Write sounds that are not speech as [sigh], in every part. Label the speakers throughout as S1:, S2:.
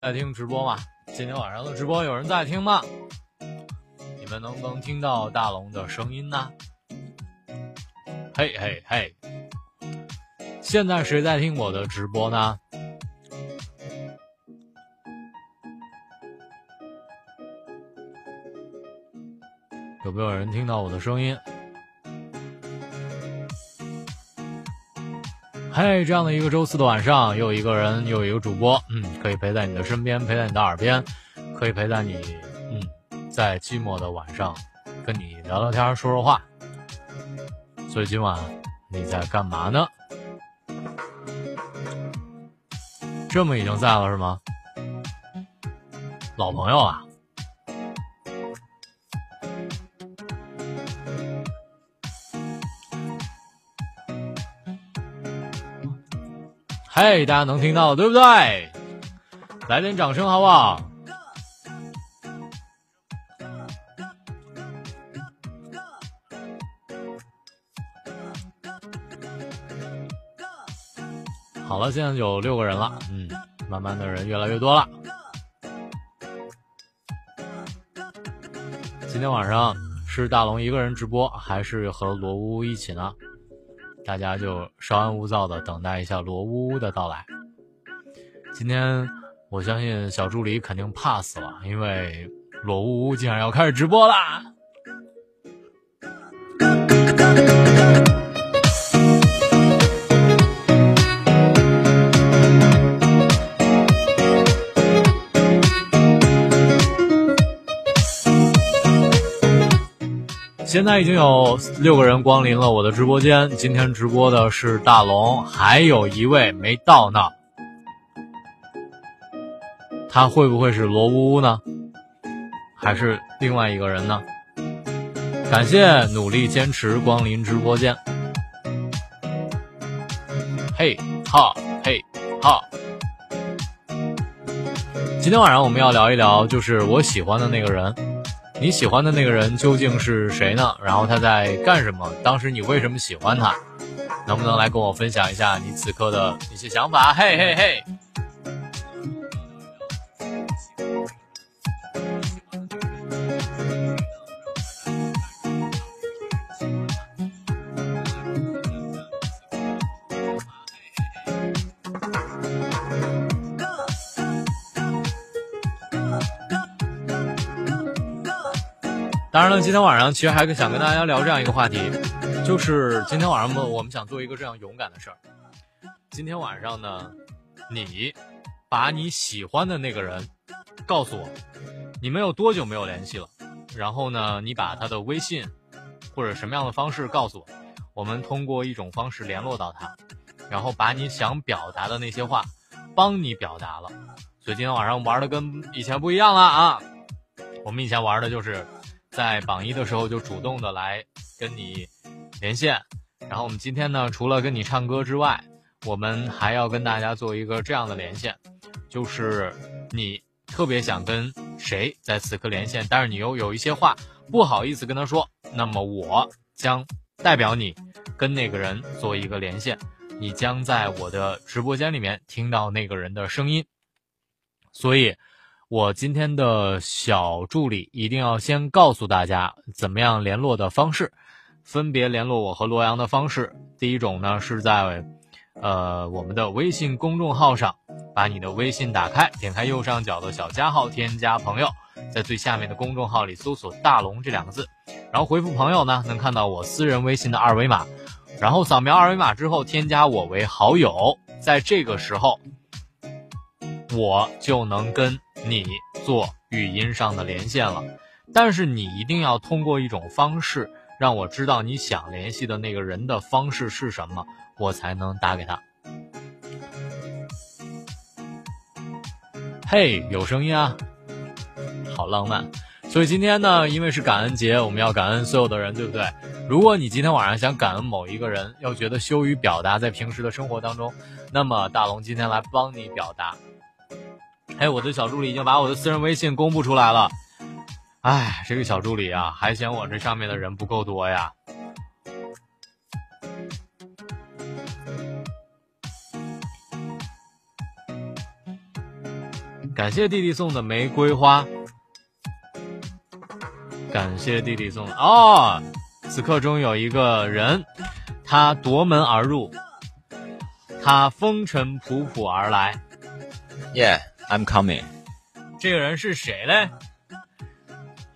S1: 在听直播吗？今天晚上的直播有人在听吗？你们能不能听到大龙的声音呢？嘿嘿嘿！现在谁在听我的直播呢？有没有人听到我的声音？嘿，这样的一个周四的晚上，又一个人，又一个主播，嗯，可以陪在你的身边，陪在你的耳边，可以陪在你，嗯，在寂寞的晚上跟你聊聊天儿，说说话。所以今晚你在干嘛呢？这么已经在了是吗？老朋友啊，嘿，大家能听到对不对？来点掌声好不好？好了，现在有六个人了，嗯，慢慢的人越来越多了。今天晚上是大龙一个人直播，还是和罗呜呜一起呢？大家就稍安勿躁的等待一下罗呜呜的到来。今天我相信小助理肯定怕死了，因为罗呜呜竟然要开始直播啦！现在已经有六个人光临了我的直播间。今天直播的是大龙，还有一位没到呢。他会不会是罗呜呜呢？还是另外一个人呢？感谢努力坚持光临直播间。嘿哈嘿哈！今天晚上我们要聊一聊，就是我喜欢的那个人。你喜欢的那个人究竟是谁呢？然后他在干什么？当时你为什么喜欢他？能不能来跟我分享一下你此刻的一些想法？嘿嘿嘿！当然了，今天晚上其实还想跟大家聊这样一个话题，就是今天晚上我们我们想做一个这样勇敢的事儿。今天晚上呢，你把你喜欢的那个人告诉我，你们有多久没有联系了？然后呢，你把他的微信或者什么样的方式告诉我，我们通过一种方式联络到他，然后把你想表达的那些话帮你表达了。所以今天晚上玩的跟以前不一样了啊！我们以前玩的就是在榜一的时候就主动的来跟你连线。然后我们今天呢，除了跟你唱歌之外，我们还要跟大家做一个这样的连线，就是你特别想跟谁在此刻连线，但是你又有一些话不好意思跟他说，那么我将代表你跟那个人做一个连线，你将在我的直播间里面听到那个人的声音。所以，我今天的小助理一定要先告诉大家怎么样联络的方式，分别联络我和罗阳的方式。第一种呢是在，呃，我们的微信公众号上，把你的微信打开，点开右上角的小加号，添加朋友，在最下面的公众号里搜索“大龙”这两个字，然后回复朋友呢，能看到我私人微信的二维码，然后扫描二维码之后添加我为好友，在这个时候。我就能跟你做语音上的连线了。但是你一定要通过一种方式让我知道你想联系的那个人的方式是什么，我才能打给他。嘿，有声音啊，好浪漫。所以今天呢，因为是感恩节，我们要感恩所有的人，对不对？如果你今天晚上想感恩某一个人，又觉得羞于表达在平时的生活当中，那么大龙今天来帮你表达。哎，我的小助理已经把我的私人微信公布出来了。哎，这个小助理啊，还嫌我这上面的人不够多呀。感谢弟弟送的玫瑰花，感谢弟弟送的哦。此刻中有一个人，他夺门而入，他风尘仆仆而来。
S2: Yeah, I'm coming.
S1: 这个人是谁嘞？嗯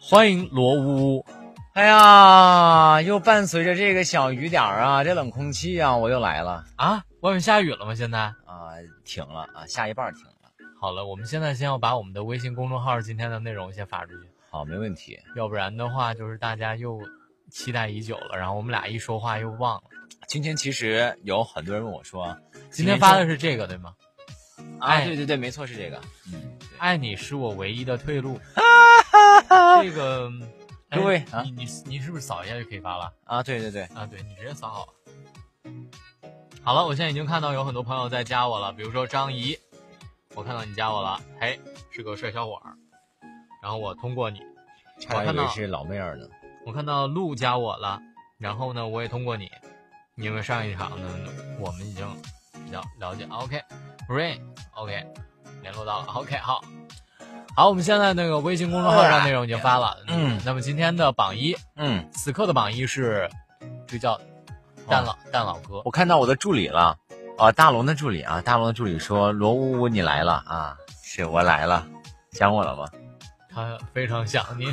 S1: 欢迎罗呜呜。
S2: 哎呀，又伴随着这个小雨点儿啊，这冷空气啊，我又来了
S1: 啊！外面下雨了吗？现在
S2: 啊，停了啊，下一半儿停了。
S1: 好了，我们现在先要把我们的微信公众号今天的内容先发出去，
S2: 好，没问题。
S1: 要不然的话就是大家又期待已久了，然后我们俩一说话又忘了。
S2: 今天其实有很多人问我说，
S1: 今天发的是这个对吗？
S2: 啊，
S1: 哎
S2: 对对对，没错是这个。嗯，对
S1: 爱你是我唯一的退路。这个，哎
S2: 啊各位啊
S1: 你你你是不是扫一下就可以发了？
S2: 啊，对对对，
S1: 啊，对你直接扫好。好了，我现在已经看到有很多朋友在加我了，比如说张怡，我看到你加我了，嘿，是个帅小伙儿。然后我通过你，
S2: 差
S1: 我
S2: 点
S1: 看
S2: 以
S1: 到
S2: 为是老妹儿呢。
S1: 我看到陆加我了，然后呢，我也通过你，因为上一场呢我们已经比较了解。OK，Rain，OK，、联络到了。OK，好，好，我们现在那个微信公众号上内容已经发了。
S2: 嗯
S1: 那么今天的榜一，
S2: 嗯，
S1: 此刻的榜一是，就叫蛋老蛋老哥。
S2: 我看到我的助理了，啊，大龙的助理啊，大龙的助理说罗呜呜你来了啊，是我来了，想我了吗？ [laughs]
S1: 他非常想你，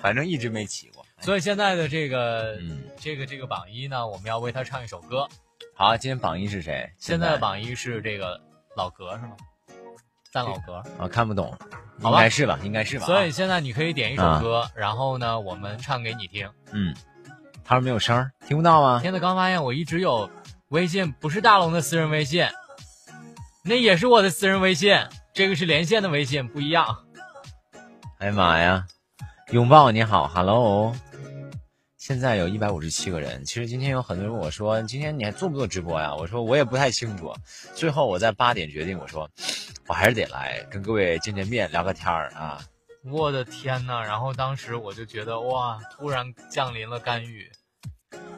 S2: 反正一直没起过。
S1: 所以现在的这个、
S2: 嗯，
S1: 这个这个榜一呢，我们要为他唱一首歌。
S2: 好，今天榜一是谁？
S1: 现在的榜一是这个老格是吗？蛋老格。
S2: 啊，看不懂，
S1: 好
S2: 应
S1: 吧
S2: 该是吧，应该是吧。
S1: 所以
S2: 啊，
S1: 现在你可以点一首歌，然后呢，我们唱给你听。
S2: 嗯，他说没有声儿，听不到吗？
S1: 天呐，刚发现我一直有微信，不是大龙的私人微信，那也是我的私人微信，这个是连线的微信，不一样。
S2: 哎呀妈呀！拥抱你好，Hello。现在有一百五十七个人。其实今天有很多人问我说：“今天你还做不做直播呀？”我说：“我也不太清楚。”最后我在八点决定，我说：“我还是得来跟各位见见面，聊个天儿啊。
S1: 我的天呐！然后当时我就觉得哇，突然降临了干预。”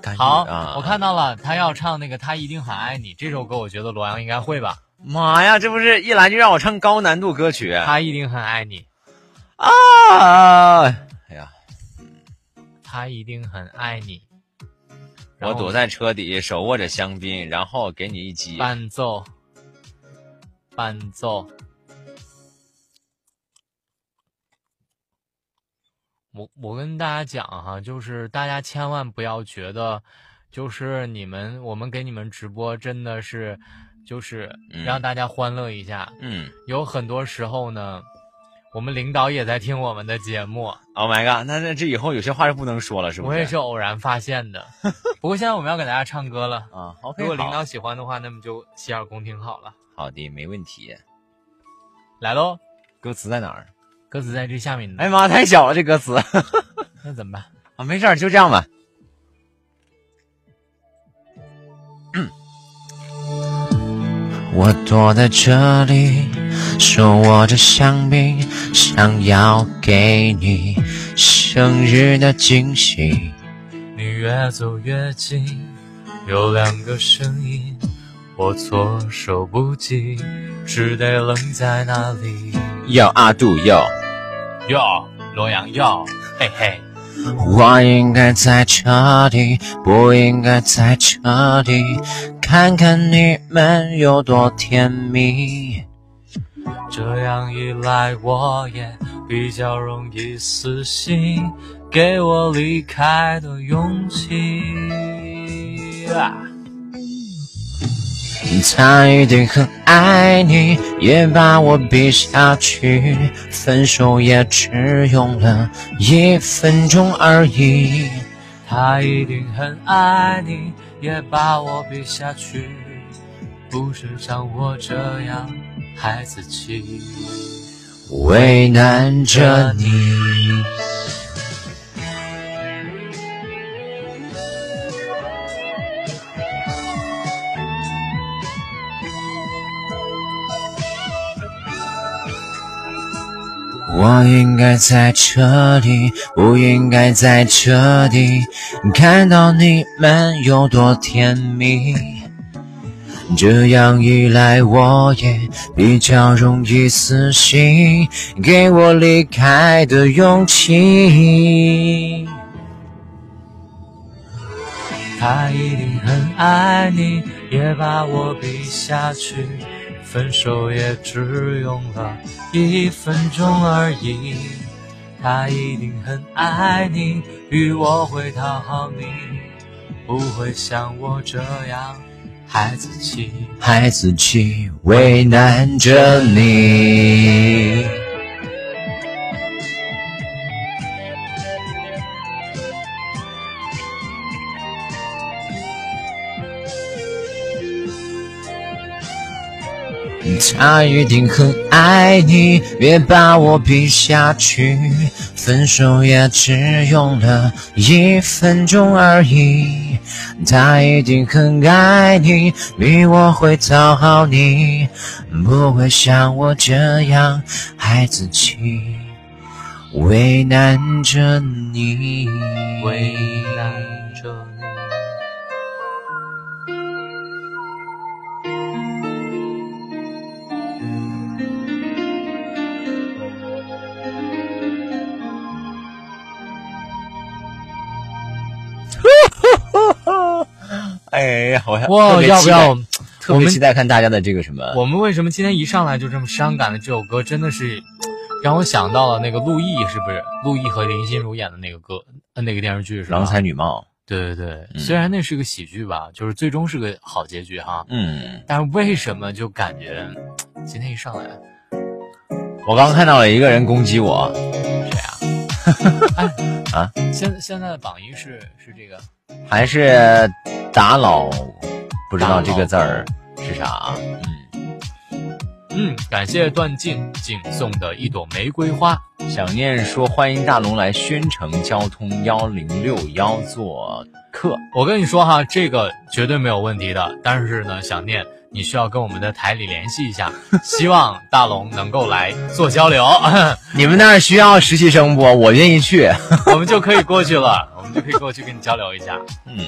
S2: 干预
S1: 嗯好，
S2: 啊！
S1: 我看到了，他要唱那个《他一定很爱你》这首歌，我觉得罗阳应该会吧。
S2: 妈呀，这不是一来就让我唱高难度歌曲啊！
S1: 他一定很爱你，
S2: 哎呀，
S1: 他一定很爱你。然
S2: 我
S1: 后
S2: 躲在车底，手握着香槟，然后给你一击。
S1: 伴奏，伴奏。我我跟大家讲哈，就是大家千万不要觉得，就是你们我们给你们直播真的是，就是
S2: 嗯
S1: 让大家欢乐一下。
S2: 嗯
S1: 有很多时候呢，我们领导也在听我们的节目，
S2: ，Oh my god，那那这以后有些话是不能说了，是不
S1: 我
S2: 是？
S1: 也是偶然发现 [laughs] 的。不过现在我们要给大家唱歌了，
S2: 啊，OK，
S1: 如果领
S2: 好
S1: 导喜欢的话，那么就洗耳恭听好了。
S2: 好的，没问题。
S1: 来喽，
S2: 歌词在哪儿？
S1: 歌词在这下面呢。
S2: 哎呀妈，太小了这歌词 [laughs] 啊，
S1: 那怎么办？
S2: 没事儿，就这样吧。嗯我躲在这里，手握着香槟，想要给你生日的惊喜。
S1: 你越走越近，有两个声音，我措手不及，只得愣在那里。
S2: 要阿杜要，
S1: 哟，罗阳哟，嘿嘿，
S2: 我应该在这里，不应该在这里，看看你们有多甜蜜。
S1: 这样一来我也比较容易死心，给我离开的勇气。啊
S2: 他一定很爱你，也把我比下去，分手也只用了一分钟而已。
S1: 他一定很爱你，也把我比下去，不是像我这样孩子气。
S2: 为难着你。我应该在这里，不应该在这里，看到你们有多甜蜜。这样一来我也比较容易死心，给我离开的勇气。
S1: 他一定很爱你，也把我比下去，分手也只用了一分钟而已。他一定很爱你，与我会讨好你，不会像我这样孩子气。
S2: 孩子气为难着你。他一定很爱你，别把我比下去，分手也只用了一分钟而已。他一定很爱你，比我会讨好你，不会像我这样孩子气，为难着你。
S1: 为难着你。
S2: 哎呀，我
S1: 哇
S2: 特别
S1: 要不
S2: 期待
S1: 要
S2: 特
S1: 我
S2: 别
S1: 们
S2: 期待看大家的这个什么？
S1: [laughs] 我们为什么今天一上来就这么伤感的这首歌，真的是让我想到了那个陆毅，是不是？陆毅和林心如演的那个歌，呃那个电视剧是吧？
S2: 郎才女貌，
S1: 对对对，
S2: 嗯
S1: 虽然那是个喜剧吧，就是最终是个好结局哈，
S2: 嗯，
S1: 但是为什么就感觉今天一上来
S2: 我刚看到了一个人攻击我，
S1: 谁啊？
S2: [laughs]
S1: 哎
S2: 啊！
S1: 现现在的榜一是是这个
S2: 还是打老，不知
S1: 打
S2: 道
S1: 老
S2: 这个字儿是啥啊？嗯，
S1: 嗯，感谢段静静送的一朵玫瑰花。
S2: 嗯想念说欢迎大龙来宣城交通幺零六幺做客，
S1: 我跟你说哈，这个绝对没有问题的。但是呢，想念你需要跟我们的台里联系一下，希望大龙能够来做交流， [laughs]
S2: 你们那儿需要实习生不？我愿意去。
S1: 我们就可以过去了，我们就可以过去跟你交流一下。
S2: 嗯，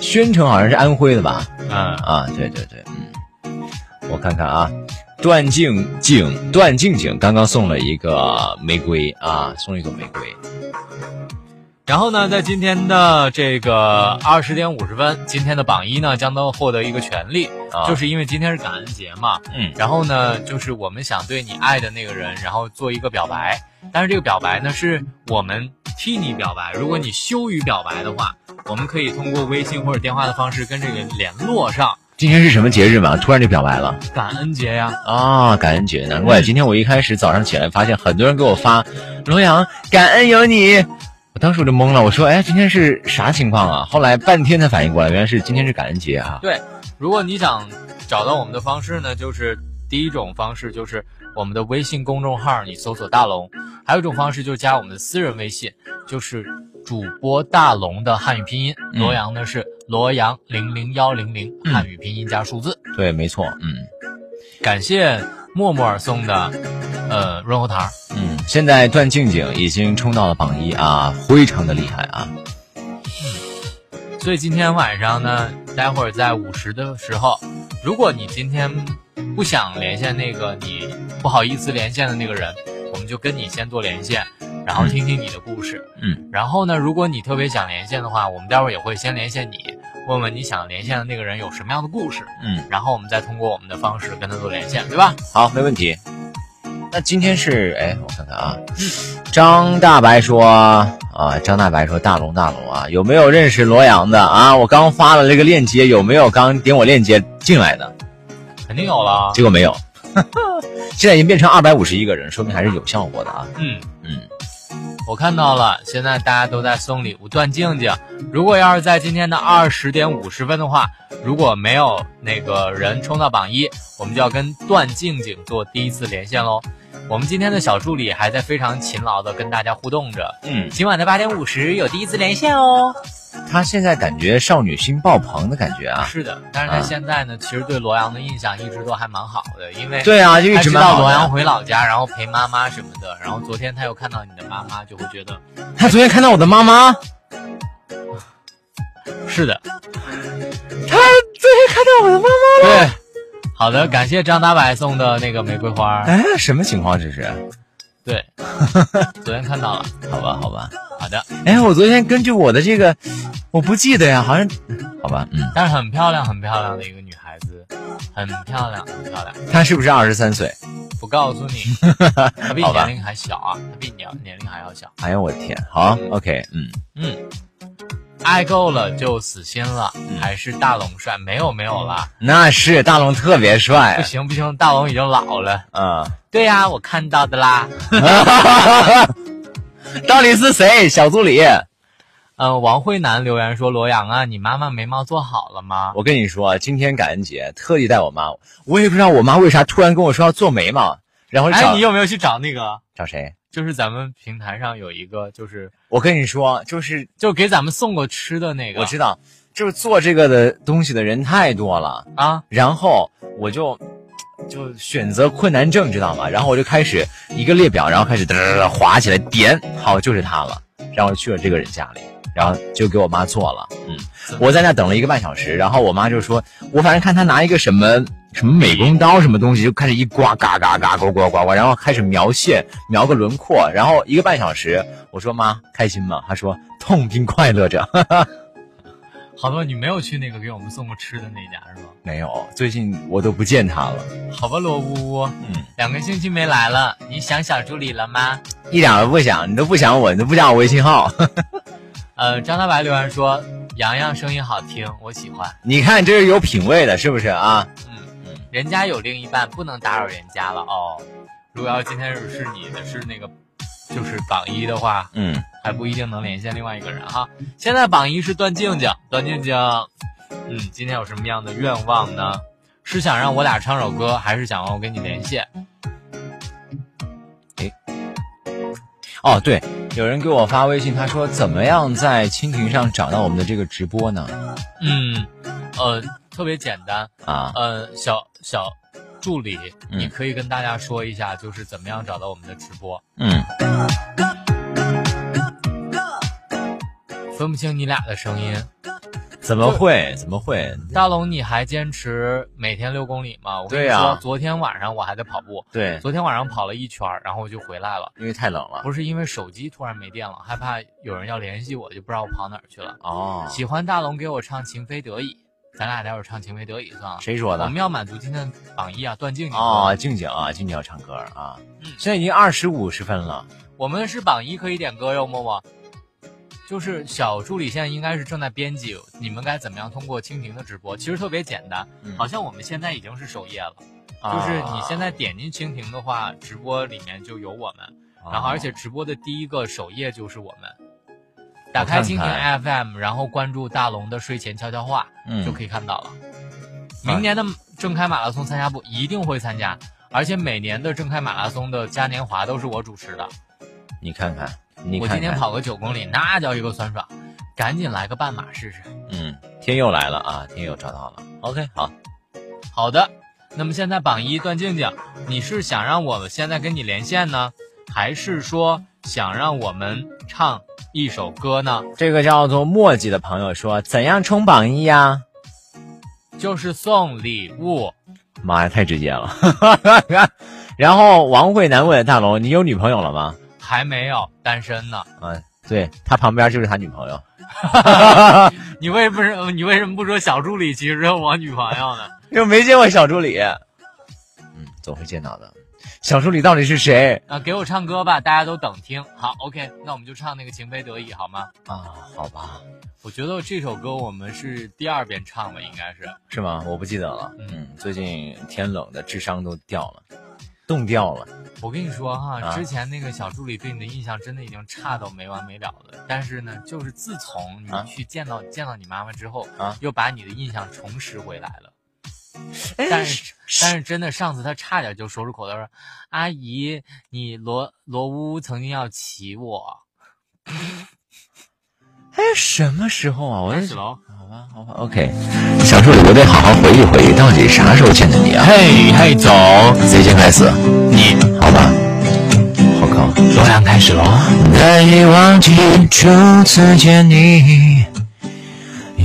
S2: 宣城好像是安徽的吧？
S1: 嗯，
S2: 啊，对对对，嗯，我看看啊，段静静，段静静刚刚送了一个玫瑰啊，送了一朵玫瑰，
S1: 然后呢，在今天的这个二十点五十分，今天的榜一呢将能获得一个权利，
S2: 啊，
S1: 就是因为今天是感恩节嘛。
S2: 嗯
S1: 然后呢，就是我们想对你爱的那个人，然后做一个表白。但是这个表白呢，是我们替你表白。如果你羞于表白的话，我们可以通过微信或者电话的方式跟这个人联络上。
S2: 今天是什么节日嘛？突然就表白了。
S1: 感恩节呀，
S2: 啊，感恩节，难怪今天我一开始早上起来发现很多人给我发罗阳，感恩有你。我当时我就懵了，我说，哎，今天是啥情况啊？后来半天才反应过来，原来是今天是感恩节啊。
S1: 对，如果你想找到我们的方式呢，就是第一种方式就是我们的微信公众号，你搜索大龙；还有一种方式就是加我们的私人微信，就是主播大龙的汉语拼音，
S2: 嗯
S1: 罗阳呢是罗阳零零幺零零，
S2: 嗯
S1: 汉语拼音加数字。
S2: 对，没错，嗯
S1: 感谢默默儿送的呃润喉糖。
S2: 嗯。现在段静静已经冲到了榜一啊，非常的厉害啊。
S1: 所以今天晚上呢，待会儿在午时的时候，如果你今天不想连线那个你不好意思连线的那个人，我们就跟你先做连线，然后听听你的故事。
S2: 嗯，
S1: 然后呢，如果你特别想连线的话，我们待会儿也会先连线你，问问你想连线的那个人有什么样的故事，
S2: 嗯，
S1: 然后我们再通过我们的方式跟他做连线，对吧？
S2: 好，没问题。那今天是哎，我看看啊，张大白说啊，张大白说大龙大龙啊，有没有认识罗阳的啊？我刚发了这个链接，有没有刚点我链接进来的？
S1: 肯定有了。
S2: 结果没有， [laughs] 现在已经变成二百五十一个人，说明还是有效果的啊。
S1: 嗯，
S2: 嗯，
S1: 我看到了，现在大家都在送礼物。段静静，如果要是在今天的二十点五十分的话，如果没有那个人冲到榜一，我们就要跟段静静做第一次连线喽。我们今天的小助理还在非常勤劳的跟大家互动着。
S2: 嗯，
S1: 今晚的八点五十有第一次连线哦。
S2: 他现在感觉少女心爆棚的感觉啊。
S1: 是的，但是
S2: 啊
S1: 他现在呢，其实对罗阳的印象一直都还蛮好的，因为
S2: 对啊，就一
S1: 他
S2: 直
S1: 知
S2: 蛮
S1: 道
S2: 好
S1: 罗阳
S2: 的。
S1: 回老家，然后陪妈妈什么的。然后昨天他又看到你的妈妈，就会觉得
S2: 他昨天看到我的妈妈，
S1: 是的，
S2: 他于看到我的妈妈。
S1: 对，好的，感谢张大白送的那个玫瑰花。
S2: [laughs] 哎，什么情况这是？
S1: 对，昨天看到了。
S2: 好吧，好吧。
S1: 好的，
S2: 哎，我昨天根据我的这个，我不记得呀，好像，好吧，嗯，
S1: 但是很漂亮，很漂亮的一个女孩子，很漂亮，很漂亮。
S2: 她是不是二十三岁？
S1: 不告诉
S2: [laughs]
S1: 你，她比你
S2: 好吧
S1: 年龄还小啊，她比你年年龄还要小。
S2: 哎呀，我的天，好，OK，嗯，
S1: 嗯，爱够了就死心了，还是大龙帅？没有没有啦，
S2: 那是大龙特别
S1: 不
S2: 帅
S1: 行不行，大龙已经老了。
S2: 啊，
S1: 对呀、我看到的啦。
S2: 到底是谁？小助理，
S1: 嗯，王慧楠留言说：“罗阳啊，你妈妈眉毛做好了吗？
S2: 我跟你说，啊今天感恩节特地带我妈，我也不知道我妈为啥突然跟我说要做眉毛，然后
S1: 哎，
S2: 找
S1: 你有没有去找那个？
S2: 找谁？
S1: 就是咱们平台上有一个，就是
S2: 我跟你说，就是
S1: 就给咱们送过吃的那个，
S2: 我知道，就是做这个的东西的人太多了。
S1: 啊，
S2: 然后我就就选择困难症，知道吗？然后我就开始一个列表，然后开始嘚嘚嘚划起来，点，好，就是他了。然后我去了这个人家里，然后就给我妈做了。嗯，我在那等了一个半小时，然后我妈就说，我反正看她拿一个什么什么美工刀什么东西，就开始一刮，嘎嘎嘎，呱呱呱呱，然后开始描线，描个轮廓，然后一个半小时，我说妈，开心吗？她说痛并快乐着。 [laughs]
S1: 好吧，你没有去那个给我们送过吃的那家是吗？
S2: 没有，最近我都不见她了。
S1: 好吧，罗呜呜，
S2: 嗯。
S1: 两个星期没来了，你想小助理了吗？
S2: 一点都不想，你都不想我，你都不加我微信号。
S1: 呃，张大白留言说：“洋洋声音好听，我喜欢。
S2: 你看，这是有品位的，是不是啊？
S1: 嗯，人家有另一半，不能打扰人家了哦。如果要今天是是你的是那个，就是榜一的话，
S2: 嗯，
S1: 还不一定能连线另外一个人哈。现在榜一是段静静，段静静，嗯，今天有什么样的愿望呢？是想让我俩唱首歌，还是想让我跟你连线？
S2: 哦，对，有人给我发微信，他说怎么样在蜻蜓上找到我们的这个直播呢？
S1: 嗯，呃，特别简单，
S2: 啊，
S1: 呃，小小助理，
S2: 嗯
S1: 你可以跟大家说一下，就是怎么样找到我们的直播。
S2: 嗯，
S1: 分不清你俩的声音，
S2: 怎么会？怎么会？
S1: 大龙，你还坚持每天六公里吗？我跟你
S2: 对
S1: 说，
S2: 呀
S1: 昨天晚上我还在跑步，
S2: 对，
S1: 昨天晚上跑了一圈儿，然后我就回来了。
S2: 因为太冷了。
S1: 不是因为手机突然没电了，害怕有人要联系我，就不知道我跑哪儿去了。
S2: 哦，
S1: 喜欢大龙给我唱《情非得已》，咱俩待会儿唱《情非得已》算了。
S2: 谁说
S1: 我
S2: 的
S1: 们？要满足今天的榜一啊，段静静。
S2: 哦，静静啊，静静要唱歌啊
S1: 嗯，
S2: 现在已经二十五十分了。
S1: 我们是榜一，可以点歌哟，默默。就是小助理现在应该是正在编辑，你们该怎么样通过蜻蜓的直播？其实特别简单，
S2: 嗯
S1: 好像我们现在已经是首页了。就
S2: 啊
S1: 是你现，在点进蜻蜓的话，直播里面就有我们，
S2: 哦
S1: 然
S2: 啊
S1: 后而且直播的第一个首页就是我们。打开蜻蜓
S2: 我看
S1: FM，然后关注大龙的睡前悄悄话，就
S2: 嗯，
S1: 可以看到了。明年的正开马拉松参加部一定会参加，而且每年的正开马拉松的嘉年华都是我主持的。
S2: 你看看，你
S1: 我
S2: 看
S1: 今天
S2: 看，
S1: 跑个九公里，那叫一个酸爽，赶紧来个半马试试。
S2: 嗯，天佑来了啊，天佑找到了。OK，好，
S1: 好的，那么现在榜一段静静，你是想让我们现在跟你连线呢，还是说想让我们唱一首歌呢？
S2: 这个叫做墨迹的朋友说，怎样冲榜一呀？
S1: 就是送礼物，
S2: 妈呀，太直接了！ [laughs] 然后王慧楠问大龙：“你有女朋友了吗
S1: 还没有单身呢。？”
S2: 嗯，对他旁边就是他女朋友。
S1: 你为不是你为什么不说小助理其实是我女朋友呢？
S2: 又没见过小助理。嗯，总会见到的。小助理到底是谁
S1: 啊，给我唱歌吧，大家都等听。好，OK，那我们就唱那个《情非得已》好吗？
S2: 啊？好吧，
S1: 我觉得这首歌我们是第二遍唱吧，应该是。
S2: 是吗？我不记得了。
S1: 嗯
S2: 嗯，最近天冷的智商都掉了，冻掉了。
S1: 我跟你说哈，
S2: 啊
S1: 之前那个小助理对你的印象真的已经差到没完没了了。但是呢，就是自从你
S2: 啊
S1: 去见到、见到你妈妈之后，
S2: 啊
S1: 又把你的印象重拾回来了。
S2: 哎
S1: 但是但是真的，上次她差点就说出口，她说：“阿姨，你罗罗乌曾经要骑我。
S2: 哎，什么时候啊？”我
S1: 开始喽，
S2: 好吧，好吧，OK。小助理，我得好好回忆回忆，到底啥时候见的你啊？嘿，嘿，走，谁先开始？你，好吧，好高。
S1: 罗阳开始喽。
S2: 难以忘记初次见你，也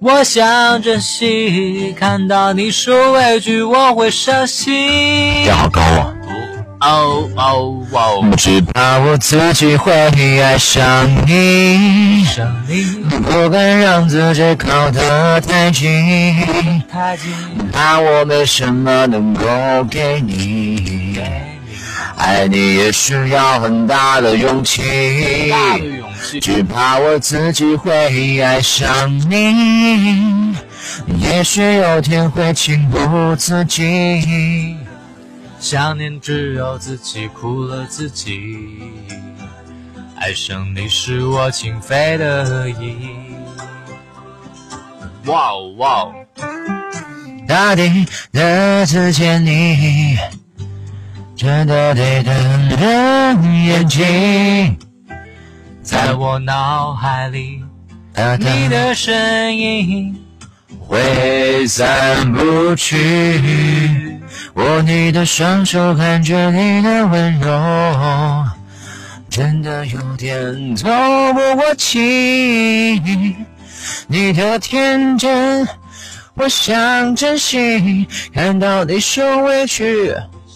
S1: 我想珍惜。看到你受畏惧，我会伤心。
S3: 调好高啊！
S1: 哦哦哦！
S3: 只怕我自己会爱上你，
S1: 想你
S3: 不敢让自己靠得太近，
S1: 太近，
S3: 怕我没什么能够给你。爱你也需要很大的勇气，
S1: 大的勇气。
S3: 只怕我自己会爱上你，也许有天会情不自禁。
S1: 想念只有自己苦了自己，爱上你是我情非得已。哇哦哇哦！
S3: 大地的之前你，真的得等人眼睛。
S1: 在我脑海里，
S3: 大地
S1: 你的身影。
S3: 挥散不去。握你的双手，感觉你的温柔，真的有点透不过气。你的天真，我想珍惜。看到你受委屈，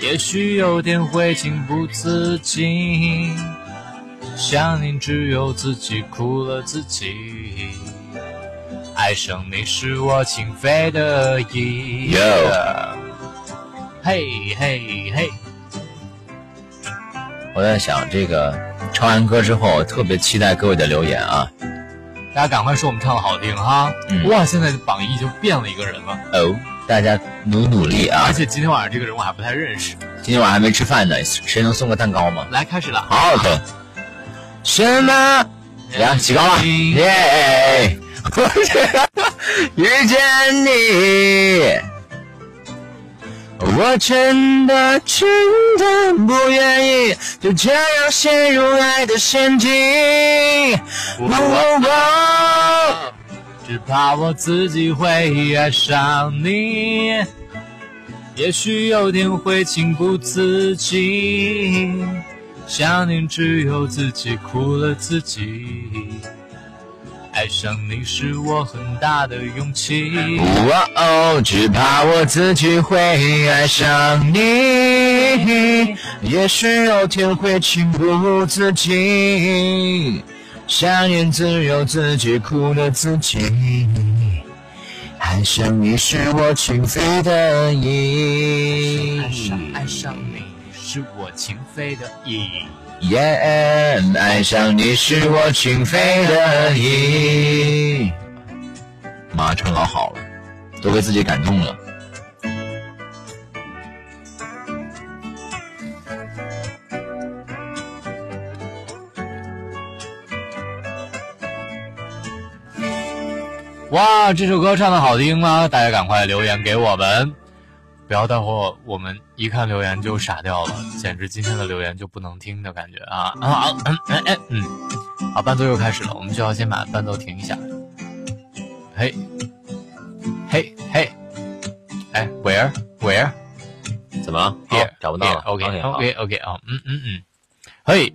S1: 也许有天会情不自禁。想念只有自己苦了自己，爱上你是我情非得已。
S3: Yo
S1: 嘿嘿嘿，
S2: 我在想这个唱完歌之后，我特别期待各位的留言啊。
S1: 大家赶快说我们唱的好听哈！
S2: 嗯
S1: 哇，现在榜一就变了一个人了，
S2: 哦，大家努努力啊
S1: 而！且今天晚上这个人我还不太认识。
S2: 今天晚上还没吃饭呢，谁能送个蛋糕吗？
S1: 来，开始了。
S2: 好好喝。
S3: 什么？
S2: 来，起高了，耶、我这遇见你。
S3: 我真的真的不愿意就这样陷入爱的陷阱。
S1: 我只怕我自己会爱上你，也许有天会情不自禁。想念只有自己苦了自己，爱上你是我很大的勇气。
S3: 哇哦，只怕我自己会爱上你，也许有天会情不自禁，想念只有自己苦了自己。爱上你是我情非得已，
S1: 爱上爱上你是我情非得已。
S3: 耶爱上你是我情非得已。
S2: 妈，唱老好了，都被自己感动了。
S1: 哇，这首歌唱的好听吗？大家赶快留言给我们，不要待会儿我们一看留言就傻掉 [laughs] 了，简直今天的留言就不能听的感觉啊啊啊嗯嗯嗯嗯，好，伴奏又开始了，我们需要先把伴奏停一下。嘿，嘿嘿，哎，where where
S2: 怎么了？
S1: here
S2: 找不到了。
S1: OK
S2: OK，, 好
S1: OK OK 啊，嗯嗯嗯，嘿，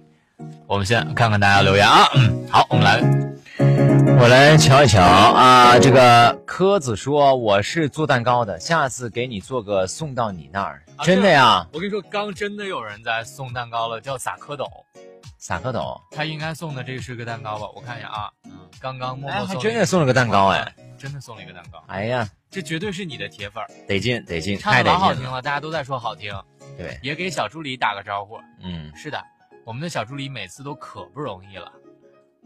S1: 我们先看看大家留言啊，嗯，好，我们来
S2: 我来瞧一瞧啊。这 [laughs] 个柯子说我是做蛋糕的，下次给你做个送到你那儿。
S1: 啊
S2: 真的呀？
S1: 我跟你说，刚真的有人在送蛋糕了，叫撒蝌蚪。
S2: 撒蝌蚪，
S1: 他应该送的这是个蛋糕吧？我看一下啊，刚刚默默
S2: 嗯哎，还
S1: 送了一个、
S2: 真的送了个蛋糕哎。
S1: 真的送了一个蛋糕，
S2: 哎呀，
S1: 这绝对是你的铁粉儿，
S2: 得劲得劲，
S1: 唱
S2: 太
S1: 的
S2: 得
S1: 老好
S2: 劲
S1: 听
S2: 了。
S1: 了，大家都在说好听，
S2: 对，
S1: 也给小助理打个招呼。
S2: 嗯，
S1: 是的，我们的小助理每次都可不容易了，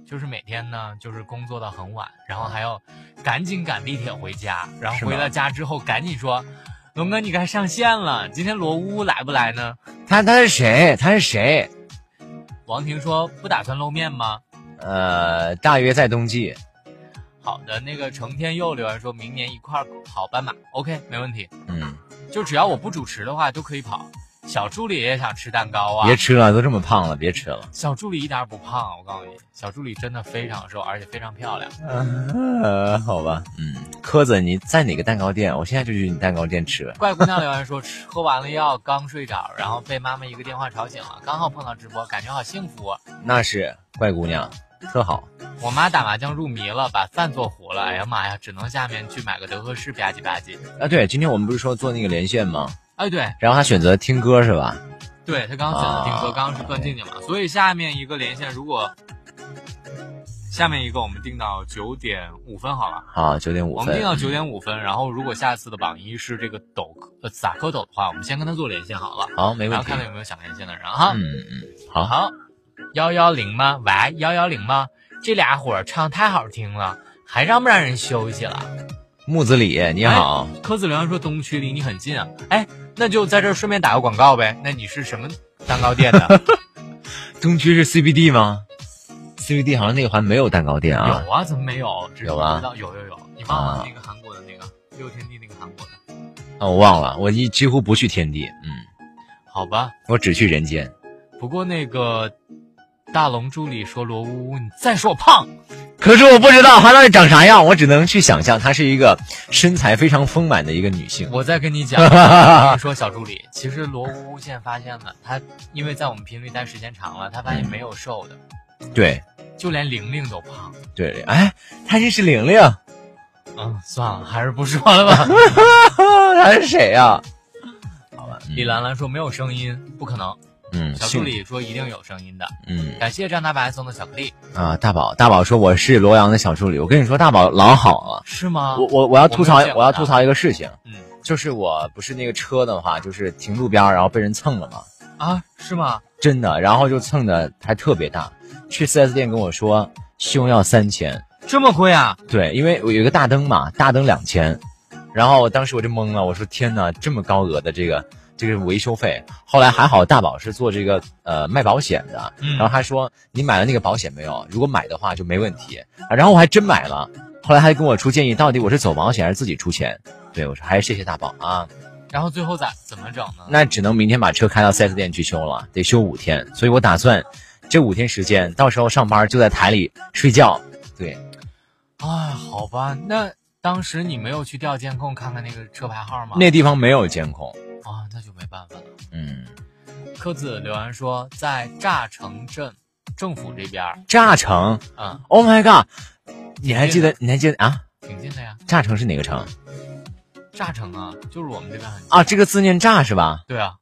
S1: 就是每天呢，就是工作到很晚，然后还要赶紧赶地铁回家，然
S2: 是
S1: 后
S2: 吗
S1: 回到家之后赶紧说，龙哥你该上线了，今天罗乌来不来呢？
S2: 他他是谁？他是谁？
S1: 王婷说不打算露面吗？
S2: 呃，大约在冬季。
S1: 好的，那个程天佑留言说明年一块儿跑斑马，OK 没问题，
S2: 嗯，
S1: 就只要我不主持的话都可以跑。小助理也想吃蛋糕啊，
S2: 别吃了，都这么胖了，别吃
S1: [laughs]
S2: 了。
S1: 小助理一点儿不胖，我告诉你，小助理真的非常瘦，而且非常漂亮。
S2: 呃，好吧，嗯，柯子，你在哪个蛋糕店？我现在就去你蛋糕店吃。
S1: 怪姑娘留言说，吃喝完了药，刚睡着，然后被妈妈一个电话吵醒了，刚好碰到直播，感觉好幸福。啊
S2: 那是怪姑娘，特好。
S1: 我妈打麻将入迷了，把饭做糊了，哎呀妈呀，只能下面去买个德克士吧唧吧唧。
S2: 啊，对，今天我们不是说做那个连线吗？
S1: 哎，对
S2: 然后他选择听歌是吧？
S1: 对，她刚刚选的听歌，
S2: 啊
S1: 刚刚是段静静嘛，所以下面一个连线，如果下面一个我们定到九点五分好了。
S2: 好，啊九点五
S1: 我
S2: 分。
S1: 们定到九点五分，然后如果下次的榜一是这个抖呃撒蝌蚪的话，我们先跟他做连线好了，
S2: 好，没
S1: 然
S2: 问
S1: 后
S2: 题
S1: 看。看有没有想连线的人哈。
S2: 嗯嗯，好。
S1: 好，幺幺零吗？喂，幺幺零吗？这俩伙儿唱太好听了，还让不让人休息了？
S2: 木子李，你好，
S1: 柯子良说东区离你很近啊，哎，那就在这儿顺便打个广告呗。那你是什么蛋糕店的？
S2: 东区是 CBD 吗？CBD 好像那个环没有蛋糕店啊。
S1: 有啊，怎么没有？只是
S2: 有
S1: 不知
S2: 啊
S1: 道有有有，你忘了
S2: 啊
S1: 那个韩国的那个六天地那个韩国的？
S2: 啊，我忘了，我一几乎不去天地，嗯，
S1: 好吧，
S2: 我只去人间。
S1: 不过那个大龙助理说罗呜呜，你再说我胖，
S2: 可是我不知道她到底长啥样，我只能去想象她是一个身材非常丰满的一个女性。
S1: 我再跟你讲，
S2: [laughs]
S1: 我跟你说小助理，其实罗呜呜现在发现了，他因为在我们频率待时间长了，他发现没有瘦的，
S2: 对
S1: 就连玲玲都胖。
S2: 对，哎，她认识玲 [laughs] 玲，
S1: 嗯，算了，还是不说了吧。
S2: 嗯她是谁啊呀、好吧，嗯
S1: 李兰兰说没有声音，不可能。
S2: 嗯，
S1: 小助理说一定有声音的。
S2: 姓，嗯
S1: 感谢张大白送的巧克力，
S2: 啊，大宝，大宝说我是罗阳的小助理，我跟你说，大宝老好了。
S1: 是吗？
S2: 我啊我我要吐槽
S1: 我没有见，过
S2: 我要
S1: 他
S2: 吐槽一个事情，
S1: 嗯
S2: 就是我不是那个车的话，就是停路边儿然后被人蹭了嘛，
S1: 啊，是吗？
S2: 真的，然后就蹭的还特别大。去 4S 店跟我说胸要三千，
S1: 这么贵啊？
S2: 对，因为我有一个大灯嘛，大灯两千，然后当时我就懵了，我说天哪，这么高额的这个这个维修费。后来还好大宝是做这个呃卖保险的，
S1: 嗯
S2: 然后他说你买了那个保险没有？如果买的话就没问题。啊然后我还真买了，后来还跟我出建议，到底我是走保险还是自己出钱？对我说还是谢谢大宝啊，
S1: 然后最后咋怎么整呢？
S2: 那只能明天把车开到 4S 店去修了，得修五天，所以我打算这五天时间，到时候上班就在台里睡觉。对，
S1: 哎，好吧，那当时你没有去调监控看看那个车牌号吗？
S2: 那地方没有监控。
S1: 啊，那就没办法了。
S2: 嗯，
S1: 柯子留言说，在炸城镇政府这边儿，
S2: 炸城
S1: 嗯，
S2: ，Oh my god！你还记得？你还记得啊？
S1: 挺近的呀。
S2: 炸城是哪个城
S1: 炸城啊，就是我们这边
S2: [laughs]
S1: 很近。
S2: 啊？这个字念炸是吧？
S1: 对啊。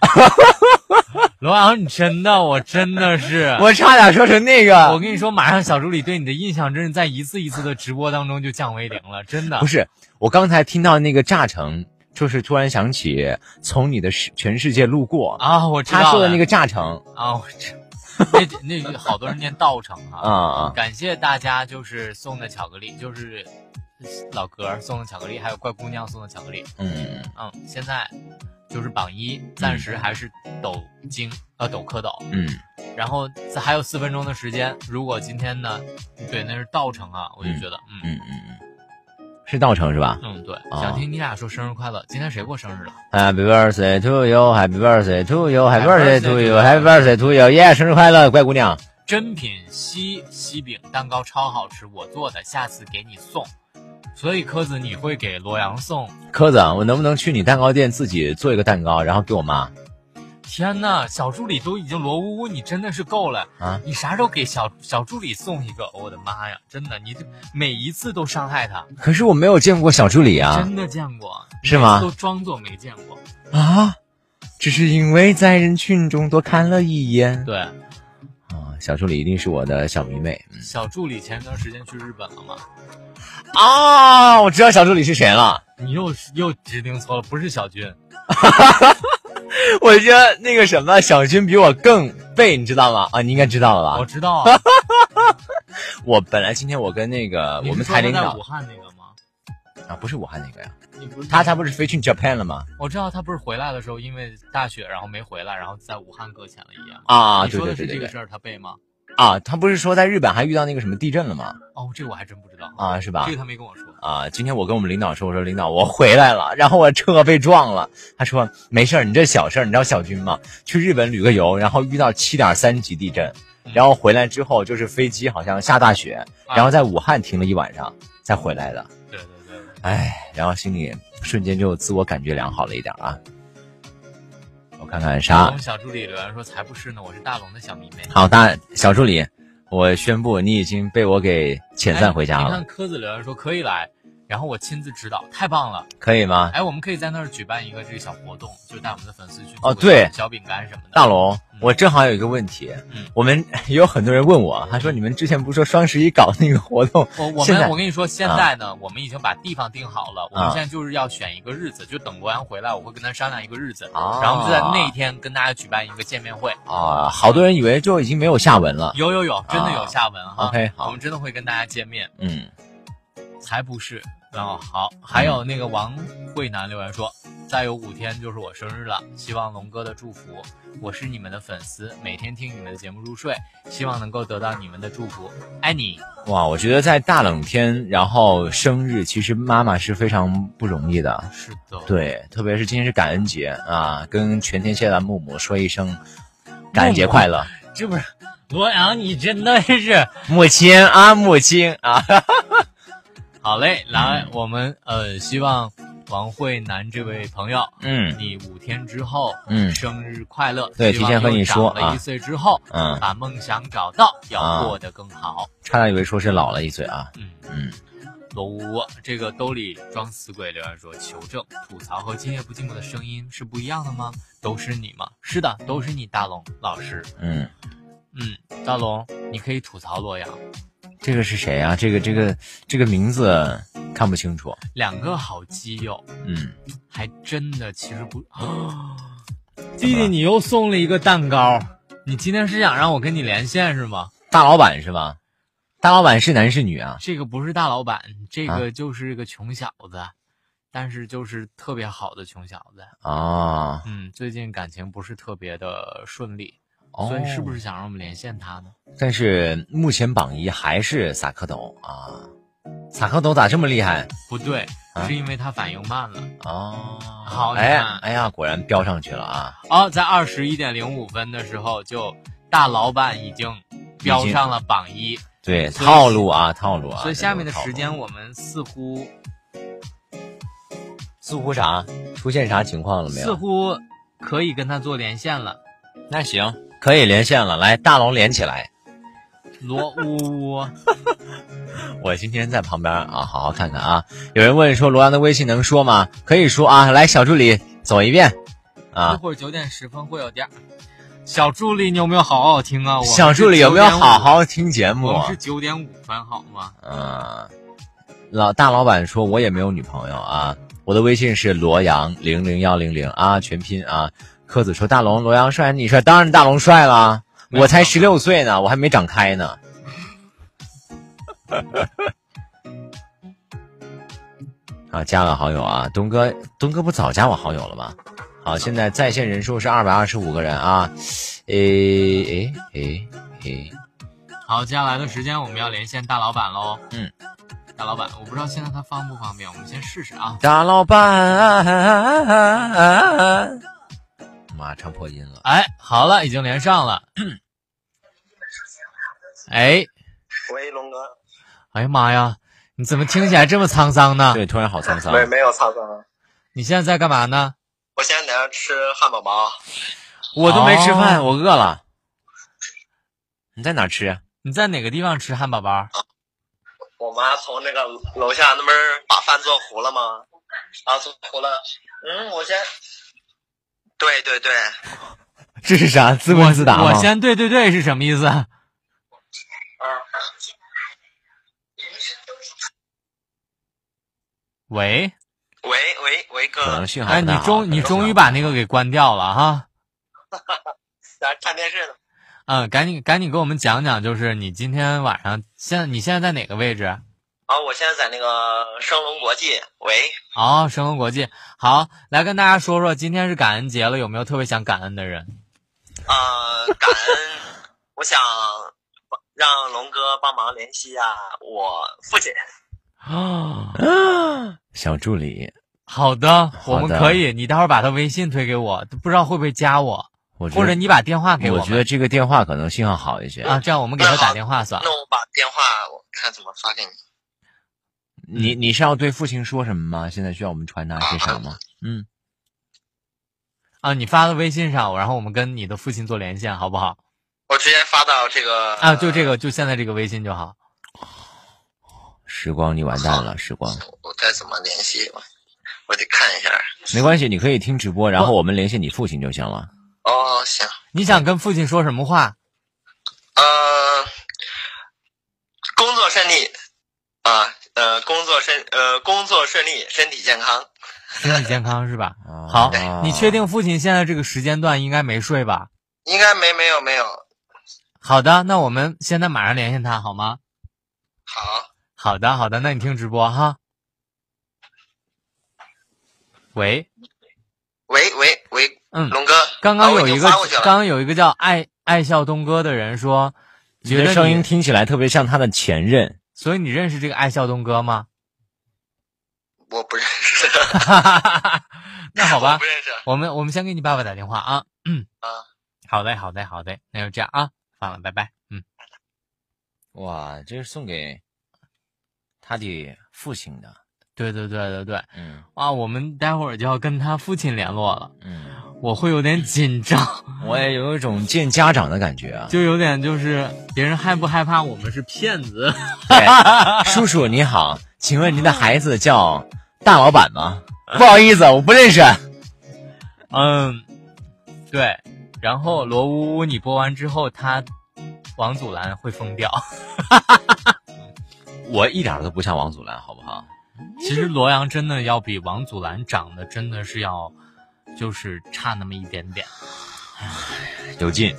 S1: [laughs] 罗阳，你真的，我真的是，
S2: 我差点说成那
S1: 我
S2: 个，
S1: 跟你说，马上小助理对你的印象真是在一次一次的直播当中就降为零了，真的
S2: 不。是，我刚才听到那个炸城，就是突然想起从你的世全世界路过，
S1: 啊，我知道
S2: 他说的
S1: 了
S2: 那个炸城
S1: 啊，我知，那那个好多人念道城哈。
S2: 啊啊，
S1: 感谢大家就是送的巧克力，就是老哥儿送的巧克力，还有怪姑娘送的巧克力。
S2: 嗯，
S1: 嗯，现在就是榜一，暂时还是抖京呃抖蝌蚪，
S2: 嗯，
S1: 然后再还有四分钟的时间，如果今天呢，对，那是稻城啊，我就觉得嗯。
S2: 嗯嗯嗯，是稻城是吧？
S1: 嗯，对，
S2: 啊
S1: 想听你俩说生日快乐。今天谁过生日了？
S2: Happy birthday to you, Happy birthday to you, Happy
S1: birthday
S2: birthday
S1: to
S2: to
S1: you,
S2: you, Happy birthday to you，耶！生日快乐，乖姑娘。
S1: 珍品西西饼蛋糕超好吃，我做的，下次给你送。所以柯子，你会给罗阳送？
S2: 柯子，啊我能不能去你蛋糕店自己做一个蛋糕，然后给我妈
S1: 天呐，小助理都已经罗呜呜，你真的是够了！
S2: 啊？
S1: 你啥时候给小小助理送一个？我的妈呀，真的，你这每一次都伤害他，
S2: 可是我没有见过小助理啊
S1: 真的见过，
S2: 是吗
S1: 每次都装作没见过。
S2: 啊！只是因为在人群中多看了一眼
S1: 对，
S2: 啊，小助理一定是我的小迷妹
S1: 小助理前一段时间去日本了吗？
S2: 啊！我知道小助理是谁了，
S1: 你又又指定错了，不是小军，
S2: 我觉得那个什么，小军比我更背，你知道吗？啊，你应该知道了
S1: 我
S2: 吧？
S1: 知道
S2: [laughs]
S1: 啊，
S2: 我本来今天我跟那个
S1: 你
S2: 我
S1: 是
S2: 们
S1: 说
S2: 台领
S1: 他在
S2: 导
S1: 武汉那个吗？
S2: 啊，不是武汉那个呀，
S1: 你不是
S2: 他他不是飞去 Japan 了吗？
S1: 我知道他不是回来的时候因为大雪然后没回来，然后在武汉搁浅了一夜吗？
S2: 啊，
S1: 你
S2: 对
S1: 说
S2: 对
S1: 的
S2: 对
S1: 是
S2: 对
S1: 这个
S2: 对，
S1: 事儿，他背吗？
S2: 啊，他不是说在日本还遇到那个什么地震了吗？
S1: 哦，这个我还真不知道，
S2: 啊，是吧
S1: 这？个他没跟我说。
S2: 啊，今天我跟我们领导说，我说领导我回来了，然后我车被撞了。他说没事儿，你这小事儿，你知道小军吗？去日本旅个游，然后遇到七点三级地震，然后回来之后就是飞机好像下大雪，
S1: 嗯啊
S2: 然后在武汉停了一晚上才回来的。
S1: 对对对，对
S2: 唉，然后心里瞬间就自我感觉良好了一点啊。我看看
S1: 我
S2: 啥？
S1: 们小助理留言说才不是呢，我是大龙的小迷妹。
S2: 好，大小助理，我宣布你已经被我给遣散回家
S1: 哎你
S2: 了，
S1: 看柯子留言说可以来，然后我亲自指导，太棒了！
S2: 可以吗？
S1: 哎，我们可以在那儿举办一个这个小活动，就带我们的粉丝去
S2: 哦
S1: 做个
S2: 对
S1: 小饼干什么的。
S2: 大龙
S1: 嗯，
S2: 我正好有一个问题，
S1: 嗯
S2: 我们也有很多人问我，他说你们之前不是说双十一搞那个活动？
S1: 我我
S2: 现在
S1: 们我跟你说，现在呢，我们已经把地方定好了，我们现在就是要选一个日子，就等罗阳回来，我会跟他商量一个日子，
S2: 啊
S1: 然后我们就在那一天跟大家举办一个见面会。
S2: 啊，好多人以为就已经没有下文了。
S1: 有有有，真的有下文哈。
S2: OK，
S1: 我
S2: 好
S1: 们，真的会跟大家见面，
S2: 嗯，
S1: 才不是。然后好，还有那个王慧楠留言说，再有五天就是我生日了，希望龙哥的祝福。我是你们的粉丝，每天听你们的节目入睡，希望能够得到你们的祝福，爱你。
S2: 嗯哇，我觉得在大冷天，然后生日，其实妈妈是非常不容易的。
S1: 是的，
S2: 对，特别是今天是感恩节啊，跟全天下的木木说一声感恩节快乐，
S1: 这不是罗阳，你真的是。
S2: 母亲啊，母亲啊，
S1: 好嘞，
S2: 嗯
S1: 来，我们呃，希望王慧楠这位朋友，
S2: 嗯
S1: 你五天之后，
S2: 嗯
S1: 生日快乐！
S2: 对
S1: 希望
S2: 提前和你说啊
S1: 又长了一岁之后，
S2: 嗯，
S1: 把梦想找到，
S2: 啊
S1: 要过得更好。
S2: 差点以为说是老了一岁啊，
S1: 嗯，
S2: 嗯，
S1: 罗呜，这个兜里装死鬼留言说：“求证，吐槽和今夜不寂寞的声音是不一样的吗？都是你吗？是的，都是你，大龙老师。
S2: 嗯。
S1: 嗯，大龙，你可以吐槽洛阳，
S2: 这个是谁啊？这个这个这个名字看不清楚。
S1: 两个好基友，
S2: 嗯，
S1: 还真的其实 [gasps] 不。弟弟，你又送了一个蛋糕，你今天是想让我跟你连线是吗？
S2: 大老板是吧？大老板是男是女啊？
S1: 这个不是大老板，这个就是个穷小子，但是就是特别好的穷小子。
S2: 啊、
S1: 嗯，最近感情不是特别的顺利，
S2: 哦，
S1: 所以是不
S2: 是？
S1: 是想让我们连线他呢？
S2: 但是目前榜一还是萨克斗啊，萨克斗咋这么厉害
S1: 不对，
S2: 啊
S1: 是因为他反应慢了。
S2: 哦，
S1: 好你
S2: 哎
S1: 看
S2: 哎呀，果然飙上去了啊！
S1: 哦，在二十一点零五分的时候，就大老板已经标上了榜一。
S2: 对，
S1: 所以
S2: 套路啊，套路啊。
S1: 所以下面的时
S2: 这种套
S1: 间，
S2: 路
S1: 我们似乎
S2: 似乎啥出现啥情况了没有？
S1: 似乎可以跟他做连线了。
S2: 那行，可以连线了。来，大龙连起来。 [laughs]
S1: 罗呜呜，
S2: 啊我今天在旁边啊，好好看看啊。有人问说罗阳的微信能说吗？可以说啊。来，小助理走一遍
S1: 一
S2: 啊。
S1: 会儿九点十分会有点儿。小助理，你有没有好好听啊？我们是
S2: 小助理有没有
S1: 9:05
S2: 好？好听节目
S1: 我们
S2: 啊
S1: 是？九点五分好吗？
S2: 嗯，老大老板说我也没有女朋友啊。我的微信是罗阳零零幺零零啊，全拼啊。柯子说大龙罗阳帅还是你帅？当然大龙帅啦，
S1: 没有
S2: 我才十六岁呢，我还没长开呢。啊，加了好友啊，东哥，东哥不早加我好友了吗？好，现在在线人数是二百二十五个人啊，诶诶诶诶，
S1: 好，接下来的时间我们要连线大老板喽。
S2: 嗯，
S1: 大老板，我不知道现在他方不方便，我们先试试啊。
S2: 大老板，妈唱破音了。
S1: 哎，好了，已经连上了。 [coughs] 哎，
S3: 喂，龙哥，
S1: 哎呀妈呀，你怎么听起来这么沧桑呢？
S2: 对，突然好沧桑。
S3: 没没有沧桑，
S1: 你现在在干嘛呢？
S3: 我现在在那吃汉堡包，
S2: 我都没吃饭，
S1: 哦
S2: 我饿了。你在哪儿吃？
S1: 你在哪个地方吃汉堡包？
S3: 我妈从那个楼下那边儿把饭做糊了吗？啊，做糊了。嗯，我先。啊对对对，
S2: 这是啥？自问自答吗
S1: 我先对对对是什么意思？
S3: 嗯，
S1: 喂，
S3: 喂喂喂哥，
S2: 可能信号
S1: 哎，
S2: 不
S1: 你
S2: 太好
S1: 终你终于把那个给关掉了哈。
S3: 咱看电视呢，
S1: 嗯，赶紧赶紧给我们讲讲，就是你今天晚上现在你现在在哪个位置？
S3: 啊，我现在在那个升龙国际，喂，
S1: 哦，生活国际。好，来跟大家说说，今天是感恩节了，有没有特别想感恩的
S2: [gasps]
S1: 人？
S3: 啊、感恩，我想让龙哥帮忙联系一下我父亲，
S1: 啊，
S2: 小助理，
S1: 好的，我们
S2: 好的
S1: 可以，你待会儿把他微信推给我，不知道会不会加我，
S2: 我觉得
S1: 或者你把电话给
S2: 我
S1: 们
S2: 觉得这个电话可能信号好一些
S1: 啊，。这样我们给他打电话算了。
S3: 那我把电话我看怎么发给你。
S2: 你你是要对父亲说什么吗？现在需要我们传达些啥吗？嗯，
S1: 啊，你发到微信上，然后我们跟你的父亲做连线，好不好？
S3: 我直接发到这个
S1: 啊，就这个，就现在这个微信就好。
S2: 时光，你完蛋了，时光。
S3: 我该怎么联系我？我得看一下。
S2: 没关系，你可以听直播，然后我们联系你父亲就行了。
S3: 哦，行，
S1: 你想跟父亲说什么话？
S3: 呃，工作顺利啊，呃，工作顺呃，工作顺利，身体健康。
S1: 身体健康是吧？
S2: 啊
S1: 好，你确？定父亲现在这个时间段应该没睡吧？
S3: 应该没没有没有，
S1: 好的，那我们现在马上联系他好吗？
S3: 好，
S1: 好的，好的，那你听直播哈。喂，
S3: 喂喂喂，
S1: 嗯，
S3: 龙哥，
S1: 刚
S3: 啊
S1: 刚
S3: 我
S1: 有
S3: 已
S1: 一
S3: 经
S1: 个，
S3: 发过去了
S1: 刚刚有一个叫爱爱笑东哥的人说，
S2: 你
S1: 觉得
S2: 的
S1: 你
S2: 声音，听起来特别像他的前任。
S1: 所以你认识这个爱笑东哥吗？ [laughs]
S3: 我不认识，
S1: 哈哈哈哈， [laughs] 那好
S3: 我
S1: 吧
S4: [laughs]
S3: 不，认识。
S1: 我们我们先给你爸爸打电话啊。嗯
S3: 啊，
S1: [clears throat] 好嘞，好嘞，好嘞，那就这样啊，放了，拜拜。嗯，
S2: 哇，这是送给他的父亲的。
S1: 对对对对对，
S2: 嗯
S1: 啊，我们待会儿就要跟他父亲联络了，
S2: 嗯，
S1: 我会有点紧张。 [laughs]
S2: 我也有一种见家长的感觉啊。
S1: 就有点就是别人害不害怕我们是骗子？
S2: [laughs] 对，叔叔你好，请问您的孩子叫大老板吗？不好意思，我不认识。
S1: 嗯，对。然后罗呜呜，你播完之后，他王祖蓝会疯
S2: [laughs]
S1: 掉。
S2: 我一点都不像王祖蓝，好不好？
S1: 其实罗阳真的要比王祖蓝长得真的是要，就是差那么一点点。
S2: 有劲。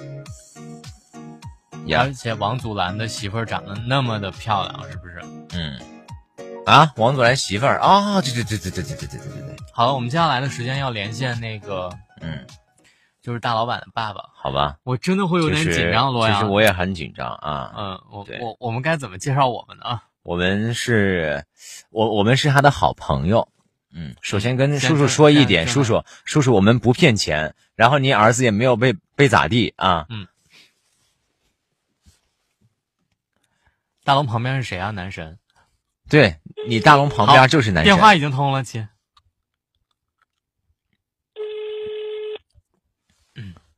S2: 呀
S1: 而，且王祖蓝的媳妇儿长得那么的漂亮，是不是？
S2: 嗯，啊，王祖蓝媳妇儿啊，对对对对对对对对对对，
S1: 好了，我们接下来的时间要连线那个
S2: 嗯，
S1: 就是大老板的爸爸。
S2: 好吧，
S1: 我真的会有
S2: 其
S1: 点
S2: 实
S1: 紧张，罗
S2: 其实
S1: 阳。
S2: 我也很紧张啊。
S1: 嗯，我
S2: 对
S1: 我我们该怎么介绍我们呢？啊
S2: 我们是，我我们是他的好朋友。嗯，首先跟
S1: 先
S2: 叔叔
S1: 说
S2: 说一
S1: 先
S2: 点，
S1: 说
S2: 叔叔叔叔，我们不骗钱，然后您儿子也没有被被咋地啊？
S1: 大龙旁边是谁啊？男神。
S2: 对你大龙旁边就是男神。
S1: 电话已经通了，亲。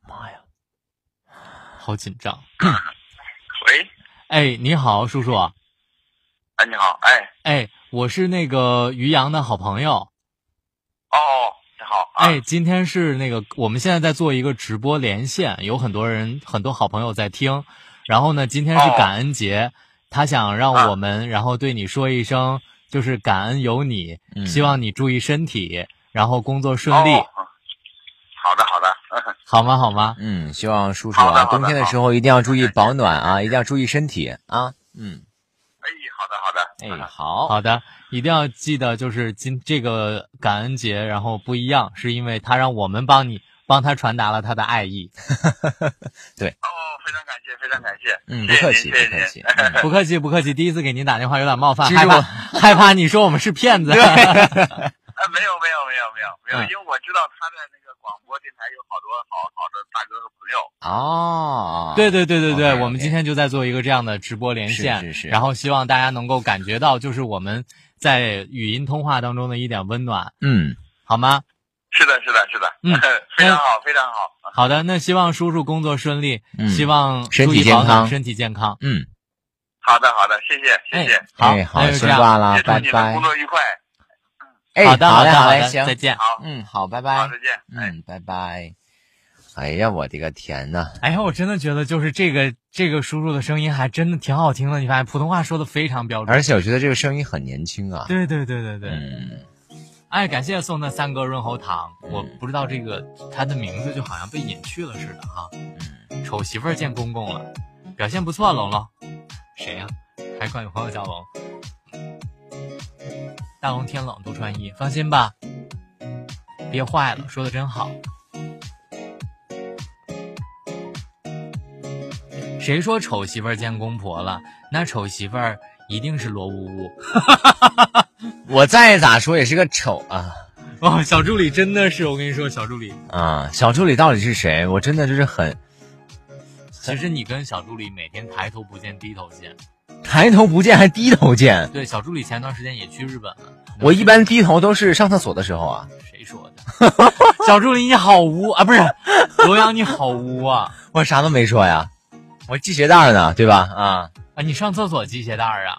S2: 妈呀！
S1: 好紧张。
S3: 喂，
S1: 哎，你好，叔叔。
S4: 啊
S3: 哎，你好，哎，
S1: 哎，我是那个于洋的好朋友。
S3: 哦，你好，啊
S1: 哎，，今天是那个我们现在在做一个直播连线，有很多人，很多好朋友在听。然后呢，今天是
S3: 哦
S1: 感恩节，他想让
S3: 啊
S1: 我们，然后对你说一声，就是感恩有你，
S2: 嗯
S1: 希望你注意身体，然后工作顺利，
S3: 哦好的，好的，嗯
S1: 好吗？好吗？
S2: 嗯，希望叔叔
S3: 好的
S2: 啊，
S3: 好的
S2: 冬天的时候一定要注意保暖啊，一定要注意身体啊。嗯，
S3: 哎，好的，好的，
S2: 哎，
S3: 嗯
S2: 好，
S1: 好的，一定要记得，就是今这个感恩节，然后不一样，是因为他让我们帮你帮他传达了他的爱意。
S3: 哦，非常感谢，非常感谢，
S2: 嗯，不
S3: 谢谢
S2: 客气，不
S3: 您谢谢
S2: 客
S3: 您
S2: 气。嗯 [laughs]
S1: 不客气，不客气，第一次给您打电话有点冒犯，
S2: 其
S1: 害
S2: 实
S1: 怕
S2: 我
S1: 害怕你说我们是骗子。
S3: 啊，没有没有没有没有没有，
S1: 嗯
S3: 因为我知道他在那个广播电台有好多好好的大哥和朋友。
S2: 哦，
S1: [laughs] 对对对对对
S2: OK，OK
S1: 我们今天就在做一个这样的直播连线，
S2: 是是是
S1: 然后希望大家能够感觉到，就是我们在语音通话当中的一点温暖，
S2: 嗯，
S1: 好吗？
S3: 是的，是的，是的，
S1: 嗯
S3: [laughs] 非常好，非常好。
S1: 好的，那希望叔叔工作顺利，
S2: 嗯
S1: 希望
S2: 身
S1: 注
S2: 体
S1: 意保
S2: 健
S1: 暖
S2: 康
S1: 身体健康。
S2: 嗯，
S3: 好的，好的，谢谢，谢
S1: 哎
S3: 谢，，
S1: 好，
S2: 哎，
S1: 那
S2: 好，
S1: 就
S2: 先
S1: 这样。
S2: 挂了
S3: 也，祝
S2: 拜
S3: 你们
S2: 拜
S3: 工。作愉快。
S2: 哎，
S1: 好的，好
S2: 嘞，
S1: 的，
S2: 好
S1: 好
S2: 嘞，
S1: 的，
S2: 行，
S1: 再见。
S3: 好，
S2: 嗯，好，拜
S3: 好，
S2: 拜
S3: 再。见。哎，
S2: 嗯，拜拜。哎呀，我的个天呐！
S1: 哎呀，我真的觉得就是这个这个叔叔的声音还真的挺好听的，你发现普通话说的非常标准。
S2: 而且我觉得这个声音很年轻啊。
S1: 对对对对对，
S2: 嗯，
S1: 哎，感谢送的三哥润喉糖，我不知道这个他的名字就好像被隐去了似的哈。
S2: 嗯，
S1: 丑媳妇儿见公公了，表现不错，龙龙。谁呀、还管有朋友叫龙。大龙天冷多穿衣，放心吧，憋坏了，说的真好。谁说丑媳妇儿见公婆了？那丑媳妇儿一定是罗呜呜。 [laughs]
S2: 我再咋说也是个丑啊
S1: 哦，小助理真的是，我跟你说，小助理，
S2: 啊！小助理到底是谁？我真的就是很
S1: [laughs] 其实你跟小助理每天抬头不见低头见。
S2: 抬头不见还低头见。
S1: 对，小助理前段时间也去日本了。
S2: 我一般低头都是上厕所的时候啊，
S1: 谁说的？ [laughs] 小助理你好污啊，不是罗阳你好污啊
S2: 我啥都没说呀，我系鞋带儿呢，对吧？啊，
S1: 啊！你上厕所系鞋带儿啊？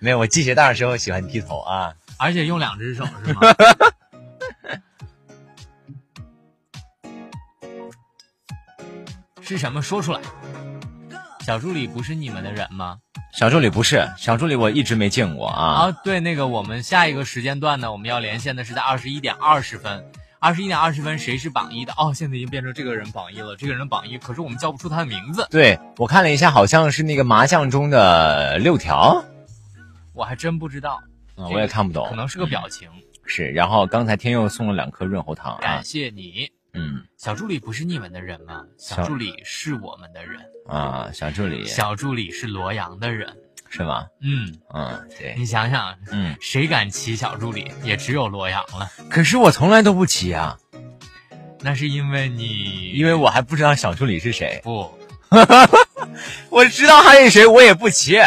S2: 没有，我系鞋带儿的时候喜欢低头啊。
S1: 而且用两只手是吗？ [laughs] 是什么？说出来。小助理不是你们的人吗？
S2: 小助理不是小助理，我一直没见过啊。
S1: 啊，对，那个我们下一个时间段呢，我们要连线的是在二十一点二十分。二十一点二十分，谁是榜一的？哦，现在已经变成这个人榜一了，这个人榜一，可是我们叫不出他的名字，
S2: 对我看了一下，好像是那个麻将中的六条，
S1: 我还真不知道，
S2: 啊，
S1: 这
S2: 我也
S1: 个
S2: 看不懂
S1: 可，能是个表情。
S2: 是。然后刚才天佑送了两颗润喉糖啊
S1: 感，谢你，
S2: 嗯
S1: 小助理不是你们的人吗？小
S2: 小
S1: 助理是我们的人，
S2: 啊，小助理
S1: 小助理是罗阳的人。
S2: 是吗？
S1: 嗯，
S2: 嗯，对，
S1: 你想想，
S2: 嗯。
S1: 谁敢骑小助理，也只有罗阳了。
S2: 可是我从来都不骑啊，
S1: 那是因为你，
S2: 因为我还不知道小助理是谁，
S1: 不，
S2: 我知道他是谁，我也不骑。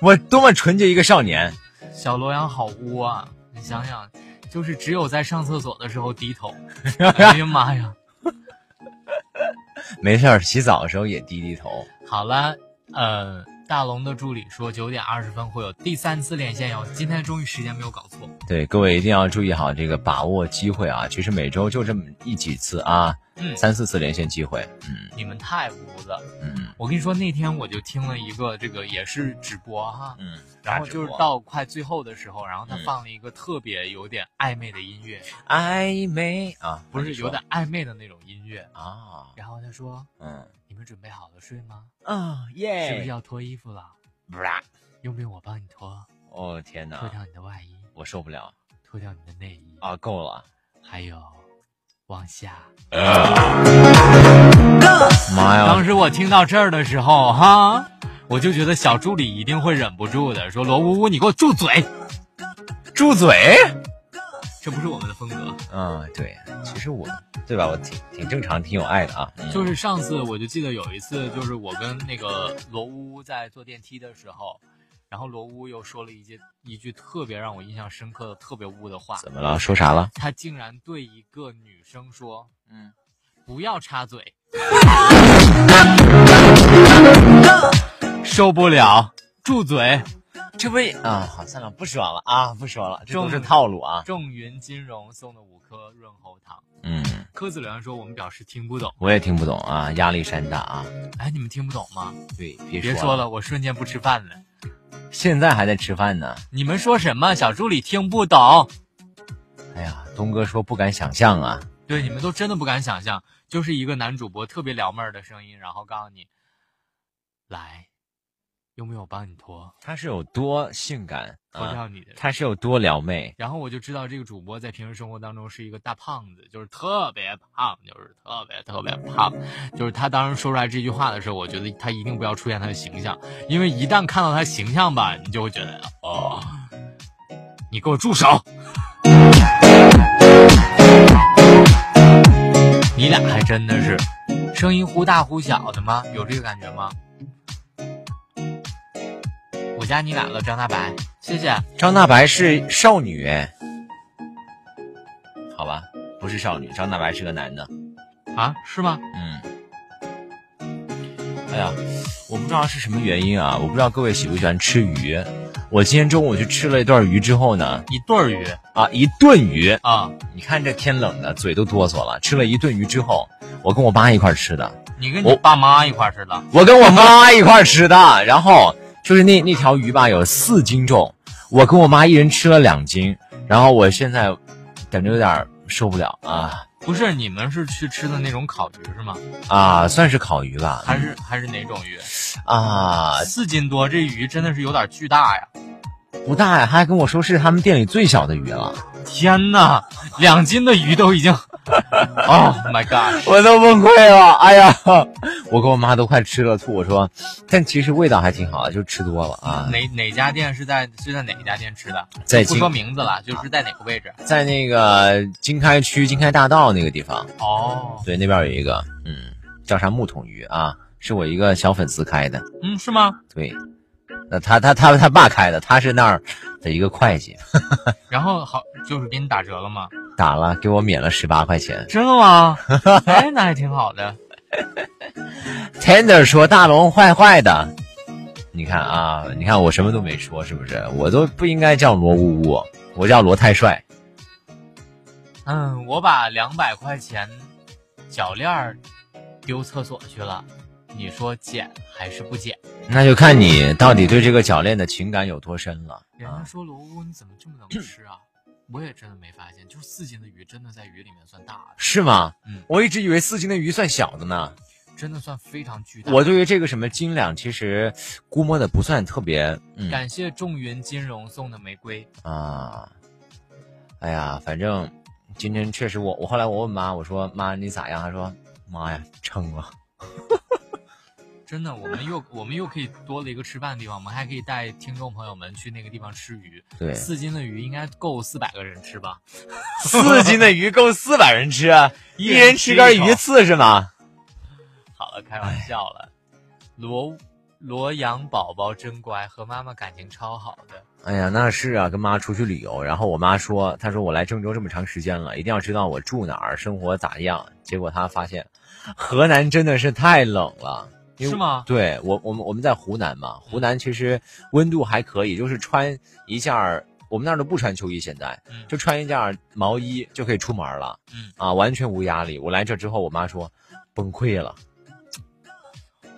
S2: 我多么纯洁一个少年，
S1: 小罗阳好污啊！你想想，就是只有在上厕所的时候低头。哎呀妈呀！
S2: 没事儿，洗澡的时候也低低头。
S1: 好了，呃，大龙的助理说九点二十分会有第三次连线哟。今天终于时间没有搞错，
S2: 对，各位一定要注意好这个把握机会啊！其实每周就这么一几次啊，
S1: 嗯
S2: 三四次连线机会。嗯
S1: 你们太污了。
S2: 嗯
S1: 我跟你说，那天我就听了一个这个也是直播哈，
S2: 嗯，
S1: 然后就是
S2: 到。
S1: 到快最后的时候，然后他
S2: 嗯
S1: 放了一个特别有点暧昧的音乐，
S2: 暧昧啊，
S1: 不是
S2: 你说
S1: 有点暧昧的那种音乐。
S2: 啊，
S1: 然后他说
S2: 嗯：“
S1: 你们准备好了睡吗？
S2: 啊
S1: 是
S2: 耶
S1: 不是要脱衣服了？用不用我帮你脱？
S2: 哦天
S1: 脱
S2: 哪，
S1: 掉你的外衣，
S2: 我受不了
S1: 脱掉你的内衣，
S2: 啊，够了，
S1: 还有往下。”
S2: 妈呀
S1: 当，时我听到这儿的时候，哈，我就觉得小助理一定会忍不住的说：“罗呜呜，你给我住嘴
S2: 住嘴！！”
S1: 这不是我们的风格。
S2: 嗯，对，其实我对吧，我挺挺正常，挺有爱的啊，嗯
S1: 就是上次我就记得有一次，就是我跟那个罗呜呜在坐电梯的时候，然后罗呜呜又说了一句一句特别让我印象深刻、特别污的话，
S2: 怎么了？说啥了？
S1: 他竟然对一个女生说
S2: 嗯，：“
S1: 不要插嘴。”受不了，住嘴！
S2: 这不啊，好，算了，不说了啊，不说了，这都是
S1: 中
S2: 套路啊。
S1: 众云金融送的五颗润喉糖。
S2: 嗯，
S1: 柯子良说：“我们表示听不懂。
S2: 我也听不懂啊，压力山大啊。”
S1: 哎，你们听不懂吗？
S2: 对，别
S1: 别
S2: 说
S1: 说，了，我瞬间不吃饭了。
S2: 现在还在吃饭呢。
S1: 你们说什么？小助理听不懂。
S2: 哎呀，东哥说不敢想象啊。
S1: 对，你们都真的不敢想象，就是一个男主播特别撩妹儿的声音，然后告诉你，来，用不用我帮你脱
S2: 他是有多性感
S1: 脱
S2: 啊？
S1: 掉你的？
S2: 他是有多撩妹？
S1: 然后我就知道这个主播在平时生活当中是一个大胖子，就是特别胖，就是特别特别胖。就是他当时说出来这句话的时候，我觉得他一定不要出现他的形象，因为一旦看到他形象吧，你就会觉得哦，你给我住手！你俩还真的是，声音忽大忽小的吗？有这个感觉吗？我加你俩了，张大白，谢谢。
S2: 张大白是少女哎，好吧，不是少女，张大白是个男的。
S1: 啊，是吗？
S2: 嗯，哎呀，我不知道是什么原因啊，我不知道各位喜不喜欢吃鱼。我今天中午去吃了一段鱼之后呢，
S1: 一对儿鱼
S2: 啊，一顿鱼，
S1: 啊！
S2: 你看这天冷的，嘴都哆嗦了。吃了一顿鱼之后，我跟我妈一块儿吃的，
S1: 你跟
S2: 我
S1: 你爸妈一块儿吃的，
S2: 我跟我妈一块儿吃的，然后就是那那条鱼吧，有四斤重，我跟我妈一人吃了两斤，然后我现在感觉有点受不了啊
S1: 不是，你们是去吃的那种烤鱼是吗？
S2: 啊，算是烤鱼吧
S1: 还是还是哪种鱼？
S2: 啊，
S1: 四斤多，这鱼真的是有点巨大呀！
S2: 不大呀，他还跟我说是他们店里最小的鱼了，
S1: 天呐，两斤的鱼都已经 [laughs] ，Oh my
S2: [laughs]
S1: god！
S2: 我都崩溃了，哎呀， [laughs] 我跟我妈都快吃了吐，我说，但其实味道还挺好的，就吃多了啊，
S1: 哪哪家店是在是在哪一家店吃的？
S2: 在
S1: 不
S2: 金
S1: 说名字了，就是在哪个位置？
S2: 在那个经开区经开大道那个地方，
S1: 哦，
S2: 对，那边有一个，嗯，叫啥木桶鱼啊，是我一个小粉丝开的，
S1: 嗯，是吗？
S2: 对，那他他他他爸开的，他是那儿的一个会计，
S1: 然后好，就是给你打折了吗？
S2: 打了给我免了十八块钱。
S1: 真的吗？哎，那还挺好的。
S2: Tender 说大龙坏坏的，你看啊，你看我什么都没说，是不是？我都不应该叫罗呜呜，我叫罗太帅。
S1: 嗯，我把两百块钱脚链儿丢厕所去了，你说捡还是不捡？
S2: 那就看你到底对这个脚链的情感有多深了
S1: 人家
S2: 啊！
S1: 说罗乌你怎么这么能吃啊？我也真的没发现，就是四斤的鱼真的在鱼里面算大的，
S2: 是吗？
S1: 嗯
S2: 我一直以为四斤的鱼算小的呢。
S1: 真的算非常巨大。
S2: 我对于这个什么斤两，其实估摸的不算特别，嗯
S1: 感谢众云金融送的玫瑰，
S2: 啊，哎呀，反正今天确实我我后来我问妈，我说妈你咋样？她说妈呀撑了。
S1: 真的，我们又我们又可以多了一个吃饭的地方，我们还可以带听众朋友们去那个地方吃鱼。
S2: 对， [laughs]
S1: 四斤的鱼应该够四百个人吃吧？
S2: 四斤的鱼够四百人吃，啊一
S1: 一人
S2: 人
S1: 吃
S2: 吃
S1: 一
S2: 根鱼
S1: 口
S2: 刺是吗？
S1: 好了，开玩笑了。罗罗阳宝宝真乖，和妈妈感情超好的。
S2: 哎呀，那是啊，跟妈出去旅游，然后我妈说，她说我来郑州这么长时间了，一定要知道我住哪儿，生活咋样。结果她发现，河南真的是太冷了，因为
S1: 是吗嗯
S2: 对我，我们我们在湖南嘛，湖南其实温度还可以，就是穿一件儿，我们那儿都不穿秋衣，现在
S1: 嗯
S2: 就穿一件儿毛衣就可以出门了，
S1: 嗯
S2: 啊，完全无压力。我来这之后，我妈说崩溃了。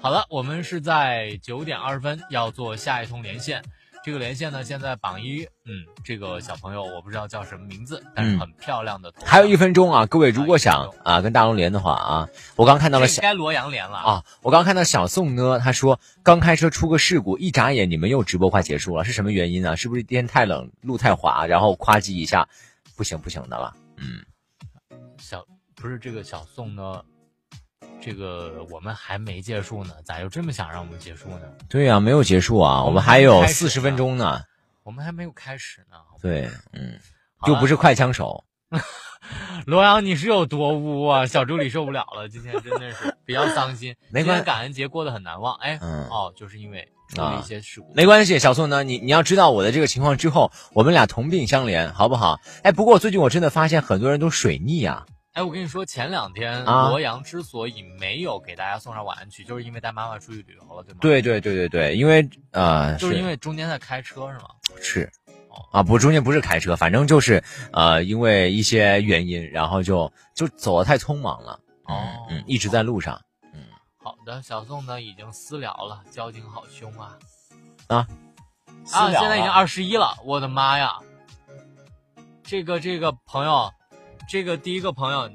S1: 好了，我们是在九点二十分要做下一通连线。这个连线呢，现在榜一，嗯，这个小朋友我不知道叫什么名字，但是很漂亮的头像、哎
S2: 还有一分钟啊，各位如果
S1: 还有一
S2: 想
S1: 分
S2: 啊跟大龙连的话啊，我刚看到
S1: 这
S2: 了
S1: 应
S2: 小
S1: 该罗阳连了啊。
S2: 啊，我刚看到小宋呢，他说刚开车出个事故，一眨眼你们又直播快结束了，是什么原因呢？是不是天太冷，路太滑，然后夸叽一下，不行不行的了？嗯，
S1: 小不是这个小宋呢，这个我们还没结束呢，咋就这么想让我们结束呢？
S2: 对呀、没有结束啊，我们还有四十分钟呢。
S1: 我们还没有开始呢。
S2: 对，嗯，
S1: 好了
S2: 就不是快枪手。
S1: 罗阳，你是有多污啊？小助理受不了了，今天真的是比较伤心。
S2: [laughs] 没
S1: 今天
S2: 关
S1: 感恩节过得很难忘。哎，
S2: 嗯啊
S1: 哦，就是因为出了一些事故。
S2: 没关系，小宋呢，你你要知道我的这个情况之后，我们俩同病相怜，好不好？哎，不过最近我真的发现很多人都水逆啊，
S1: 哎，我跟你说，前两天
S2: 啊
S1: 罗阳之所以没有给大家送上晚安曲，就是因为带妈妈出去旅游了，对吗？，
S2: 对对对对对，因为呃，
S1: 就是因为中间在开车是吗？
S2: 是
S1: 哦，
S2: 啊，不，中间不是开车，反正就是呃，因为一些原因，然后就就走的太匆忙了。
S1: 哦
S2: 嗯，嗯一直在路上
S1: 好的，小宋呢已经私聊了，交情好凶啊！啊，
S2: 私聊
S1: 现在已经
S2: 了
S1: 二十一了，我的妈呀！这个这个朋友，这个第一个朋友，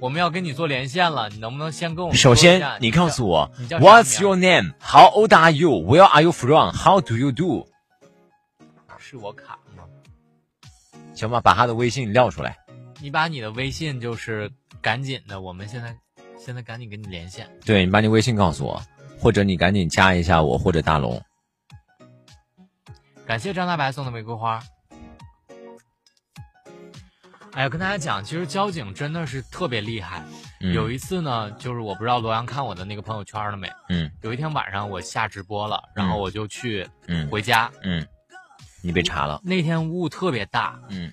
S1: 我们要跟你做连线了，你能不能先跟我们
S2: 首
S1: 说一
S2: 先
S1: 下，
S2: 你告诉我
S1: 你叫啥名
S2: ，What's your name? How old are you? Where are you from? How do you do?
S1: [laughs] 是我卡吗？
S2: 行吧，把他的微信撂出来。
S1: 你把你的微信就是赶紧的，我们现在现在赶紧跟你连线。
S2: 对你把你微信告诉我，或者你赶紧加一下我或者大龙。
S1: 感谢张大白送的玫瑰花。哎呀，跟大家讲，其实交警真的是特别厉害。
S2: 嗯、
S1: 有一次呢，就是我不知道罗阳看我的那个朋友圈了没？
S2: 嗯
S1: 有一天晚上我下直播了，然后我就去
S2: 嗯
S1: 回家。
S2: 嗯，你被查了。
S1: 那天雾特别大，
S2: 嗯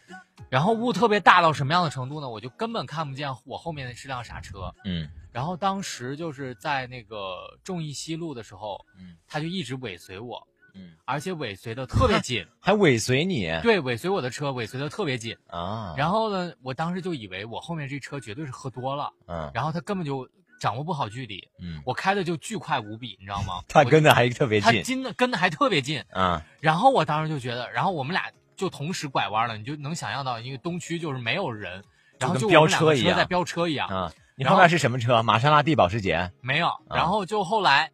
S1: 然后雾特别大到什么样的程度呢？我就根本看不见我后面是辆啥车。
S2: 嗯
S1: 然后当时就是在那个众义西路的时候，
S2: 嗯
S1: 他就一直尾随我，
S2: 嗯，
S1: 而且尾随的特别
S2: [laughs]
S1: 紧，
S2: 还尾随你
S1: 对，尾随我的车尾随的特别紧。
S2: 啊？
S1: 然后呢，我当时就以为我后面这车绝对是喝多了，
S2: 嗯
S1: 然后他根本就掌握不好距离，
S2: 嗯，
S1: 我开的就巨快无比，你知道吗？
S2: 他
S1: 我
S2: 跟的还特别
S1: 他跟
S2: 近
S1: 的跟的还特别近，
S2: 啊，
S1: 然后我当时就觉得，然后我们俩就同时拐弯了，你就能想象到，因为东区就是没有人，然后
S2: 跟
S1: 就
S2: 飙
S1: 我们两
S2: 车
S1: 个
S2: 一
S1: 车
S2: 样
S1: 在飙车一样，
S2: 啊，你
S1: 然后
S2: 旁边是什么车？玛莎拉蒂、保时捷
S1: 没有。然后就后来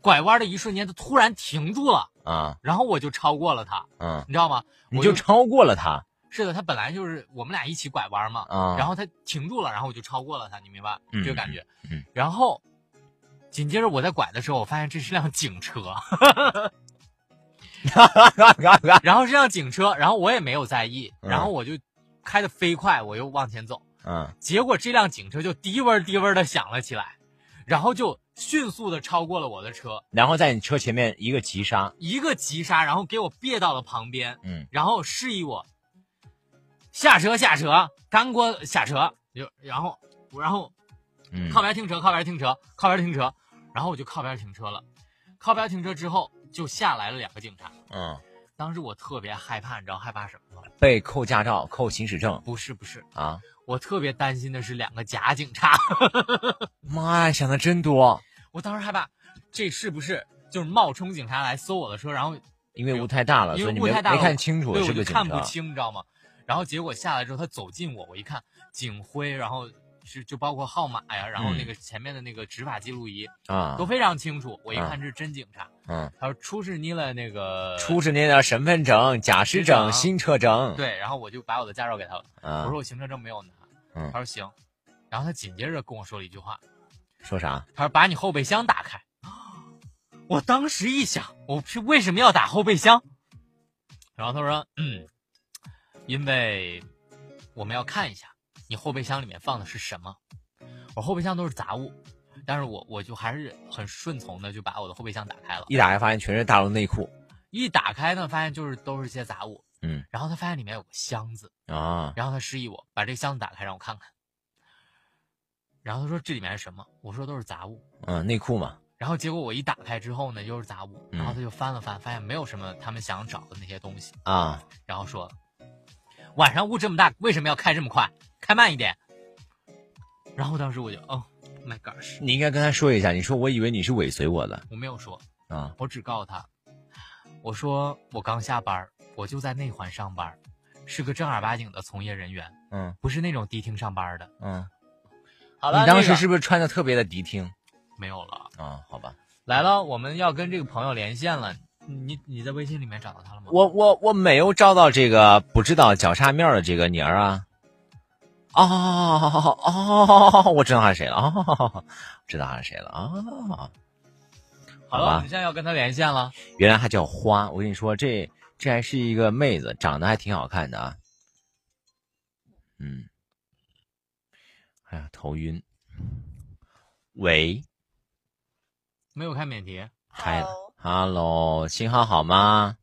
S1: 拐弯的一瞬间，他突然停住了，
S2: 啊，
S1: 然后我就超过了他，
S2: 嗯，
S1: 你知道吗？
S2: 你
S1: 我
S2: 就超过了他
S1: 是的，他本来就是我们俩一起拐弯嘛，
S2: 啊，
S1: 然
S2: 后
S1: 后他停住了，然后我就超过了他，你明白
S2: 嗯
S1: 这个感觉？
S2: 嗯嗯
S1: 然后紧接着我在拐的时候，我发现这是辆警
S2: [laughs]
S1: 车，然后是辆警车，然后我也没有在意，
S2: 嗯
S1: 然后我就开的飞快，我又往前走，
S2: 嗯
S1: 结果这辆警车就滴嗡儿滴嗡的响了起来，然后就迅速的超过了我的车，
S2: 然后在你车前面一个急刹，
S1: 一个急刹，然后给我别到了旁边，
S2: 嗯，
S1: 然后示意我下车下车，干锅下车，就然后然后
S2: 嗯
S1: 靠边停车，靠边停车，靠边停车，然后我就靠边停车了，靠边停车之后就下来了两个警察，
S2: 嗯，
S1: 当时我特别害怕，你知道害怕什么吗？
S2: 被扣驾照、扣行驶证
S1: 不是不是，
S2: 啊，
S1: 我特别担心的是两个假警察， [laughs]
S2: 妈呀，想的真多，
S1: 我当时害怕这是不是就是冒充警察来搜我的车，然后
S2: 因为雾太大了，
S1: 因
S2: 啊所以
S1: 为
S2: 你
S1: 雾
S2: 没
S1: 太大了，
S2: 没看清楚
S1: 对，
S2: 是
S1: 我就
S2: 个警
S1: 看不
S2: 车，
S1: 清，你知道吗？然后结果下来之后，他走近我，我一看警徽，然后是就包括号码呀，然后
S2: 嗯
S1: 那个前面的那个执法记录仪、
S2: 啊
S1: 都，非常清楚，我一看
S2: 嗯
S1: 是真警察。
S2: 嗯，
S1: 他说出示你了那个
S2: 出示您的身份证、驾
S1: 驾驶
S2: 驶证、
S1: 证
S2: 行车证，，
S1: 对，然后我就把我的驾照给他了，我
S2: 啊
S1: 说，我行车证没有拿，
S2: 嗯
S1: 他说行，然后他紧接着跟我说了一句话，
S2: 说啥？
S1: 他说把你后备箱打开，我当时一想，我是为什么要打后备箱？然后他说，嗯，因为我们要看一下你后备箱里面放的是什么，我后备箱都是杂物，但是我我就还是很顺从的就把我的后备箱打开了。
S2: 一打开发现全是大陆内裤
S1: 一打开呢，发现就是都是些杂物。
S2: 嗯，
S1: 然后他发现里面有个箱子，
S2: 啊，
S1: 然后他示意我把这个箱子打开，让我看看。然后他说这里面是什么？我说都是杂物。
S2: 嗯，内裤嘛，
S1: 然后结果我一打开之后呢，又是杂物。
S2: 嗯
S1: 然后他就翻了翻，发现没有什么他们想找的那些东西。
S2: 啊，
S1: 然后说，晚上雾这么大，为什么要开这么快？开慢一点。然后当时我就，哦，My gosh，
S2: 你应该跟他说一下，你说我以为你是尾随我的
S1: 我没有说，
S2: 啊，
S1: 我只告诉他，我说我刚下班儿，我就在内环上班儿，是个正儿八经的从业人员，
S2: 嗯
S1: 不是那种迪厅上班儿的。
S2: 嗯，
S1: 好
S2: 你当时
S1: 那个
S2: 是不是穿的特别的迪厅
S1: 没有了？
S2: 啊？好吧，
S1: 来了，我们要跟这个朋友连线了。你你在微信里面找到他了吗？
S2: 我我我没有找到这个不知道绞杀面的这个妮儿啊。哦哦哦！我知道他是谁了，哦，知道他是谁了啊、哦！
S1: 好
S2: 好
S1: 了，
S2: 吧
S1: 我们现在要跟他连线了。
S2: 原来她叫花，我跟你说，这这还是一个妹子，长得还挺好看的啊。嗯，哎呀，头晕。喂，
S1: 没有开免提，
S2: 开了
S5: Hello，
S2: ，Hello，信号好吗？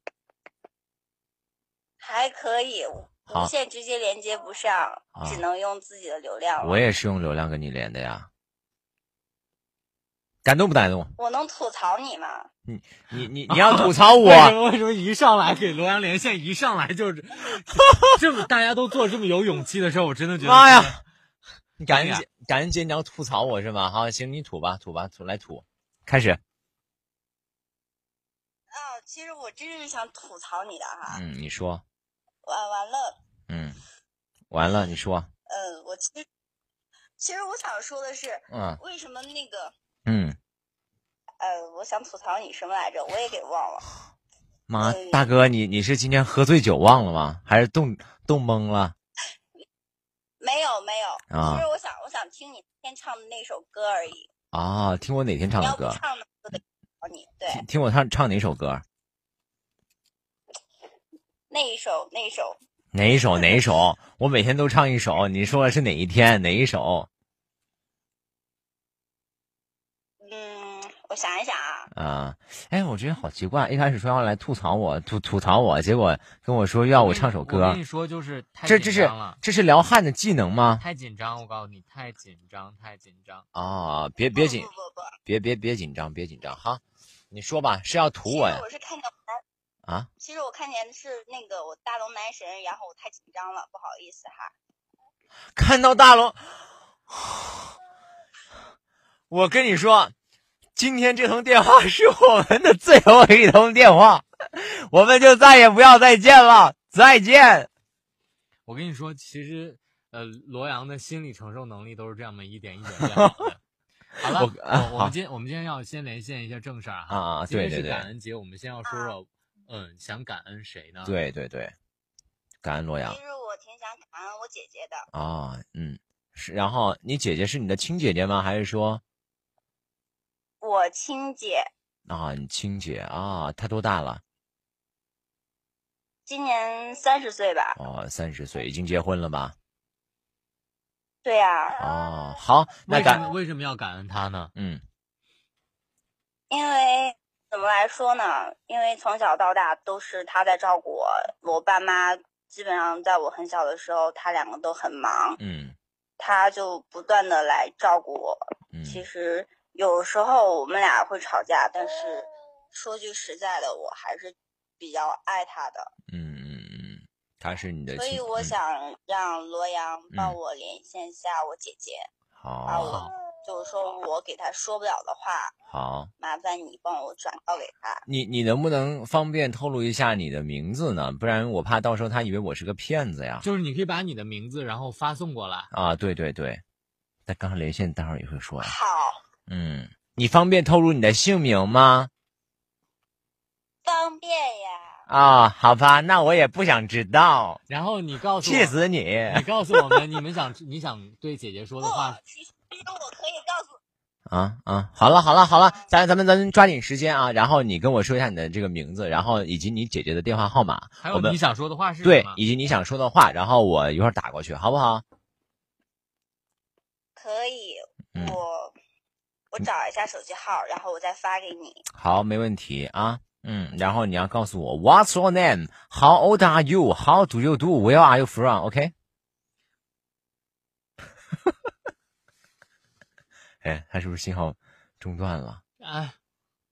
S5: 还可以，
S2: 好
S5: 无线直接连接不上，
S2: 啊
S5: 只能用自己的流量了。
S2: 我也是用流量跟你连的呀，感动不感动？
S5: 我能吐槽你吗？
S2: 你你你要吐槽
S1: [laughs] 为什
S2: 我，
S1: 么为什么一上来给罗阳连线，一上来就是这么大家都做这么有勇气的事儿，我真的觉得
S2: 妈呀！你感恩
S1: 哎呀
S2: 节，感恩节你要吐槽我是吗？好，行，你吐吧，吐吧，吐来吐，开始。
S5: 啊，其实我真是想吐槽你的
S1: 啊
S5: 哈。
S2: 嗯，你说，
S5: 完完了，
S2: 嗯，完了，你说，
S5: 嗯，我其实其实我想说的是，
S2: 嗯
S5: 为什么那个
S2: 嗯。
S5: 呃，我想吐槽你什么来着？我也给忘了。
S2: 妈，
S1: 哎
S5: 嗯
S2: 大哥，你你是今天喝醉酒忘了吗？还是冻冻懵了？
S5: 没有没有，
S2: 啊
S5: 其实我想我想听你今天唱的那首歌而已。
S2: 啊，听我哪天唱
S5: 你
S2: 的
S5: 要不
S2: 歌？
S5: 唱呢，我就得吐槽你。对，
S2: 听听我唱唱哪首歌？
S5: 那一首那一首
S2: 哪一首？哪一首？我每天都唱一首，你说的是哪一天？哪一首？
S5: 嗯，我想一想啊，
S2: 啊，哎，我觉得好奇怪，一开始说要来吐槽我，吐吐槽我，结果跟我说要我唱首
S1: 我
S2: 歌
S1: 跟你，说，就是太
S2: 这这
S1: 紧
S2: 是
S1: 张了，
S2: 这是撩汉的技能吗？
S1: 太紧张，我告诉你，太紧张，太紧张。
S2: 啊，别别紧
S5: 不，不不不，
S2: 别别别紧张，别紧张哈，你说吧，是要吐
S5: 其实
S2: 我呀？
S5: 我是看见我
S2: 啊？
S5: 其实我看见的是那个我大龙男神，然后我太紧张了，不好意思哈。
S2: 看到大龙，我跟你说，今天这通电话是我们的最后一通电话，我们就再也不要再见了，再见。
S1: 我跟你说，其实呃，罗阳的心理承受能力都是这样的一点一
S2: [laughs]
S1: 点变好的。好了，
S2: 我啊
S1: 我我
S2: 好
S1: 们今我们今天要先连线一下正事儿哈。
S2: 啊，
S1: 今
S2: 对
S1: 天
S2: 对
S1: 是
S2: 对，
S1: 感恩节，我们先要说说，嗯，想感恩谁呢？，
S2: 对对对，感恩洛阳
S5: 其实我挺想感恩我姐姐的，
S2: 啊，嗯，是。然后你姐姐是你的亲姐姐吗？还是说
S5: 我亲姐
S2: 啊，你亲姐啊？她多大了？
S5: 今年三十岁吧？
S2: 哦，三十岁，已经结婚了吧？
S5: 对啊，
S2: 哦，好，那
S1: 为什
S2: 感
S1: 么为什么要感恩他呢？
S2: 嗯
S5: 因为怎么来说呢？因为从小到大都是她在照顾我，我爸妈基本上在我很小的时候，他两个都很忙，
S2: 嗯
S5: 她就不断的来照顾我。
S2: 嗯，
S5: 其实有时候我们俩会吵架，但是说句实在的，我还是比较爱她的。
S2: 嗯嗯嗯，她是你的
S5: 所
S2: 亲，
S5: 以我
S2: 嗯
S5: 想让罗阳帮
S2: 嗯哦
S5: 我连线下我姐姐，把
S2: 好
S5: 我就是说我给她说不了的话，
S2: 好，
S5: 麻烦你帮我转告给她。
S2: 你你能不能方便透露一下你的名字呢？不然我怕到时候她以为我是个骗子呀。
S1: 就是你可以把你的名字然后发送过来。
S2: 啊，对对对，但刚才连线待会儿也会说呀。
S5: 好，
S2: 嗯，你方便透露你的姓名吗？
S5: 方便呀。
S2: 啊、好吧，那我也不想知道，
S1: 然后你告诉我
S2: 气死你！
S1: 你告诉我们你们想你想对姐姐说
S5: 不
S1: 的
S2: [laughs]
S1: 话，，
S5: 哦其实我可以告诉，
S2: 啊啊，好了好了好了，咱咱们咱们抓紧时间啊，然后你跟我说一下你的这个名字，然后以及你姐姐的电话号码，
S1: 还
S2: 我
S1: 有
S2: 们
S1: 你想说的话是什
S2: 对
S1: 么，？
S2: 以及你想说的话，然后我一会儿打过去，好不好？
S5: 可以，
S2: 嗯
S5: 我我找一下手机号，然后我再发给你。
S2: 好，没问题啊。嗯，然后你要告诉我 What's your name? How old are you? How do you do? Where are you from? OK？哎，他是不是信号中断了？
S1: 哎，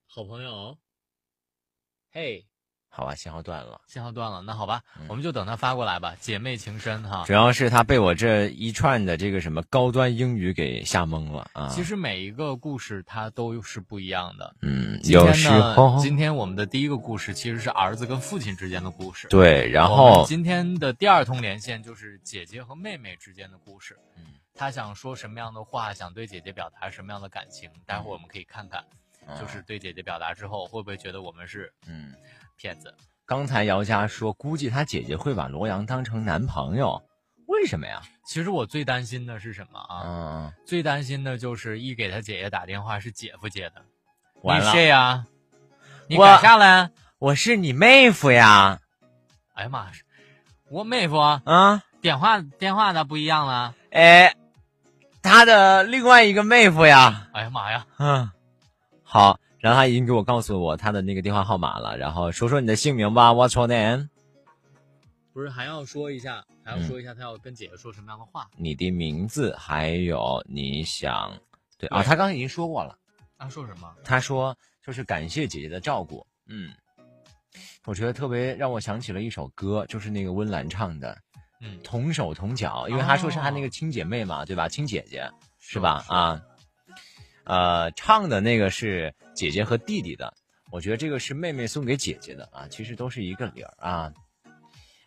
S1: 好朋友，哦嘿，
S2: 好吧，信号断了。
S1: 信号断了，那好吧，
S2: 嗯
S1: 我们就等他发过来吧。姐妹情深哈
S2: 主，要是他被我这一串的这个什么高端英语给吓懵了啊！
S1: 其，实每一个故事它都是不一样的。
S2: 嗯，
S1: 今
S2: 有
S1: 天
S2: 时
S1: 呢，
S2: 候
S1: 今天我们的第一个故事其实是儿子跟父亲之间的故事。
S2: 对，然
S1: 我们
S2: 后
S1: 今天的第二通连线就是姐姐和妹妹之间的故事。
S2: 嗯
S1: 她想说什么样的话，想对姐姐表达什么样的感情，待会儿我们可以看看，就是对姐姐表达之后会不会觉得我们是
S2: 嗯，
S1: 骗子。
S2: 刚才姚佳说，估计他姐姐会把罗阳当成男朋友，为什么呀？
S1: 其实我最担心的是什么啊？
S2: 嗯，
S1: 最担心的就是一给他姐姐打电话是姐夫接的，
S2: 完
S1: 你
S2: 了
S1: 谁呀？你
S2: 我
S1: 干啥嘞？
S2: 我是你妹夫呀！
S1: 哎呀妈，我妹夫啊
S2: 啊，
S1: 电话电话咋不一样了？
S2: 哎，他的另外一个妹夫呀。
S1: 哎呀妈呀，
S2: 嗯，好，然后他已经给我告诉我他的那个电话号码了，然后说说你的姓名吧，What's your name？
S1: 不是还要说一下，还要说一下他要跟姐姐说什么样的话
S2: 你的名字，还有你想对啊，
S1: 对
S2: 他刚刚已经说过了，
S1: 他啊说什么？
S2: 他说就是感谢姐姐的照顾，嗯。我觉得特别让我想起了一首歌，就是那个温岚唱的
S1: 嗯
S2: 《同手同脚》，因为她说是她那个亲姐妹嘛，对吧？亲姐姐，是
S1: 嗯
S2: 吧？啊，呃，唱的那个是姐姐和弟弟的，我觉得这个是妹妹送给姐姐的啊，其实都是一个理儿啊。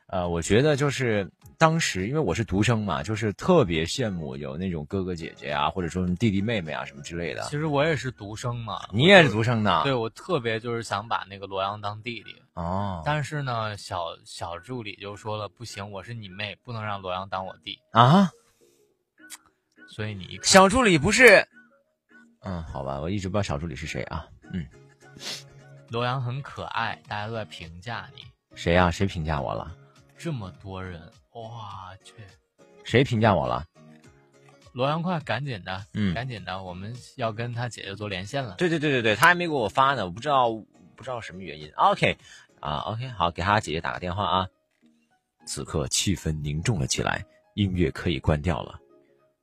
S2: 呃，我觉得就是当时因为我是独生嘛，就是特别羡慕有那种哥哥姐姐啊，或者说什么弟弟妹妹啊什么之类的
S1: 其。实我也是独生嘛，
S2: 你啊也是独生的？
S1: 对我特别就是想把那个罗阳当弟弟，
S2: 哦
S1: 但是呢，小小助理就说了，不行，我是你妹，不能让罗阳当我弟，
S2: 啊，
S1: 所以你一看
S2: 小助理不是？嗯，好吧，我一直不知道小助理是谁啊。嗯，
S1: 罗阳很可爱，大家都在评价你，
S2: 谁呀、谁评价我了？
S1: 这么多人，哇去！
S2: 谁评价我了？
S1: 罗阳，快赶紧的，
S2: 嗯
S1: 赶紧的，我们要跟他姐姐做连线了。
S2: 对对对对对，他还没给我发呢，我不知道不知道什么原因。OK，啊 OK，好，给他姐姐打个电话啊。此刻气氛凝重了起来，音乐可以关掉了。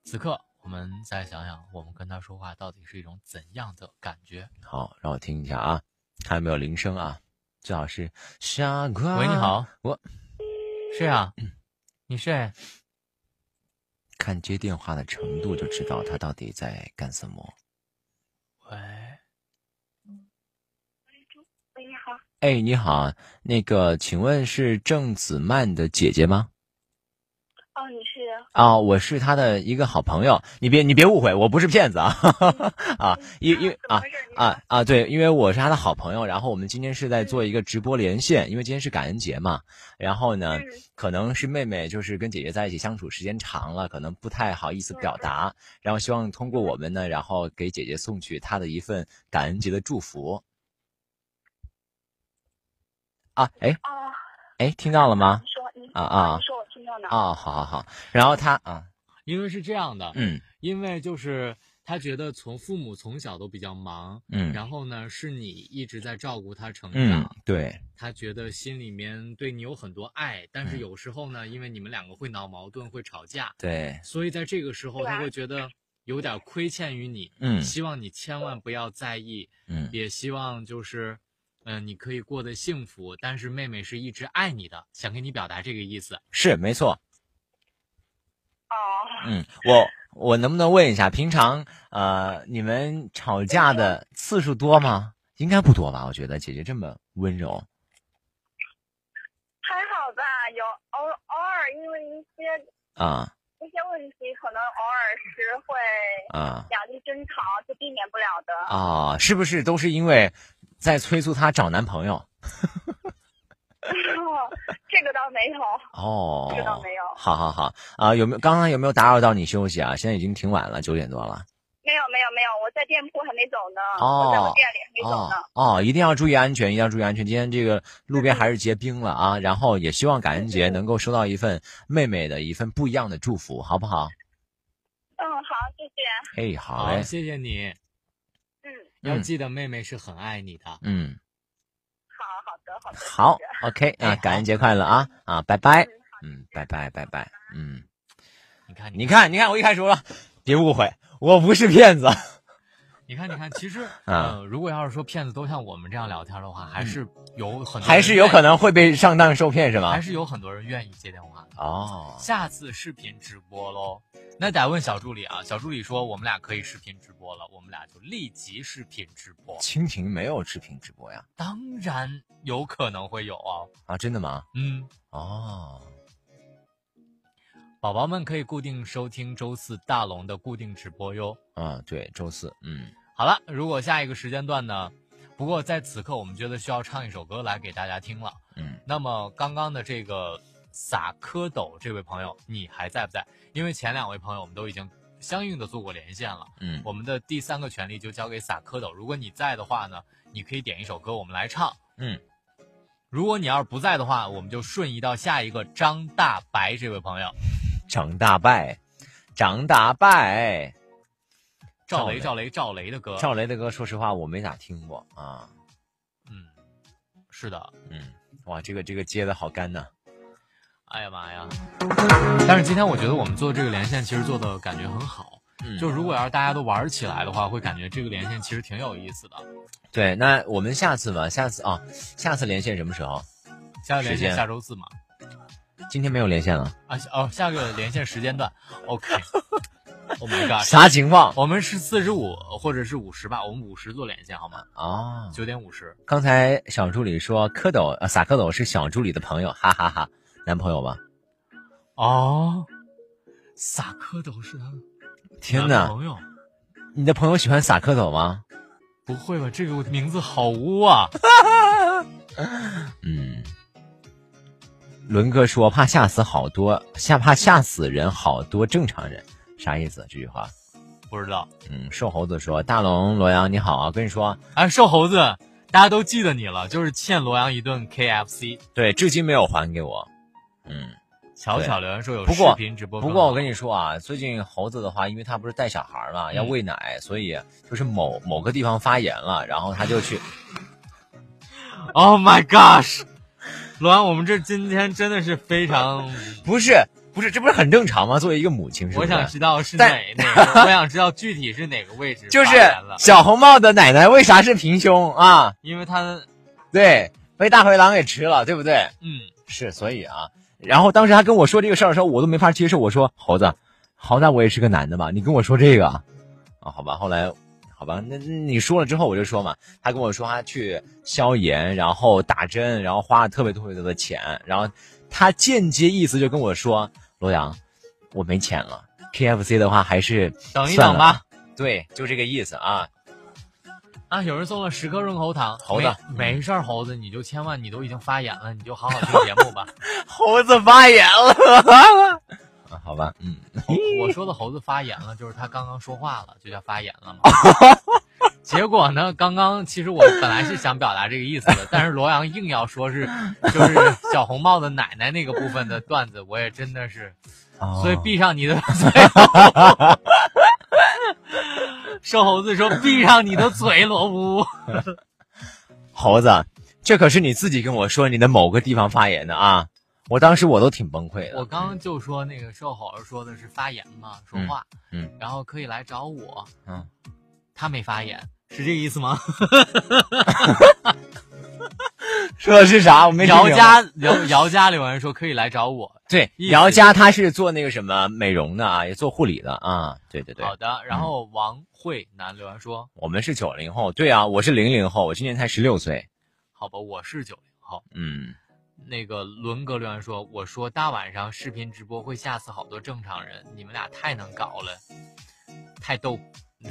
S1: 此刻，我们再想想，我们跟他说话到底是一种怎样的感觉？
S2: 好，让我听一下啊，还有没有铃声啊？最好是傻瓜。
S1: 喂，你，好，
S2: 啊我嗯
S1: 是啊，你是
S2: 看接电话的程度就知道他到底在干什么。哎，你好，那个，请问是郑子曼的姐姐吗？
S6: 哦，你是
S2: 啊、我是她的一个好朋友，你别你别误会，我不是骗子啊 [laughs] 啊，因因为啊，
S6: 怎么回事
S2: 啊啊，对，因为我是他的好朋友，然后我们今天是在做一个直播连线，因为今天是感恩节嘛，然后呢
S6: 嗯，
S2: 可能是妹妹就是跟姐姐在一起相处时间长了，可能不太好意思表达，然后希望通过我们呢，然后给姐姐送去她的一份感恩节的祝福。啊，哎
S6: 哦，
S2: 哎，听到了吗
S6: 你？说你
S2: 啊啊
S6: 你说我听到呢。
S2: 啊，好好好，然后她啊，
S1: 因为是这样的，
S2: 嗯
S1: 因为就是他觉得从父母从小都比较忙，
S2: 嗯
S1: 然后呢是你一直在照顾他成
S2: 嗯
S1: 长，，
S2: 对，
S1: 他觉得心里面对你有很多爱，但是
S2: 嗯
S1: 有时候呢，因为你们两个会闹矛盾，会吵架，
S2: 对，
S1: 所以在这个时候
S6: 对啊
S1: 他会觉得有点亏欠于你，
S2: 嗯
S1: 希望你千万不要在意，
S2: 嗯
S1: 也希望就是。嗯，你可以过得幸福，但是妹妹是一直爱你的，想跟你表达这个意思。
S2: 是没错，
S6: 哦，
S2: 嗯，我我能不能问一下，平常呃你们吵架的次数多吗？应该不多吧？我觉得姐姐这么温柔，
S6: 还好吧，有偶偶尔因为一些
S2: 啊
S6: 一些问题，可能偶尔是会
S2: 啊
S6: 两地争吵，是避免不了的。
S2: 啊！是不是都是因为在催促她找男朋友？
S6: [laughs] 这个倒没有，
S2: 哦
S6: 这个，倒没有，
S2: 好好好啊！有没有刚刚有没有打扰到你休息啊？现在已经挺晚了，九点多了。
S6: 没有没有没有，我在店铺还没走呢，
S2: 哦
S6: 我在我店里还没走
S2: 哦
S6: 呢。
S2: 哦，一定要注意安全，一定要注意安全。今天这个路
S6: 嗯
S2: 边还是结冰了啊，然后也希望感恩节能够收到一份妹妹的一份不一样的祝福，好不好？
S6: 嗯，好，谢谢。
S2: 哎，好嘞，
S1: 谢谢你，
S6: 嗯，
S1: 要
S2: 嗯
S1: 记得妹妹是很爱你的。
S2: 嗯，
S6: 好好的好的。
S2: 好
S6: 谢谢
S2: ，OK 啊，
S1: 哎
S2: 感恩
S1: 好
S2: 节快乐啊啊，拜拜
S6: 嗯，
S2: 嗯，拜拜拜拜，嗯，
S1: 你看，
S2: 你看你看，我一开始说了，别误会，我不是骗子，
S1: 嗯你看，你看，
S2: [laughs]
S1: 其实，
S2: 啊
S1: 呃，如果要是说骗子都像我们这样聊天的话，还是有很多人
S2: 嗯还是有可
S1: 愿
S2: 能啊会被上当受骗是
S1: 意，还
S2: 吗？
S1: 是有很多人愿意接电话。
S2: 哦，
S1: 下次视频直播喽，那得问小助理啊。小助理说我们俩可以视频直播了，我们俩就立即视频直播。
S2: 蜻蜓没有视频直播呀？
S1: 当然有可能会有啊，
S2: 啊，真的吗？
S1: 嗯，
S2: 哦，
S1: 宝宝们可以固定收听周四大龙的固定直播哟。
S2: 啊，对，周四，嗯，
S1: 好了，如果下一个时间段呢？不过在此刻，我们觉得需要唱一首歌来给大家听了。
S2: 嗯，
S1: 那么刚刚的这个撒蝌蚪这位朋友，你还在不在？因为前两位朋友我们都已经相应的做过连线了，
S2: 嗯，
S1: 我们的第三个权利就交给撒蝌蚪。如果你在的话呢，你可以点一首歌，我们来唱。
S2: 嗯，
S1: 如果你要是不在的话，我们就瞬移到下一个张大白这位朋友，
S2: 长大败，长大败，
S1: 赵雷
S2: 赵
S1: 赵雷赵雷的歌。
S2: 赵雷的歌，说实话我没咋听过啊，
S1: 嗯，是的，
S2: 嗯，哇，这个这个接的好干呐，
S1: 哎呀妈呀！
S2: 嗯
S1: 但是今天我觉得我们做这个连线，其实做的感觉很好。
S2: 嗯
S1: 就如果要是大家都玩起来的话，会感觉这个连线其实挺有意思的。
S2: 对，那我们下次吧，下次啊，下次连线什么时候？
S1: 下个连
S2: 时间
S1: 线下周四嘛？
S2: 今天没有连线了，
S1: 啊下哦，下个连线时间段。OK。Oh my god！
S2: 啥情况
S1: 我们是四十五或者是五十吧，我们五十做连线好吗？
S2: 啊？
S1: 九点五十。
S2: 刚才小助理说蝌蚪，呃，撒蝌蚪是小助理的朋友，哈哈哈男朋友吧？
S1: 哦，撒蝌蚪是他
S2: 天
S1: 哪，
S2: 哪，
S1: 朋友。
S2: 你的朋友喜欢撒蝌蚪吗？
S1: 不会吧？这个名字好污啊！
S2: 嗯，伦哥说怕吓死好多，吓怕吓死人好多正常人，啥意思这句话？
S1: 不知道。
S2: 嗯，瘦猴子说大龙罗阳你好啊，跟你说，
S1: 哎，瘦猴子，大家都记得你了，就是欠罗阳一顿 KFC。
S2: 对，至今没有还给我，嗯。
S1: 巧巧留言说有
S2: 不
S1: 视
S2: 过
S1: 频直播
S2: 不
S1: 更好，
S2: 过我跟你说啊，最近猴子的话，因为他不是带小孩儿嘛，要
S1: 嗯
S2: 喂奶，所以就是某某个地方发炎了，然后他就去，
S1: ，Oh my gosh，罗阳，我们这今天真的是非常，
S2: 不是 [laughs] 不是，这不是很正常吗？作为一个母亲，是不
S1: 我
S2: 是？
S1: 想知道是
S2: 但
S1: 哪哪
S2: [laughs]
S1: 个，我想知道具体是哪个位置
S2: 就是
S1: 发炎了，
S2: 小红帽的奶奶为啥是平胸啊？
S1: 因为他
S2: 对，被大灰狼给吃了，对不对？
S1: 嗯，
S2: 是，所以啊，然后当时他跟我说这个事儿的时候，我都没法接哦受，我说猴子，好歹我也是个男的吧，你跟我说这个啊？好吧，后来好吧？那那你说了之后我就说嘛，他跟我说他去消炎，然后打针，然后花了特别特别多的钱，然后他间接意思就跟我说，罗阳，我没钱了，KFC 的话还是
S1: 等一
S2: 算
S1: 等
S2: 了
S1: 吧。
S2: 对，就这个意思啊。
S1: 啊，有人送了十颗润喉糖，
S2: 猴子
S1: 没没事儿，猴子你就千万你都已经发言了，你就好好
S2: [laughs]
S1: 听节目吧。
S2: 猴子发言了， [laughs] 啊好吧，嗯，
S1: 猴我说的猴子发言了，就是他刚刚说话了，就叫发言了嘛。
S2: [laughs]
S1: 结果呢，刚刚其实我本来是想表达这个意思的，但是罗阳硬要说是就是小红帽的奶奶那个部分的段子，我也真的是，
S2: 嗯哦
S1: 所以闭上
S2: [laughs]
S1: 你的嘴。瘦猴子说：“闭上你的嘴，罗布。
S2: 猴子，这可是你自己跟我说你的某个地方发言的啊！我当时我都挺崩溃”的。
S1: 我刚刚就说那个瘦猴说的是发言嘛，说话，
S2: 嗯嗯
S1: 然后可以来找我，
S2: 嗯，
S1: 他没发言，是这个意思吗？
S2: 说的是啥？我没听
S1: 姚
S2: 明白
S1: 家姚姚家里有人说可以来找我，
S2: 对
S1: 意思
S2: 姚家，他是做那个什么美容的啊，也做护理的啊。对对对，
S1: 好的。然后王慧楠留言说
S2: 我们是九零后，对啊，我是零零后，我今年才十六岁。：“
S1: 好吧，我是九零后。
S2: 嗯，”
S1: 那个伦哥留言说：“我说大晚上视频直播会吓死好多正常人，你们俩太能搞了，太逗，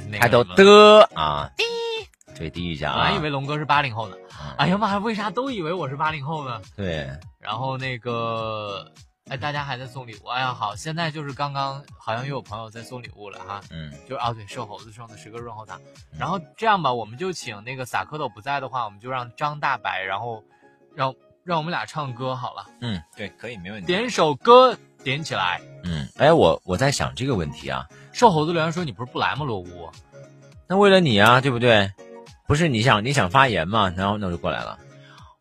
S1: 那个
S2: 他都
S1: 什么。
S2: 的啊，滴，对，滴一下
S1: 本
S2: 啊。
S1: 来以为龙哥是八零后呢，
S2: 嗯，
S1: 哎呀妈呀，为啥都以为我是八零后呢？
S2: 对，
S1: 然后那个，哎，大家还在送礼物，哎呀好，现在就是刚刚好像又有朋友在送礼物了哈，
S2: 嗯，
S1: 就是啊，对，瘦猴子送的十个润喉糖。然后这样吧，我们就请那个萨蝌蚪不在的话，我们就让张大白，然后让让我们俩唱歌好了，
S2: 嗯，对，可以，没问题。
S1: 点首歌点起来。
S2: 嗯，哎，我我在想这个问题啊，
S1: 瘦猴子留言说：“你不是不来吗，罗乌
S2: 那为了你啊，对不对？不是你想你想发言嘛，然后那我就过来了。？”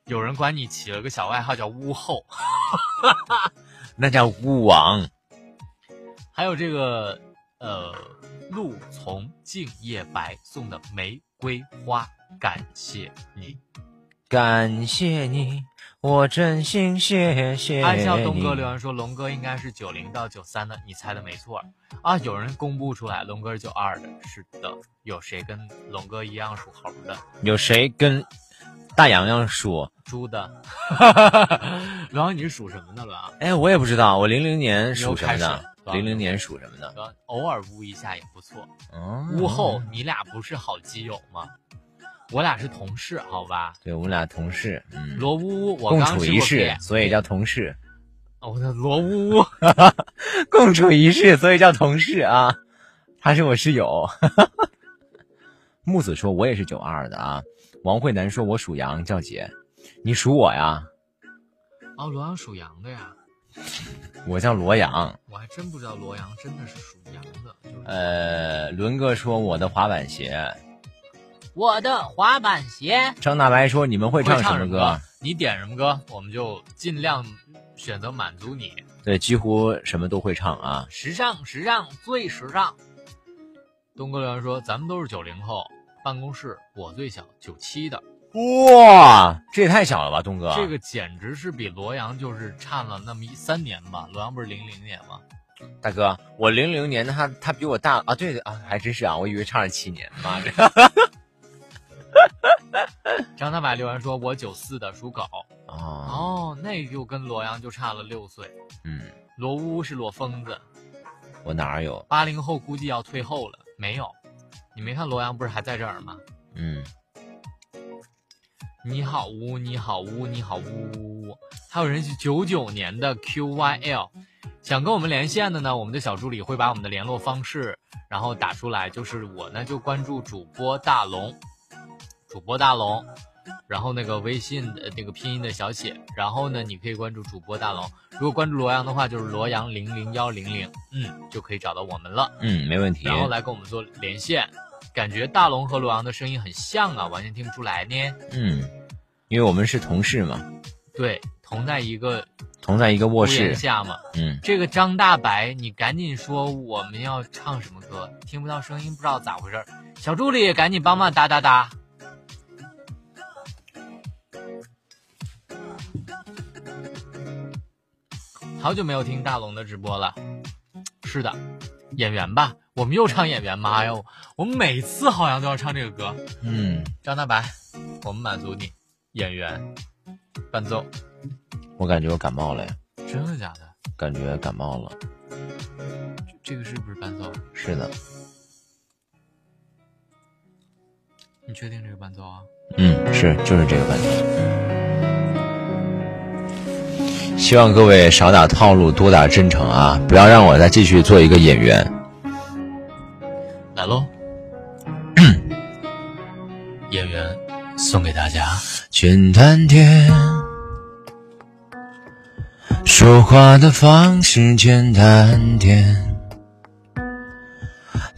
S1: 有人管你起了个小外号叫“屋后
S2: 那叫巫王，”，
S1: 还有这个呃，陆从静夜白送的玫瑰花，感谢你。
S2: 感谢你，我真心谢谢你。
S1: 爱笑东哥留言说：“龙哥应该是九零到九三的，你猜的没错儿啊！有人公布出来，龙哥是九二的，是的。有谁跟龙哥一样属猴的？
S2: 有谁跟大洋洋说？
S1: 猪的？ [laughs] 罗阳，你是属什么的？罗阳，
S2: 哎，我也不知道，我零零年属什么
S1: 你又开
S2: 的？
S1: 始了
S2: 零零年属什么的？
S1: 罗阳偶尔污一下也不错。
S2: 嗯
S1: 污后，你俩不是好基友吗？我俩是同事，好吧？
S2: 对我们俩同事，嗯，
S1: 罗呜呜，我
S2: 共
S1: 刚
S2: 处
S1: 吃
S2: 一
S1: 过
S2: 室
S1: 瘪，
S2: 所以叫同事。 [laughs]
S1: 我的罗呜呜。
S2: 共处一室，所以叫同事啊。他是我室友。 [laughs] 木子说：“我也是九二的啊。”王慧楠说：“我属羊，叫姐，你属我呀，
S1: 哦，罗阳属羊的呀，
S2: 我叫罗阳。
S1: 我还真不知道罗阳真的是属羊的。就是”
S2: 呃，伦哥说：“我的滑板鞋。
S1: 我的滑板鞋”。
S2: 张大白说：“你们会
S1: 会
S2: 唱什么歌？啊
S1: 你点什么歌，我们就尽量选择满足你。
S2: 对，几乎什么都会唱啊。
S1: 时尚，时尚，最时尚。东哥留言说：“咱们都是九零后，办公室我最小，九七的，
S2: 哇，这也太小了吧，东哥！
S1: 这个简直是比罗阳就是差了那么一三年吧。罗阳不是零零年
S2: [laughs]
S1: 吗？
S2: 大哥，我零零年的他，他比我大啊。对对啊，还真是啊，我以为差了七年。妈的，
S1: 张大白留言说：我九四的，属狗。
S2: 哦，
S1: 哦，那就跟罗阳就差了六岁。
S2: 嗯，
S1: 罗乌是罗疯子，
S2: 我哪儿有？
S1: 八零后估计要退后了。没有，你没看罗阳不是还在这儿吗？”
S2: 嗯，
S1: 你好呜，你好呜，你好呜呜呜。还有人是九九年的 QYL，想跟我们连线的呢，我们的小助理会把我们的联络方式然后打出来，就是我呢就关注主播大龙，主播大龙，然后那个微信的那个拼音的小写，然后呢你可以关注主播大龙，如果关注罗阳的话就是罗阳零零幺零零，嗯，就可以找到我们了，
S2: 嗯，没问题。
S1: 然后来跟我们做连线。感觉大龙和罗阳的声音很像啊，完全听不出来呢。
S2: 嗯，因为我们是同事嘛，
S1: 对，同在一个
S2: 同在一个
S1: 屋
S2: 卧
S1: 檐
S2: 室。
S1: 下嘛。
S2: 嗯，
S1: 这个张大白，你赶紧说我们要唱什么歌，听不到声音，不知道咋回事儿。小助理，赶紧帮忙哒哒哒。好久没有听大龙的直播了，是的，演员吧，我们又唱演员，妈呀，我我们每次好像都要唱这个歌。
S7: 嗯，
S1: 张大白，我们满足你，演员，伴奏，
S7: 我感觉我感冒了呀，
S1: 真的假的？
S7: 感觉感冒了。
S1: 这个是不是伴奏？
S7: 是的，
S1: 你确定这个伴奏啊？
S7: 嗯，是就是这个问题。希望各位少打套路，多打真诚啊！不要让我再继续做一个演员。
S1: 来喽， [coughs] 演员送给大家。
S2: 简单点，说话的方式简单点，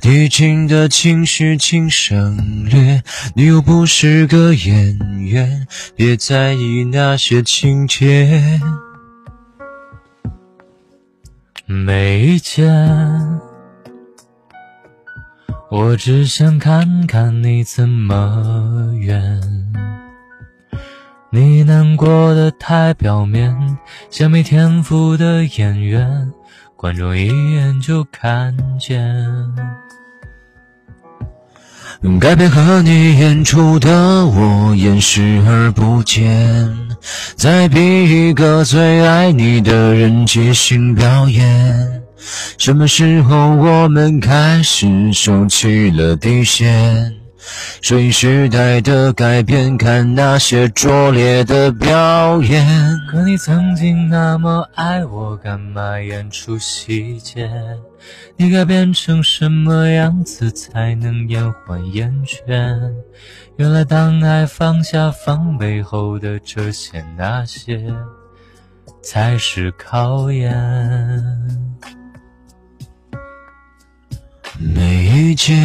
S2: 低情的情绪请省略。你又不是个演员，别在意那些情节。
S1: 没意见，我只想看看你怎么圆。你难过的太表面，像没天赋的演员，观众一眼就看见。
S2: 该配合你演出的我演视而不见，再逼一个最爱你的人即兴表演。什么时候我们开始收起了底线？顺应时代的改变，看那些拙劣的表演。
S1: 可你曾经那么爱我，干嘛演出细节？你该变成什么样子才能延缓厌倦？原来当爱放下防备后的这些那些，才是考验。
S2: 没意见。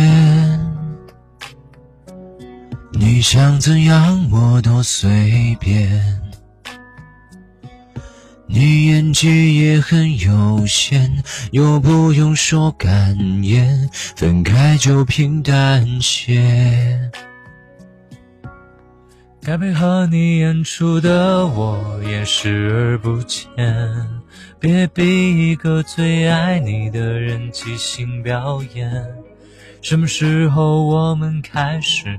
S2: 你想怎样我都随便。你演技也很有限，又不用说感言，分开就平淡些。
S1: 该配合你演出的我也视而不见，别逼一个最爱你的人即兴表演。什么时候我们开始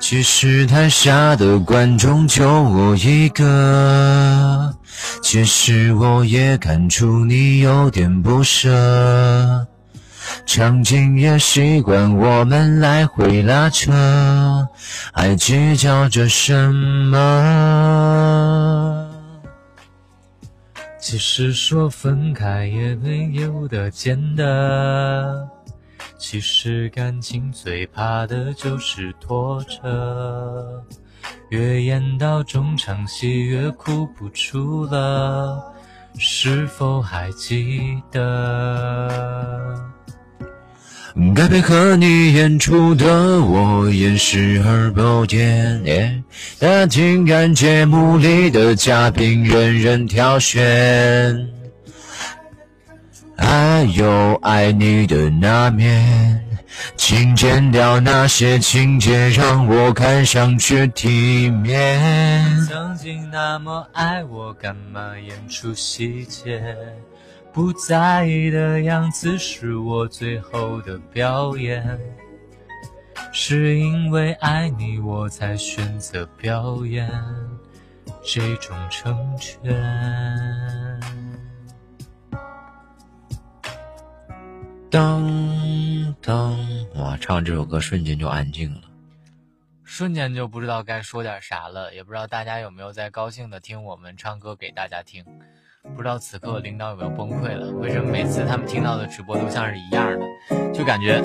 S2: 其实台下的观众就我一个，其实我也看出你有点不舍。场景也习惯我们来回拉扯，还计较着什么？
S1: 其实说分开也没有的简单，其实感情最怕的就是拖着，越演到中场戏越哭不出了，是否还记得？
S2: 该配合你演出的我演视而不见。那情感节目里的嘉宾任人挑选，还有爱你的那面，请剪掉那些情节，让我看上去体面。
S1: 曾经那么爱我，干嘛演出细节？不在意的样子是我最后的表演，是因为爱你我才选择表演这种成全。
S7: 当当，哇！唱完这首歌瞬间就安静了。
S1: 瞬间就不知道该说点啥了，也不知道大家有没有在高兴的听我们唱歌给大家听。不知道此刻领导有没有崩溃了？为什么每次他们听到的直播都像是一样的？就感觉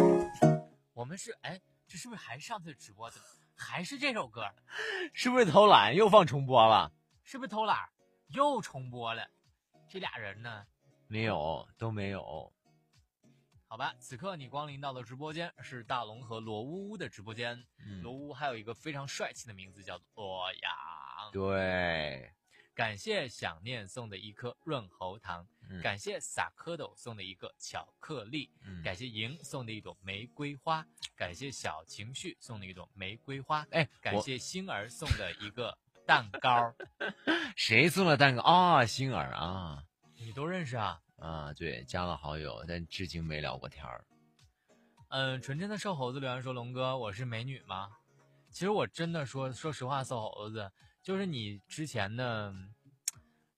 S1: 我们是哎，这是不是还是上次直播的？还是这首歌？
S7: 是不是偷懒又放重播了？
S1: 是不是偷懒儿又重播了？这俩人呢？
S7: 没有，都没有。
S1: 好好吧，此刻你光临到的直播间是大龙和罗呜呜的直播间。罗
S2: 嗯，
S1: 呜呜还有一个非常帅气的名字叫做杨。
S2: 对，
S1: 感谢想念送的一颗润喉糖，
S2: 嗯
S1: 感谢萨蝌蚪送的一个巧克力，
S2: 嗯
S1: 感谢莹送的一朵玫瑰花，感谢小情绪送的一朵玫瑰花，
S2: 哎，
S1: 感
S2: 我
S1: 谢星儿送的一个蛋糕。 [laughs]
S2: 谁送了蛋糕啊？星儿啊
S1: 你都认识啊？
S2: 啊，对，加了好友，但至今没聊过天儿。
S1: 嗯，纯真的瘦猴子留言说：“龙哥，我是美女吗？”其实我真的说，说实话，瘦猴子就是你之前的，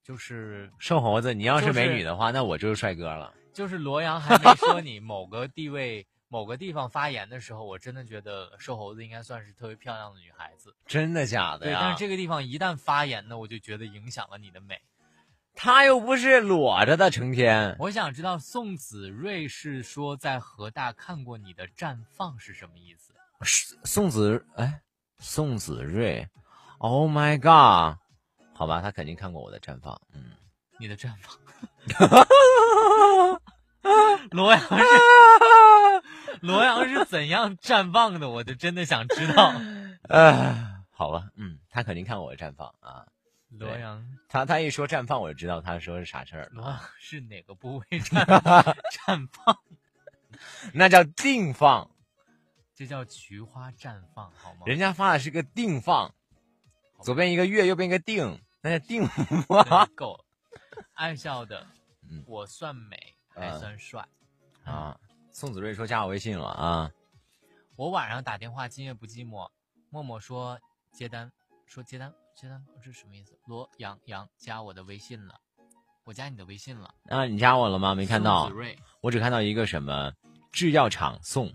S1: 就是
S2: 瘦猴子，你要是
S1: 就是
S2: 美女的话，那我就是帅哥了。
S1: 就是罗阳还没说你某个地位、某个地方发言的时候，我真的觉得瘦猴子应该算是特别漂亮的女孩子。
S2: 真的假的
S1: 对，
S2: 呀？
S1: 但是这个地方一旦发言呢，我就觉得影响了你的美。
S2: 他又不是裸着的，成天。
S1: 我想知道宋子睿是说在河大看过你的绽放是什么意思？
S2: 宋子哎，宋子睿，Oh my god！好吧，他肯定看过我的绽放。嗯， [laughs]
S1: 你的绽放， [laughs] 罗阳是罗阳是怎样绽放的？我就真的想知道。
S2: 啊，好吧，嗯，他肯定看我的绽放啊。
S1: 罗阳，
S2: 他他一说绽放，我就知道他说是啥事儿了。
S1: 罗阳是哪个部位绽绽放？ [laughs]
S2: 那叫定放，
S1: 这叫菊花绽放，好吗？
S2: 人家发的是个定放，左边一个月，右边一个定，那叫定
S1: 家够
S2: [laughs]
S1: 了。爱笑的
S2: 嗯，
S1: 我算美还算帅。嗯
S2: 啊。宋子睿说加我微信了啊，
S1: 我晚上打电话，今夜不寂寞。默默说接单，说接单，接单，这什么意思？罗阳阳加我的微信了，我加你的微信了。
S2: 啊，你加我了吗？没看到
S1: 宋子，睿，
S2: 我只看到一个什么制药厂送。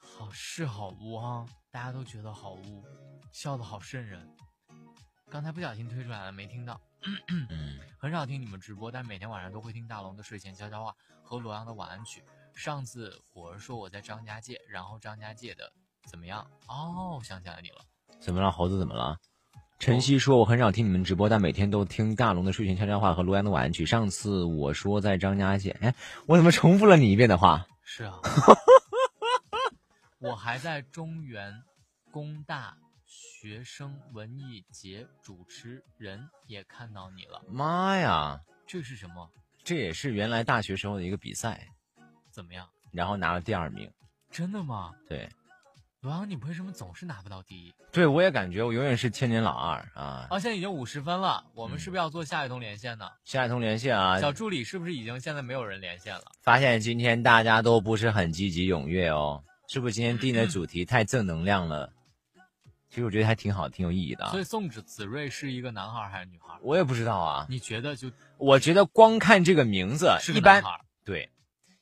S1: 好是好污啊！大家都觉得好污，笑的好瘆人。刚才不小心推出来了，没听到。
S2: 嗯，
S1: 很少听你们直播，但每天晚上都会听大龙的睡前悄悄话和罗阳的晚安曲。上次火儿说我在张家界，然后张家界的怎么样？哦，我想起来你了，
S2: 怎么了，猴子？怎么
S1: 哦
S2: 了？晨曦说：“我很少听你们直播，但每天都听大龙的睡前悄悄话和罗阳的晚安曲。上次我说在张家界，哎，我怎么重复了你一遍的话？
S1: 是啊， [laughs] 我还在中原工大学生文艺节主持人也看到你了，
S2: 妈呀，
S1: 这是什么？
S2: 这也是原来大学时候的一个比赛，
S1: 怎么样？
S2: 然后拿了第二名。
S1: 真的吗？
S2: 对，
S1: 罗阳，你为什么总是拿不到第一？
S2: 对我也感觉我永远是千年老二啊。
S1: 啊，现在已经五十分了，我们
S2: 嗯
S1: 是不是要做下一通连线呢？
S2: 下一通连线啊，
S1: 小助理是不是已经现在没有人连线了？
S2: 发现今天大家都不是很积极踊跃哦，是不是今天定
S1: 嗯
S2: 的主题太正能量了？其实我觉得还挺好，挺有意义的啊
S1: 所以。宋子子睿是一个男孩还是女孩？
S2: 我也不知道啊，
S1: 你觉得就
S2: 我觉得光看这个名字，
S1: 是
S2: 呃一
S1: 个男
S2: 般
S1: 孩儿，
S2: 对，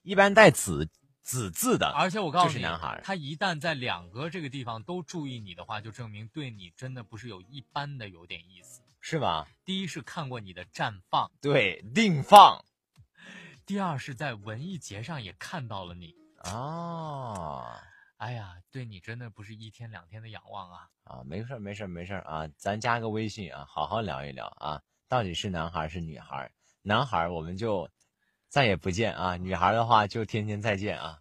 S2: 一般带子子字的，
S1: 而且我告诉你，
S2: 就是男孩儿
S1: 他一旦在两个这个地方都注意你的话，就证明对你真的不是有一般的有点意思。
S2: 是吧？
S1: 第一是看过你的绽放，
S2: 对，定放
S1: 第二是在文艺节上也看到了你。
S2: 啊
S1: 哎呀，对你真的不是一天两天的仰望啊！
S2: 啊，没事儿没事儿没事儿啊，咱加个微信啊，好好聊一聊啊，到底是男孩儿是女孩儿？男孩儿我们就再也不见啊，女孩儿的话就天天再见啊。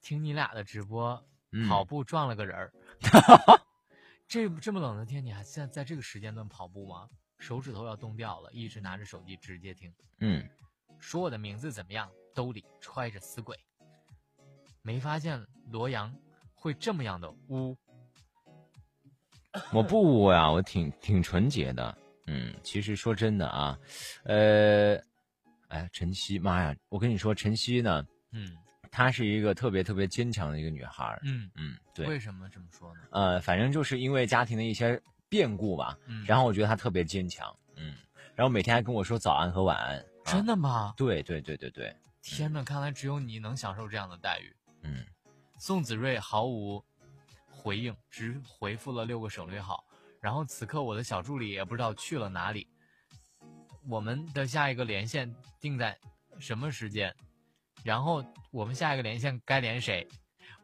S1: 听你俩的直播，
S2: 嗯
S1: 跑步撞了个人儿。 [laughs] 这这么冷的天，你还现在在这个时间段跑步吗？手指头要冻掉了，一直拿着手机直接听。
S2: 嗯，
S1: 说我的名字怎么样？兜里揣着死鬼。没发现罗阳会这么样的污？
S2: 我不污啊呀，我挺挺纯洁的。嗯，其实说真的啊，呃，哎，晨曦，妈呀，我跟你说，晨曦呢，
S1: 嗯
S2: 她是一个特别特别坚强的一个女孩儿。
S1: 嗯，
S2: 嗯，
S1: 为
S2: 对，
S1: 什么这么说呢？
S2: 呃，反正就是因为家庭的一些变故吧，
S1: 嗯，
S2: 然
S1: 后
S2: 后我觉得她特别坚强，嗯，然后每天还跟我说早安和晚安，啊
S1: 真的吗？
S2: 对对对对对，
S1: 天哪，看来只有你能享受这样的待遇。
S2: 嗯，
S1: 宋子睿毫无回应，只回复了六个省略号。然后此刻我的小助理也不知道去了哪里。我们的下一个连线定在什么时间？然后我们下一个连线该连谁？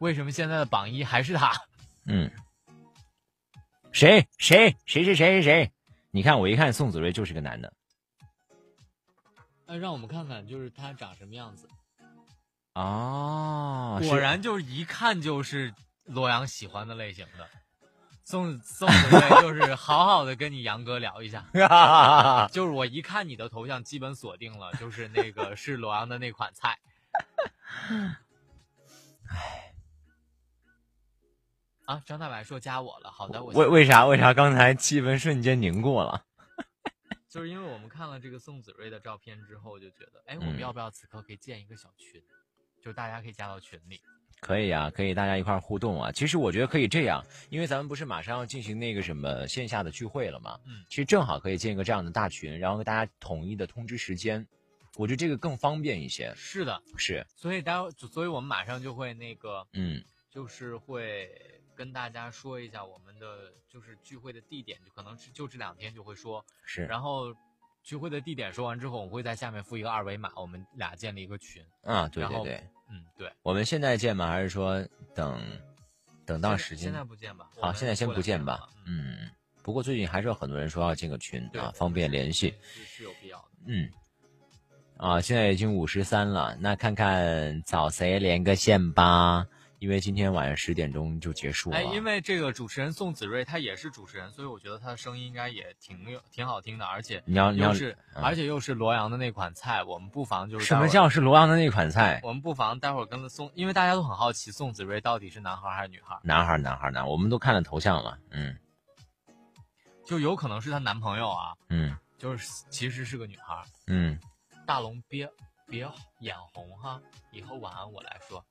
S1: 为什么现在的榜一还是他？
S2: 嗯，谁谁谁谁谁谁谁？你看我一看宋子睿就是个男的，
S1: 那让我们看看，就是他长什么样子。
S2: 哦，是
S1: 果然就是一看就是罗阳喜欢的类型的。宋
S2: [laughs]
S1: 宋子睿就是好好的跟你杨哥聊一下，就是我一看你的头像，基本锁定了，就是那个是罗阳的那款菜。唉，啊，张大白说加我了，好的，我
S2: [laughs] 为为啥为啥刚才气氛瞬间凝固了？
S1: 就是因为我们看了这个宋子睿的照片之后，就觉得，哎，我们
S2: 嗯
S1: 要不要此刻可以建一个小群，就大家可以加到群里。
S2: 可以啊，可以大家一块儿互动啊。其实我觉得可以这样，因为咱们不是马上要进行那个什么线下的聚会了嘛，
S1: 嗯
S2: 其实正好可以建一个这样的大群，然后给大家统一的通知时间，我觉得这个更方便一些。
S1: 是的，
S2: 是，
S1: 所以待会儿，所以我们马上就会那个，
S2: 嗯，
S1: 就是会跟大家说一下我们的就是聚会的地点，就可能是就这两天就会说。
S2: 是，
S1: 然后聚会的地点说完之后，我们会在下面附一个二维码，我们俩建立一个群。
S2: 啊，对
S1: 然
S2: 对
S1: 后
S2: 对，
S1: 嗯，对。
S2: 我们现在见吗？还是说等等到
S1: 现在现
S2: 时间？
S1: 在不见吧？我
S2: 好，
S1: 们
S2: 现在先
S1: 过
S2: 不
S1: 两
S2: 见
S1: 天
S2: 吧
S1: 吧。。
S2: 嗯，不过最近还是有很多人说要建个群
S1: 对
S2: 啊，方便联系。
S1: 是是有必要的。
S2: 嗯，啊，现在已经五十三了，那看看找谁连个线吧，因为今天晚上十点钟就结束了。
S1: 哎，因为这个主持人宋子睿他也是主持人，所以我觉得他的声音应该也挺有挺好听的，而且
S2: 你要你要
S1: 又是、
S2: 嗯
S1: 而且又是罗阳的那款菜，我们不妨就是
S2: 什
S1: 待
S2: 么
S1: 会儿
S2: 叫是罗阳的那款菜？
S1: 我们不妨待会儿跟宋，因为大家都很好奇宋子睿到底是男孩还是女孩，
S2: 男孩儿，男孩儿，男孩儿，我们都看了头像了。嗯
S1: 就有可能是她男朋友啊，
S2: 嗯
S1: 就是其实是个女孩。
S2: 嗯，
S1: 大龙别别眼红哈，以后晚安我来说。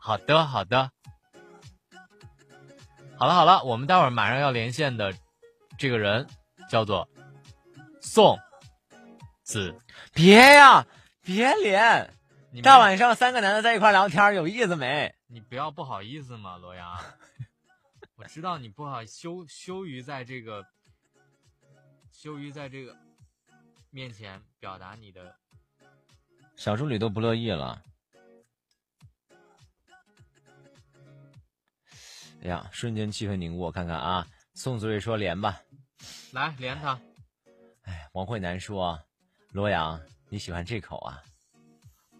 S1: 好的，好的。好了好了，我们待会儿马上要连线的这个人叫做宋子，
S2: 别呀、别连，
S1: 你
S2: 大
S1: 没
S2: 晚上三个男的在一块儿聊天儿，有意思没？
S1: 你不要不好意思嘛，罗阳。我知道你不好羞羞于在这个羞于在这个面前表达你的
S2: 小助理都不乐意了。哎呀，瞬间气氛凝固，我看看啊。宋子睿说连吧，
S1: 来连他。
S2: 王慧楠说：“啊罗阳，你喜欢这口啊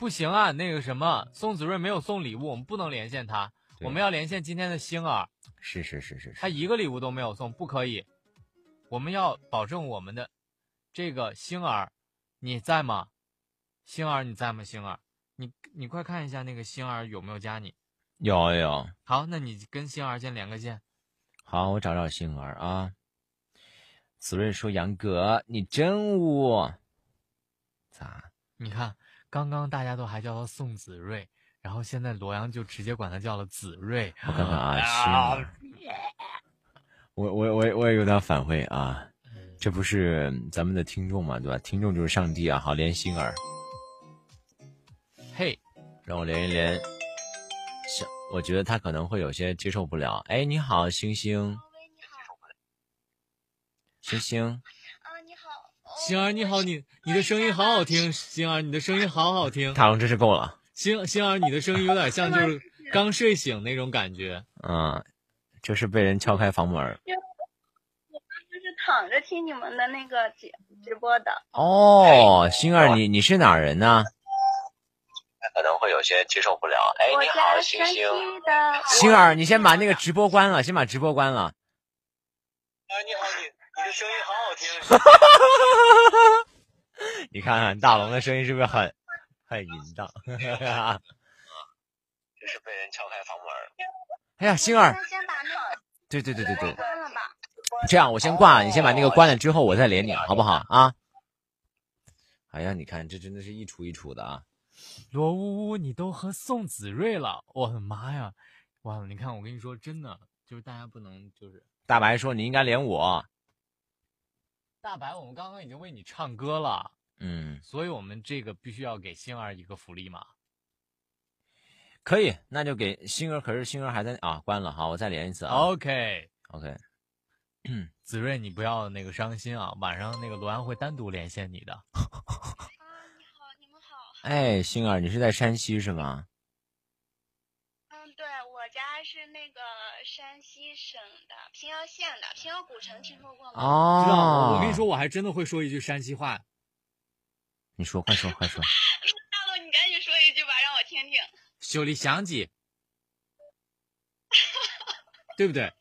S1: 不行啊，那个什么，宋子睿没有送礼物，我们不能连线他，？”
S2: 对
S1: 我们要连线今天的星儿，
S2: 是是是是
S1: 他
S2: 是，
S1: 一个礼物都没有送，不可以。我们要保证我们的这个星儿，你在吗？星儿你在吗？星儿，你你快看一下那个星儿有没有加你。
S2: 有有。
S1: 好，那你跟星儿先连个线。
S2: 好，我找找星儿啊。子睿说：“杨哥，你真污。”咋？
S1: 你看，刚刚大家都还叫他宋子睿，然后现在罗阳就直接管他叫了子睿。
S2: 我看看啊，星儿。我我我也我也有点反胃啊，这不是咱们的听众嘛，对吧？听众就是上帝啊。好，连星儿，
S1: 嘿，
S2: 让我连一连。是，我觉得他可能会有些接受不了。哎，你好，星星，
S6: 你好，
S2: 星星。
S6: 啊，你好，
S1: 星儿你好，你你的声音好好听，星儿你的声音好好听。
S2: 大龙真是够了。
S1: 星星儿，你的声音有点像就是刚睡醒那种感觉。
S2: 嗯，就是被人敲开房门儿。
S6: 就是躺着听你们的那个直直播的。
S2: 哦，星儿，你你是哪儿人呢？
S4: 可能会有些接受不了。哎，
S6: 我
S4: 你
S6: 家
S4: 好，
S6: 山
S4: 星
S6: 西
S4: 星。
S6: 的。
S2: 星儿，你先把那个直播关了，先把直播关了。
S3: 哎，你好，你你的声音好好啊听。
S2: [laughs] 你看看大龙的声音是不是很很淫荡？ [laughs]
S4: 就是被人敲开房门儿。
S2: 哎呀，星儿，
S6: 那先把那个嗯
S2: 对对对对对，
S6: 关了吧。
S2: 这样我先挂，你先把那个关了之后，我再连你，好不好啊？哎呀，你看这真的是一出一出的啊！
S1: 罗呜呜，你都和宋子睿了，我的妈呀！哇，你看我跟你说，真的就是大家不能就是
S2: 大白说你应该连我，
S1: 大白，我们刚刚已经为你唱歌了，
S2: 嗯，
S1: 所以我们这个必须要给星儿一个福利嘛。
S2: 可以，那就给星儿。可是星儿还在啊，关了，好，我再连一次啊。
S1: OK，
S2: OK，
S1: 子睿你不要那个伤心啊，晚上那个罗安会单独连线你的。
S6: 好，你们好。
S2: 哎，星儿，你是在山西是吗？
S6: 嗯，对我家是那个山西省的平遥县的平遥古城，听说过吗？
S2: 哦，
S1: 知道，我跟你说，，我还真的会说一句山西话。
S2: 你说，快说，快说。
S6: 大龙，你赶紧说一句吧，让我听听。
S1: 修理想起，对不对？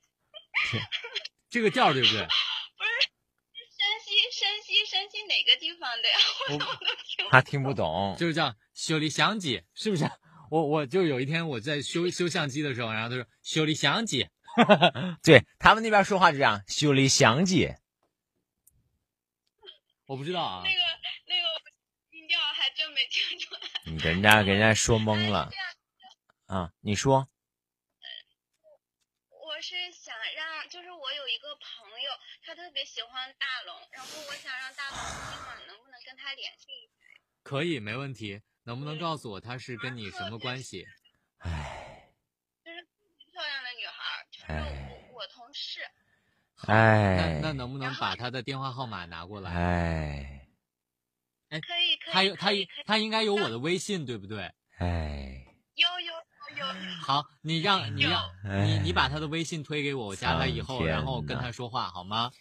S1: 这个调儿对不对？
S6: 山西，山西，山西哪个地方的呀？
S1: 我
S2: 他听不懂，
S1: 就是这样，修理想起，是不是？ [laughs] 我我就有一天我在修修相机的时候，然后他说修理想起，
S2: 对他们那边说话就这样。修理详解，
S1: 我不知道啊
S6: 那，个那个音调还真没听出来。
S2: 你给人家给人家说懵了
S6: 这样，
S2: 啊！你说，
S6: 我是想让，就是我有一个朋友，他特别喜欢大龙，然后我想让大龙今晚能不能跟他联系一下？
S1: 可以，没问题。能不能告诉我他是跟你什么关系？
S2: 哎
S6: 就是漂亮的女孩儿，就是我我同事，
S1: 那
S2: 哎
S1: 那能不能把他的电话号码拿过来？
S2: 哎
S6: 可以可以。
S1: 他有他
S6: 可以
S1: 有
S6: 可以
S1: 他应该有我的微信，对不对？
S2: 哎
S6: 有有有有
S1: 好，你让你让
S2: 哎
S1: 你你把他的微信推给我，我加他以
S2: 苍
S1: 后，
S2: 天
S1: 然后跟
S2: 呐
S1: 他说话好吗？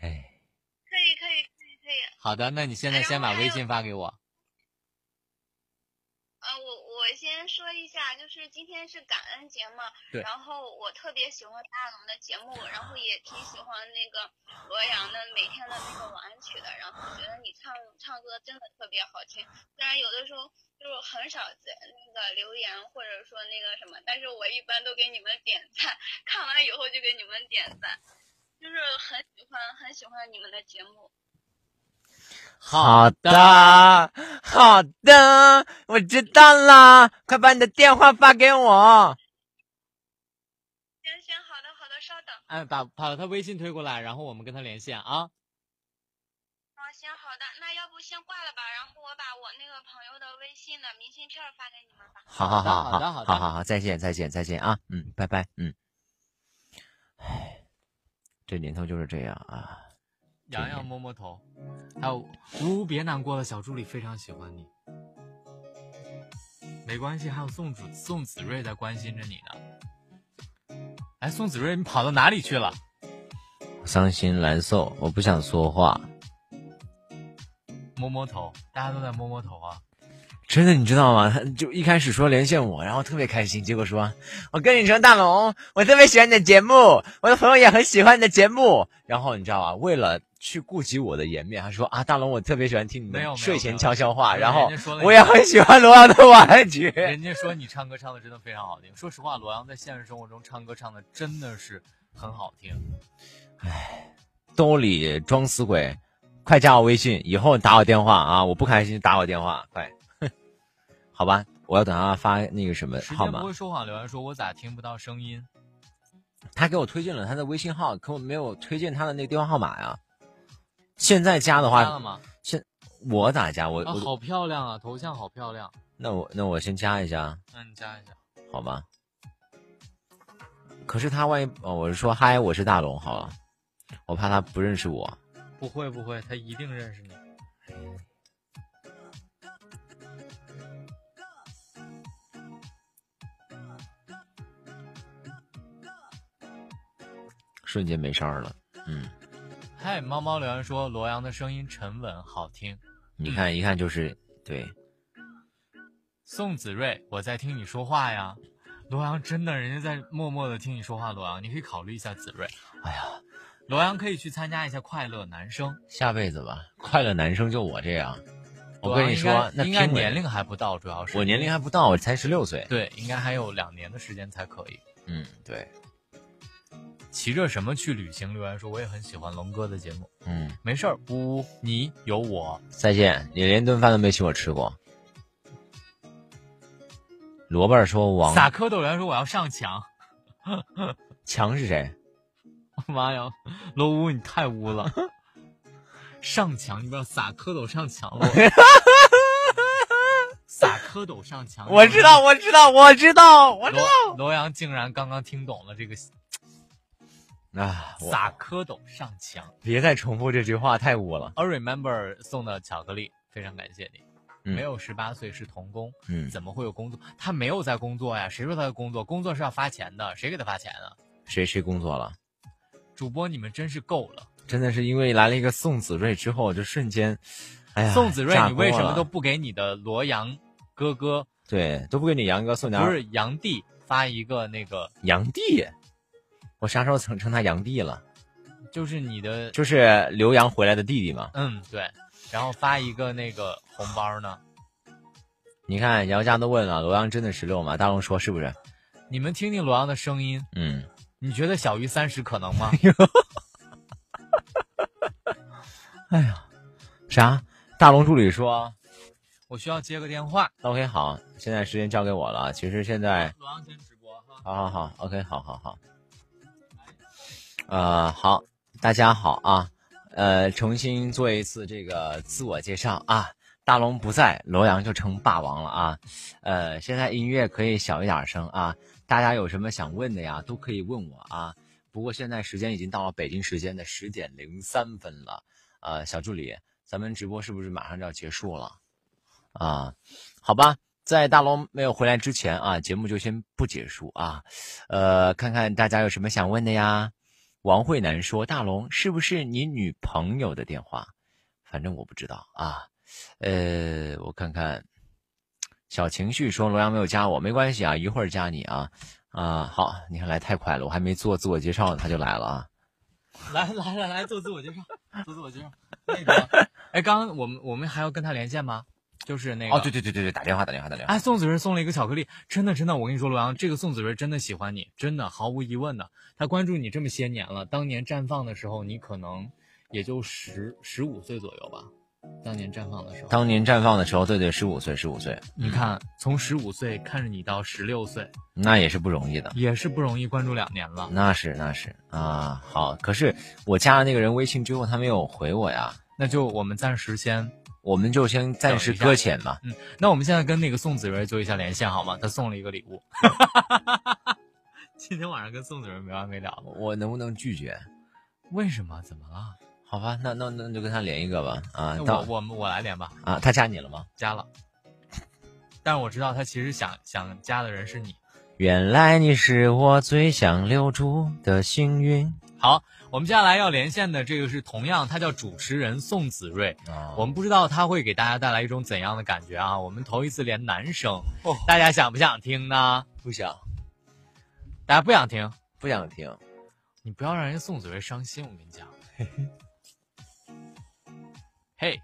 S2: 哎，
S6: 可以可以可以可以。
S1: 好的，那你
S6: 哎
S1: 现在先把微信发给我。
S6: 呃，我我先说一下，就是今天是感恩节嘛，
S1: 对
S6: 然后我特别喜欢大龙的节目，然后也挺喜欢那个罗阳的每天的那个晚安曲的，然后觉得你唱唱歌真的特别好听，虽然有的时候就是很少在那个留言或者说那个什么，但是我一般都给你们点赞，看完以后就给你们点赞，就是很喜欢很喜欢你们的节目。
S2: 好的，好的，我知道啦，快把你的电话发给我。
S6: 行行，好的好的，稍等
S1: 哎，把把他微信推过来，然后我们跟他连线啊。
S6: 啊，行，好的，那要不先挂了吧，然后我把我那个朋友的微信的明信片儿发给你们吧。
S2: 好好好
S1: 好的好
S2: 好
S1: 的
S2: 好好，再见再见再见啊，嗯，拜拜，嗯，唉，这年头就是这样啊。
S1: 洋洋摸摸头，还有呜呜别难过了，小助理非常喜欢你。没关系，还有宋子宋子睿在关心着你呢。哎，宋子睿，你跑到哪里去了？
S2: 伤心难受，我不想说话。
S1: 摸摸头，大家都在摸摸头啊。
S2: 真的，你知道吗？他就一开始说连线我，然后特别开心，结果说我跟你说大龙，我特别喜欢你的节目，我的朋友也很喜欢你的节目。然后你知道吧？为了去顾及我的颜面，他说啊，大龙，我特别喜欢听你
S1: 没有没有
S2: 的睡前悄悄话，
S1: 没有
S2: 然后
S1: 人家说了
S2: 我也很喜欢罗阳的晚安曲。
S1: 人家说你唱歌唱的真的非常好听。说实话，罗阳在现实生活中唱歌唱的真的是很好听。
S2: 兜里装死鬼，快加我微信，以后打我电话啊！我不开心打我电话，快， [laughs] 好吧，我要等他发那个什么
S1: 时
S2: 号
S1: 间
S2: 码
S1: 不。会说谎，留言说我咋听不到声音？
S2: 他给我推荐了他的微信号，可我没有推荐他的那个电话号码呀。现在加的
S1: 加了
S2: 话，
S1: 吗？
S2: 我咋加？我、
S1: 啊，
S2: 我
S1: 好漂亮啊，头像好漂亮。
S2: 那我那我先加一下，
S1: 那你加一下。
S2: 好吧？可是他万一哦，我是说嗨，我是大龙，好了，我怕他不认识我。
S1: 不会不会，他一定认识你。
S2: 瞬间没事儿了，嗯，
S1: 嗨，猫猫留言说罗阳的声音沉稳好听。
S2: 你看一看就是对。
S1: 宋子睿，我在听你说话呀。罗阳真的，人家在默默的听你说话。罗阳，你可以考虑一下子睿。
S2: 哎呀，
S1: 罗阳可以去参加一下快乐男声。
S2: 下辈子吧，快乐男生就我这样。我
S1: 罗阳
S2: 跟你
S1: 啊应
S2: 说
S1: 该，
S2: 那
S1: 应该
S2: 评委
S1: 年，龄还不到，主要是
S2: 我年龄还不到，我才十六岁。
S1: 对，应该还有两年的时间才可以。
S2: 嗯，对，
S1: 骑着什么去旅行？留言说我也很喜欢龙哥的节目。
S2: 嗯，
S1: 没事儿，呜呜，你有我。
S2: 再见，你连顿饭都没请我吃过。萝卜儿说王
S1: 撒蝌蚪留言说我要上墙。
S2: 强是谁？
S1: 妈呀，罗乌你太污了！ [laughs] 上墙，你不知道撒蝌蚪上墙了？撒蝌蚪上墙，
S2: 我知道，我知道，我知道，我知道。
S1: 罗罗阳竟然刚刚听懂了这个
S2: 啊，我
S1: 撒蝌蚪上墙。
S2: 别再重复这句话，太污了。
S1: A remember 送的巧克力，非常感谢你。
S2: 嗯
S1: 没有十八岁是童工，
S2: 嗯，
S1: 怎么会有工作？他没有在工作呀，谁说他在工作？工作是要发钱的，谁给他发钱啊？
S2: 谁谁工作了？
S1: 主播，你们真是够了。
S2: 真的是因为来了一个宋子睿之后，就瞬间，哎呀，
S1: 宋子睿
S2: 炸，
S1: 你为
S2: 锅
S1: 什么
S2: 了
S1: 都不给你的罗阳哥哥，
S2: 对都不给你杨哥送点
S1: 不
S2: 儿
S1: 是杨弟发一个那个，
S2: 杨帝？我啥时候称称他杨帝了？
S1: 就是你的，
S2: 就是刘洋回来的弟弟嘛。
S1: 嗯，对，然后发一个那个红包呢？
S2: 你看姚家都问了，罗阳真的十六吗？大龙说是不是？
S1: 你们听听罗阳的声音，
S2: 嗯，
S1: 你觉得小于三十可
S2: [laughs]
S1: 能吗？
S2: 啥？大龙助理说
S1: 我需要接个电话。
S2: ：“OK，好，现在时间交给我了。其实现在，
S1: 罗阳先直播哈。
S2: 好好啊好，OK，好好好。呃，好，大家好啊，呃，重新做一次这个自我介绍啊。大龙不在，罗阳就成霸王了啊。呃，现在音乐可以小一点声啊。大家有什么想问的呀，都可以问我啊。不过现在时间已经到了北京时间的十点零三分了。呃，小助理，咱们直播是不是马上就要结束了？啊，好吧，在大龙没有回来之前啊，节目就先不结束啊。呃，看看大家有什么想问的呀。王慧楠说：“大龙是不是你女朋友的电话？反正我不知道啊。”呃，我看看，小情绪说：“罗阳没有加我，没关系啊，一会儿加你啊。”啊，好，你看来太快了，我还没做自我介绍呢，他就来了啊。
S1: [laughs] 来来来来，做自我介绍，做自我介绍。那个，哎，刚刚我们我们还要跟他连线吗？就是那个，
S2: 哦，对对对对对，打电话打电话打电话。
S1: 哎，宋子睿送了一个巧克力，真的真的，我跟你说，罗阳，这个宋子睿真的喜欢你，真的毫无疑问的。他关注你这么些年了，当年绽放的时候，你可能也就十十五岁左右吧。当年绽放的时候，
S2: 当年绽放的时候，对对，十五岁，十五岁，
S1: 你看从十五岁看着你到十六岁，
S2: 嗯那也是不容易的。
S1: 也是不容易，关注两年了。
S2: 那是那是啊，好，可是我加了那个人微信之后，他没有回我呀，
S1: 那就我们暂时先，
S2: 我们就先暂
S1: 等
S2: 时
S1: 一下
S2: 搁浅吧。
S1: 那我们现在跟那个宋子睿做一下连线好吗？他送了一个礼物。 [laughs] 今天晚上跟宋子睿没完没了了，
S2: 我能不能拒绝？
S1: 为什么？怎么了？
S2: 好吧，那那那就跟他连一个吧。啊，
S1: 那
S2: 到
S1: 我我们我来连吧。
S2: 啊，他加你了吗？
S1: 加了，但是我知道他其实想想加的人是你。
S2: 原来你是我最想留住的幸运。
S1: 好，我们接下来要连线的这个是同样，他叫主持人宋子睿。
S2: 啊
S1: 我们不知道他会给大家带来一种怎样的感觉啊！我们头一次连男生，大家想不想听呢？
S2: 哦不想
S1: 大家不想听，
S2: 不想听。
S1: 你不要让人宋子睿伤心，我跟你
S2: [laughs]
S1: 讲。嘿，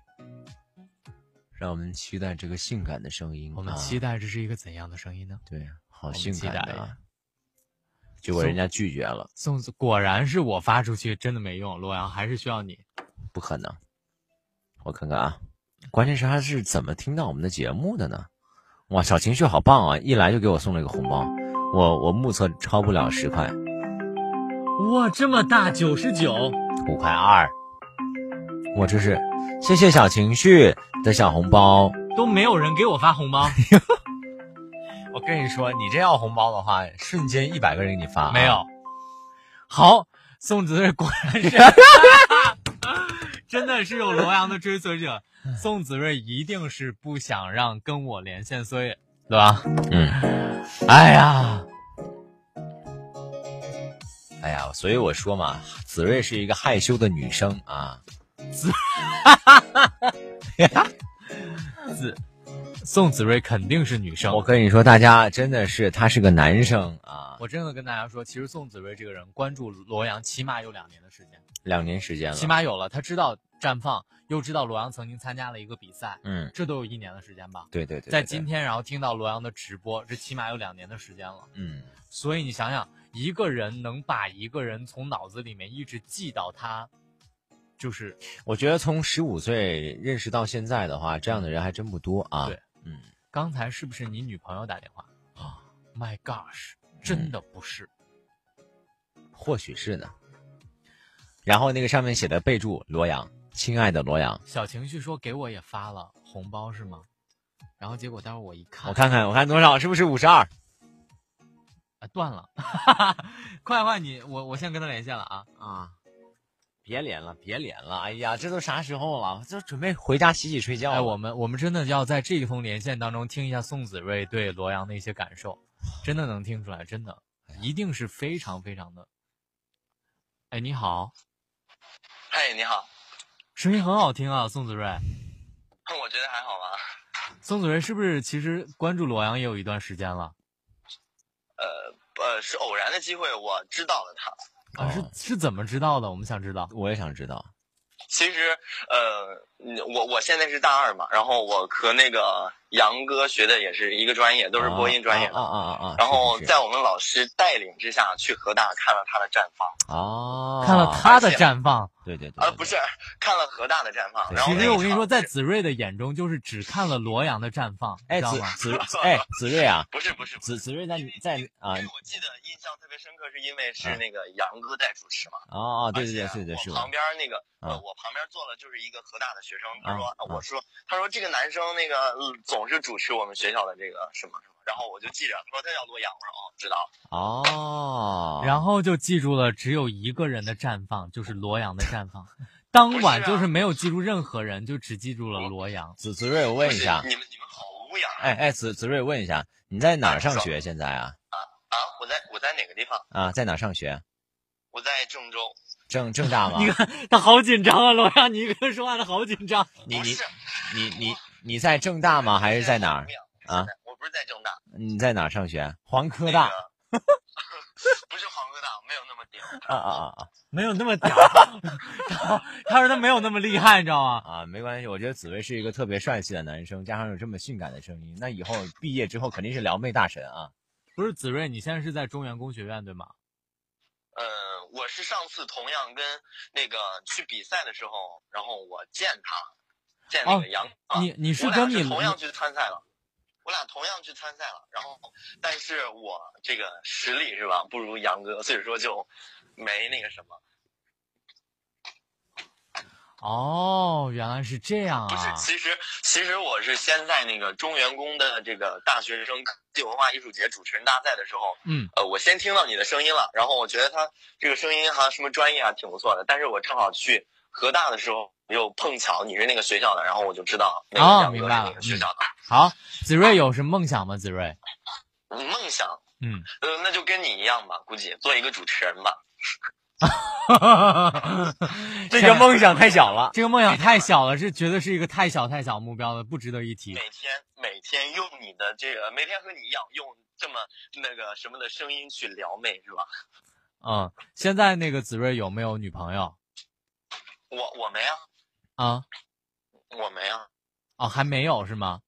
S2: 让我们期待这个性感的声音。
S1: 我们
S2: 啊
S1: 期待这是一个怎样的声音呢？
S2: 对，好
S1: 我们
S2: 性
S1: 期
S2: 感
S1: 待
S2: 的啊。结果
S1: 送
S2: 人家拒绝了，
S1: 宋子果然是我发出去真的没用，洛阳还是需要你。
S2: 不可能。我看看啊，关键是他是怎么听到我们的节目的呢？哇，小情绪好棒啊！一来就给我送了一个红包，我我目测超不了十块，
S1: 哇，这么大，九十九。
S2: 五块二。我这是谢谢小情绪的小红包。
S1: 都没有人给我发
S2: [laughs]
S1: 红包，
S2: 我跟你说，你这要红包的话，瞬间一百个人给你发、啊
S1: 没有。好，宋子睿果然
S2: [laughs]
S1: 是，真的是有罗阳的追随者。宋子睿一定是不想让跟我连线，所以对吧？
S2: 嗯，
S1: 哎呀，
S2: 哎呀，所以我说嘛，子睿是一个害羞的女生啊。
S1: 宋子睿肯定是女生。
S2: 我跟你说，大家真的是他是个男生啊，
S1: 我真的跟大家说，其实宋子睿这个人关注罗阳起码有两年的时间，
S2: 两年时间了，
S1: 起码有了。他知道绽放，又知道罗阳曾经参加了一个比赛，
S2: 嗯，
S1: 这都有一年的时间吧。
S2: 对对对，
S1: 在
S2: 对对
S1: 今天，然后听到罗阳的直播，这起码有两年的时间了。
S2: 嗯。
S1: 所以你想想，一个人能把一个人从脑子里面一直记到他，就是
S2: 我觉得从十五岁认识到现在的话，这样的人还真不多啊。
S1: 对
S2: 嗯，
S1: 刚才是不是你女朋友打电话啊？My gosh，真的不是。
S2: 或许是呢。然后那个上面写的备注：罗阳，亲爱的罗阳。
S1: 小情绪说给我也发了红包是吗？然后结果待会儿我一看，
S2: 我看看，我看多少，是不是五十二？
S1: 啊、断了， [laughs] 快快你我我先跟他连线了啊！
S2: 啊，别连了，别连了！哎呀，这都啥时候了？就准备回家洗洗睡觉了。啊
S1: 哎，我们我们真的要在这一通连线当中听一下宋子睿对罗阳的一些感受，真的能听出来，真的一定是非常非常的。哎，你好，
S3: 哎嗨，你好， [laughs]
S1: 声音很好听啊，宋子睿。
S3: 我觉得还好吧。
S1: 宋主任是不是其实关注罗阳也有一段时间了？
S3: 呃呃，是偶然的机会，我知道了他。
S1: 啊，是
S2: 哦
S1: 是怎么知道的？我们想知道。
S2: 我也想知道。
S3: 其实，呃，嗯我我现在是大二嘛，然后我和那个杨哥学的也是一个专业，都是播音专业的。
S2: 啊啊啊啊啊！
S3: 然后
S2: 是是是
S3: 在我们老师带领之下，去河大看了他的绽放，
S2: 哦，
S1: 看了他的绽放，
S2: 对，对对对
S3: 啊，不是 [laughs] 看了河大的绽放。
S2: 对
S3: 然后
S1: 其
S3: 那
S1: 实
S3: 一
S1: 我跟你说，
S3: 场
S1: 在子睿的眼中，就是只看了罗阳的绽放，你
S2: 哎，
S1: 知道
S2: 子
S1: 吗？
S2: 子睿，哎，子睿啊，
S3: 不是不是不是
S2: 子子睿在在啊
S3: 因为我记得印象特别深刻，是因为
S1: 嗯
S3: 是那个杨哥在主持嘛。
S2: 哦哦，对对对
S3: 而且
S2: 对对，是我
S3: 啊呃我旁，边那个，呃，
S2: 啊
S3: 我旁边坐了就是一个河大的学生，他说，
S2: 啊
S3: 啊
S2: 啊
S3: 我说，他说这个男生那个呃总是主持我们学校的这个什么什么，然后我就记着，他说他叫罗阳，我说哦，知道了，
S2: 哦，
S1: 然后就记住了，只有一个人的绽放，就是罗阳的绽 [laughs] 放。当晚就是啊没有记住任何人，就只记住了罗阳。
S2: 子子睿，我问一下
S3: 不是，你们你们好无聊啊
S2: 哎哎，子子睿问一下，你在哪儿上学现在啊？
S3: 啊！我在我在哪个地方？
S2: 啊，在哪儿上学？
S3: 我在郑州，
S2: 郑郑大吗？
S1: 你看 [laughs] 他好紧张啊，罗阳，你一个人说话他好紧张。
S2: 你
S3: 不
S2: 你
S3: 是
S2: 你你你在郑大吗？还是在哪儿？？啊
S3: 啊，我不是在郑大，
S2: 你在哪儿上学？黄科
S3: 那
S2: 大
S3: 个 [laughs] 不是黄科大，没有那么
S2: 啊
S3: 屌。
S2: 啊啊
S1: [laughs] 没有那么屌， [laughs] 他他说他没有那么厉害，你知道吗？
S2: 啊！没关系，我觉得子睿是一个特别帅气的男生，加上有这么性感的声音，那以后毕业之后肯定是撩妹大神啊！
S1: 不是子睿，你现在是在中原工学院对吗？
S3: 呃，我是上次同样跟那个去比赛的时候，然后我见他，见那
S1: 哦
S3: 个杨啊，
S1: 你你是
S3: 我俩
S1: 跟你
S3: 同样去参赛了，我俩同样去参赛了，然后但是我这个实力是吧，不如杨哥，所以说就没那个什么，
S1: 哦，原来是这样
S3: 不是，
S1: 啊！
S3: 其实其实我是先在那个中原工的这个大学生科技文化艺术节主持人大赛的时候，
S1: 嗯，
S3: 呃，我先听到你的声音了，然后我觉得他这个声音哈、什么专业啊挺不错的，但是我正好去河大的时候又碰巧你是那个学校的，然后我就知道那
S1: 哦
S3: 个杨哥
S1: 明
S3: 是
S1: 白
S3: 那
S1: 了
S3: 个学校的。
S1: 好，子睿有什么梦想吗？子 [laughs] 睿，
S3: 嗯梦想，
S1: 嗯，
S3: 呃，那就跟你一样吧，估计做一个主持人吧。
S1: 这个梦
S2: 想太小了。
S1: [laughs] 这个梦想太小了，是绝对是一个太小太小目标了，不值得一提。
S3: 每天每天用你的这个，每天和你一样用这么那个什么的声音去撩妹是吧？
S1: 嗯，现在那个子睿有没有女朋友
S3: 我我没啊，
S1: 啊？
S3: 我没啊， [laughs]
S1: 哦，还没有是吗？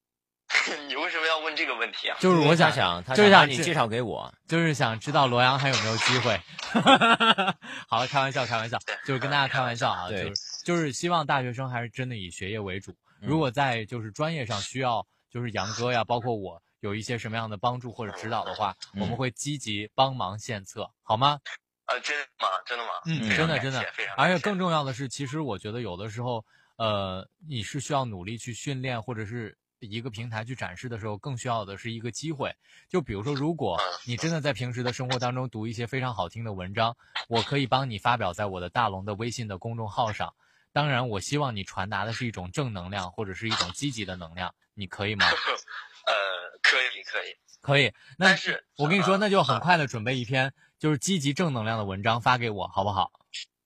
S3: 你为什么要问这个问题啊？
S1: 就是我
S2: 想
S1: 想，
S2: 想，他
S1: 就是
S2: 想把
S1: 想
S2: 你
S1: 知
S2: 介绍给我。
S1: 就是想知道罗阳还有没有机会。 [laughs] 好了，开玩笑，开玩笑，就是跟大家开玩笑啊，就
S2: 对
S1: 是就是希望大学生还是真的以学业为主。
S2: 嗯
S1: 如果在就是专业上需要，就是杨哥呀，包括我有一些什么样的帮助或者指导的话，
S2: 嗯
S1: 我们会积极帮忙献策，好吗？
S3: 啊，真的吗？真的吗？
S1: 嗯
S3: 非常
S1: 真的
S3: 感
S1: 真的
S3: 谢非常感
S1: 而且
S3: 谢
S1: 更重要的是，其实我觉得有的时候，呃，你是需要努力去训练，或者是一个平台去展示的时候，更需要的是一个机会。就比如说，如果
S3: 嗯
S1: 你真的在平时的生活当中读一些非常好听的文章，我可以帮你发表在我的大龙的微信的公众号上。当然，我希望你传达的是一种正能量，或者是一种积极的能量，你可以吗？
S3: 呃，可以可以，
S1: 可以。那
S3: 但是
S1: 我跟你说，
S3: 呃
S1: 那就很快的准备一篇就是积极正能量的文章发给我，好不好？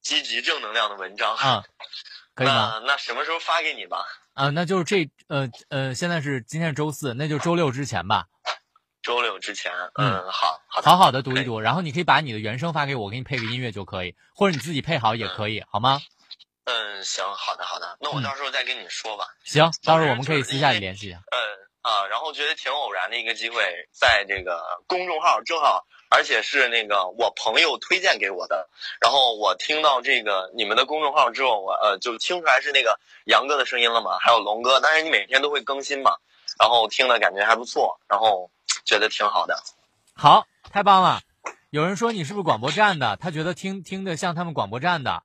S3: 积极正能量的文章
S1: 啊、可以吗？
S3: 那那什么时候发给你吧？
S1: 啊，那就是这呃呃，现在是今天是周四，那就周六之前吧，
S3: 周六之前。
S1: 嗯
S3: 嗯，好，好的，
S1: 好好的读一读，然后你可以把你的原声发给我，给你配个音乐就可以，或者你自己配好也可以，好吗？
S3: 嗯，行，好的，好的，那我
S1: 嗯
S3: 到时候再跟你说吧。
S1: 行，到时候我们可以私下里联系一下。
S3: 嗯啊，然后觉得挺偶然的一个机会，在这个公众号正好，而且是那个我朋友推荐给我的。然后我听到这个你们的公众号之后，我呃就听出来是那个杨哥的声音了嘛，还有龙哥。当然你每天都会更新嘛，然后听了感觉还不错，然后觉得挺好的。
S1: 好，太棒了！有人说你是不是广播站的？他觉得听听的像他们广播站的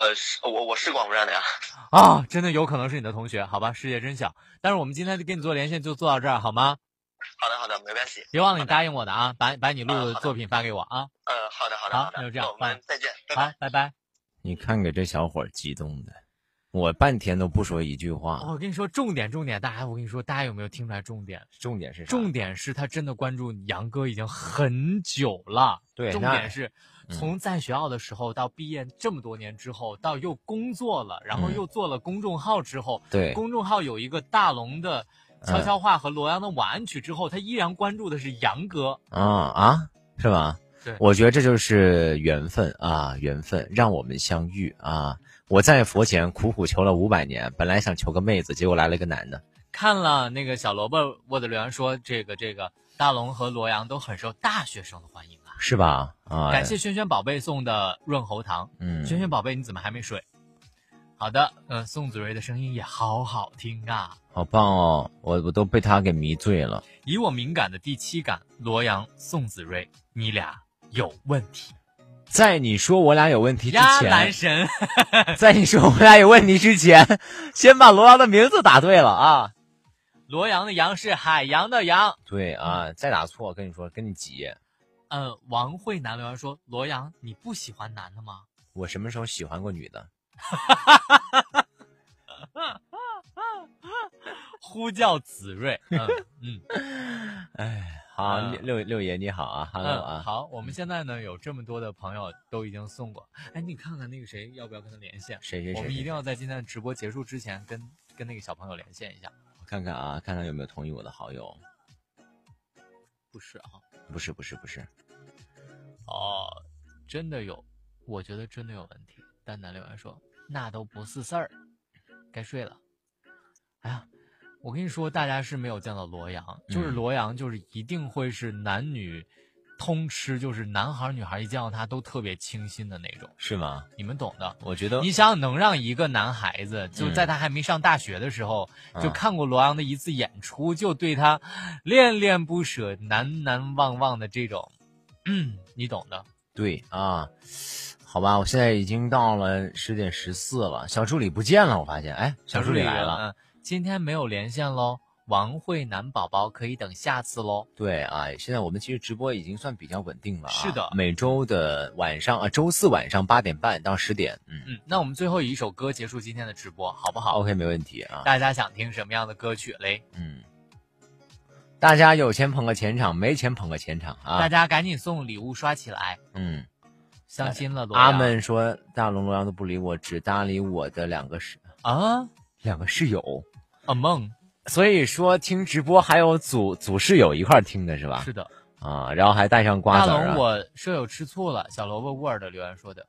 S3: 呃，是我我是广播站的呀。
S1: 啊、真的有可能是你的同学，好吧？世界真小。但是我们今天就跟你做连线就做到这儿，好吗？
S3: 好的好的，没关系。
S1: 别忘了你答应我的啊，把把你录的
S3: 好的
S1: 作品发给我啊。
S3: 呃，好的好的
S1: 好
S3: 的，
S1: 那就这样嗯
S3: 我们
S1: 拜
S3: 再见，拜拜。
S1: 好，拜拜。
S2: 你看给这小伙儿激动的，我半天都不说一句话。
S1: 我跟你说，重点重点，大家我跟你说，大家有没有听出来重点？
S2: 重点是啥？
S1: 重点是他真的关注杨哥已经很久了，
S2: 对
S1: 重
S2: 那
S1: 点是，
S2: 嗯
S1: 从在学校的时候到毕业这么多年之后，到又工作了，然后
S2: 嗯
S1: 又做了公众号之后，
S2: 对，
S1: 公众号有一个大龙的悄
S2: 嗯
S1: 悄话和罗阳的晚安曲之后，他依然关注的是杨哥。
S2: 啊啊，是吧？
S1: 对
S2: 我觉得这就是缘分啊，缘分让我们相遇啊！我在佛前苦苦求了五百年，本来想求个妹子，结果来了个男的。
S1: 看了那个小萝卜我的留言说，这个这个大龙和罗阳都很受大学生的欢迎啊！
S2: 是吧？啊，
S1: 感谢轩轩宝贝送的润喉糖，
S2: 嗯，
S1: 轩轩宝贝你怎么还没睡？好的，嗯、宋子睿的声音也好好听啊！
S2: 好棒哦！我我都被他给迷醉了。
S1: 以我敏感的第七感，罗阳、宋子睿，你俩有问题
S2: 在你说我俩有问题之
S1: 呀，男
S2: 前，
S1: 神！ [laughs]
S2: 在你说我俩有问题之前，先把罗阳的名字打对了啊！
S1: 罗阳的阳是海洋的洋。
S2: 对啊，再打错，跟你说，跟你急。
S1: 呃，王慧楠留言说：“罗阳，你不喜欢男的吗
S2: 我什么时候喜欢过女的？？”
S1: 呼叫子睿。
S2: [laughs]
S1: 嗯嗯
S2: 哎，好，
S1: 嗯
S2: 六六爷你好啊，Hello 啊
S1: 嗯，，好，我们现在呢有这么多的朋友都已经送过。哎，你看看那个谁，要不要跟他连线？
S2: 谁谁谁
S1: 我们
S2: 谁
S1: 一定要在今天的直播结束之前跟跟那个小朋友连线一下。
S2: 我看看啊，看看有没有同意我的好友。
S1: 不是啊，
S2: 不是不是不是，
S1: 哦，真的有，我觉得真的有问题。丹丹留言说：“那都不是事儿，该睡了。”哎呀，我跟你说，大家是没有见到罗阳，就是
S2: 嗯
S1: 罗阳，就是一定会是男女通吃，就是男孩儿女孩儿一见到他都特别清新的那种，
S2: 是吗？
S1: 你们懂的。
S2: 我觉得
S1: 你想想，能让一个男孩子就
S2: 嗯
S1: 在他还没上大学的时候，
S2: 嗯
S1: 就看过罗阳的一次演出，就对他恋恋不舍、难难忘忘的这种，嗯，你懂的。
S2: 对啊，好吧，我现在已经到了十点十四了，小助理不见了，我发现，哎，小助理来了，
S1: 嗯，今天没有连线喽，王慧楠宝宝可以等下次喽。
S2: 对啊，现在我们其实直播已经算比较稳定了、啊，
S1: 是的
S2: 每周的晚上啊，周四晚上八点半到十点，嗯
S1: 嗯，那我们最后以一首歌结束今天的直播，好不好？
S2: ，OK，没问题啊，
S1: 大家想听什么样的歌曲嘞？
S2: 嗯，大家有钱捧个钱场，没钱捧个钱场
S1: 大
S2: 啊，
S1: 家赶紧送礼物刷起来，
S2: 嗯，
S1: 相亲了罗阳
S2: 阿闷说大龙罗阳都不理我，只搭理我的两个室
S1: 啊，
S2: 两个室友，
S1: a 梦
S2: 所以说听直播还有组组室友一块儿听的是吧？
S1: 是的，
S2: 啊，然后还带上瓜
S1: 大
S2: 子儿、啊。
S1: 龙我舍友吃醋了，小萝卜 word 留言说的。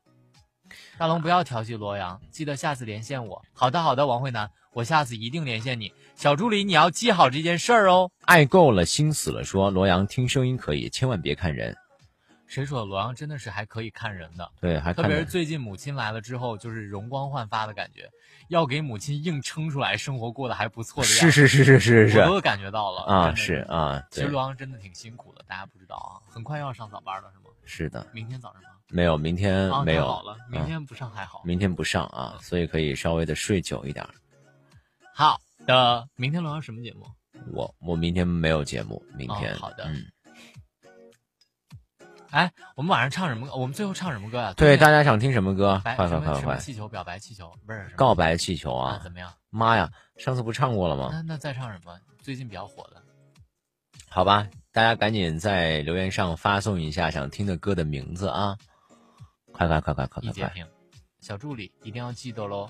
S1: 大龙不要调戏罗阳，记得下次连线我。好的好的，王慧楠，我下次一定连线你。小助理你要记好这件事儿哦。
S2: 爱够了，心死了说。罗阳听声音可以，千万别看人。
S1: 谁说罗阳真的是还可以看人的？
S2: 对，还
S1: 特
S2: 看
S1: 别是
S2: 人。
S1: 最近母亲来了之后，就是容光焕发的感觉，要给母亲硬撑出来，生活过得还不错的样子。
S2: 是是是是是是
S1: 我都感觉到了
S2: 啊，
S1: 真的
S2: 是啊，
S1: 其实
S2: 对，
S1: 罗阳真的挺辛苦的，大家不知道啊。很快又要上早班了，是吗？
S2: 是的，
S1: 明天早上吗？
S2: 没有，明天
S1: 啊，
S2: 没
S1: 太
S2: 有，
S1: 好了，明
S2: 嗯
S1: 天不上还好。
S2: 明天不上啊，所以可以稍微的睡久一点。
S1: 好的，明天罗阳什么节目？
S2: 我我明天没有节目，明天、
S1: 哦好的
S2: 嗯，
S1: 哎，我们晚上唱什么歌？我们最后唱什么歌啊？
S2: 对，大
S1: 家
S2: 家想听什么歌？
S1: 白
S2: 快快
S1: 什么
S2: 快
S1: 什么
S2: 快！
S1: 气球表白气球不是什么
S2: 告白啊气球
S1: 啊？
S2: 啊！
S1: 怎么样？
S2: 妈呀，上次不唱过了吗？
S1: 那那再唱什么？最近比较火的
S2: 好吧，大家赶紧在留言上发送一下想听的歌的名字啊！快快快快快
S1: 一
S2: 快
S1: 截
S2: 快！
S1: 屏，小助理一定要记得喽。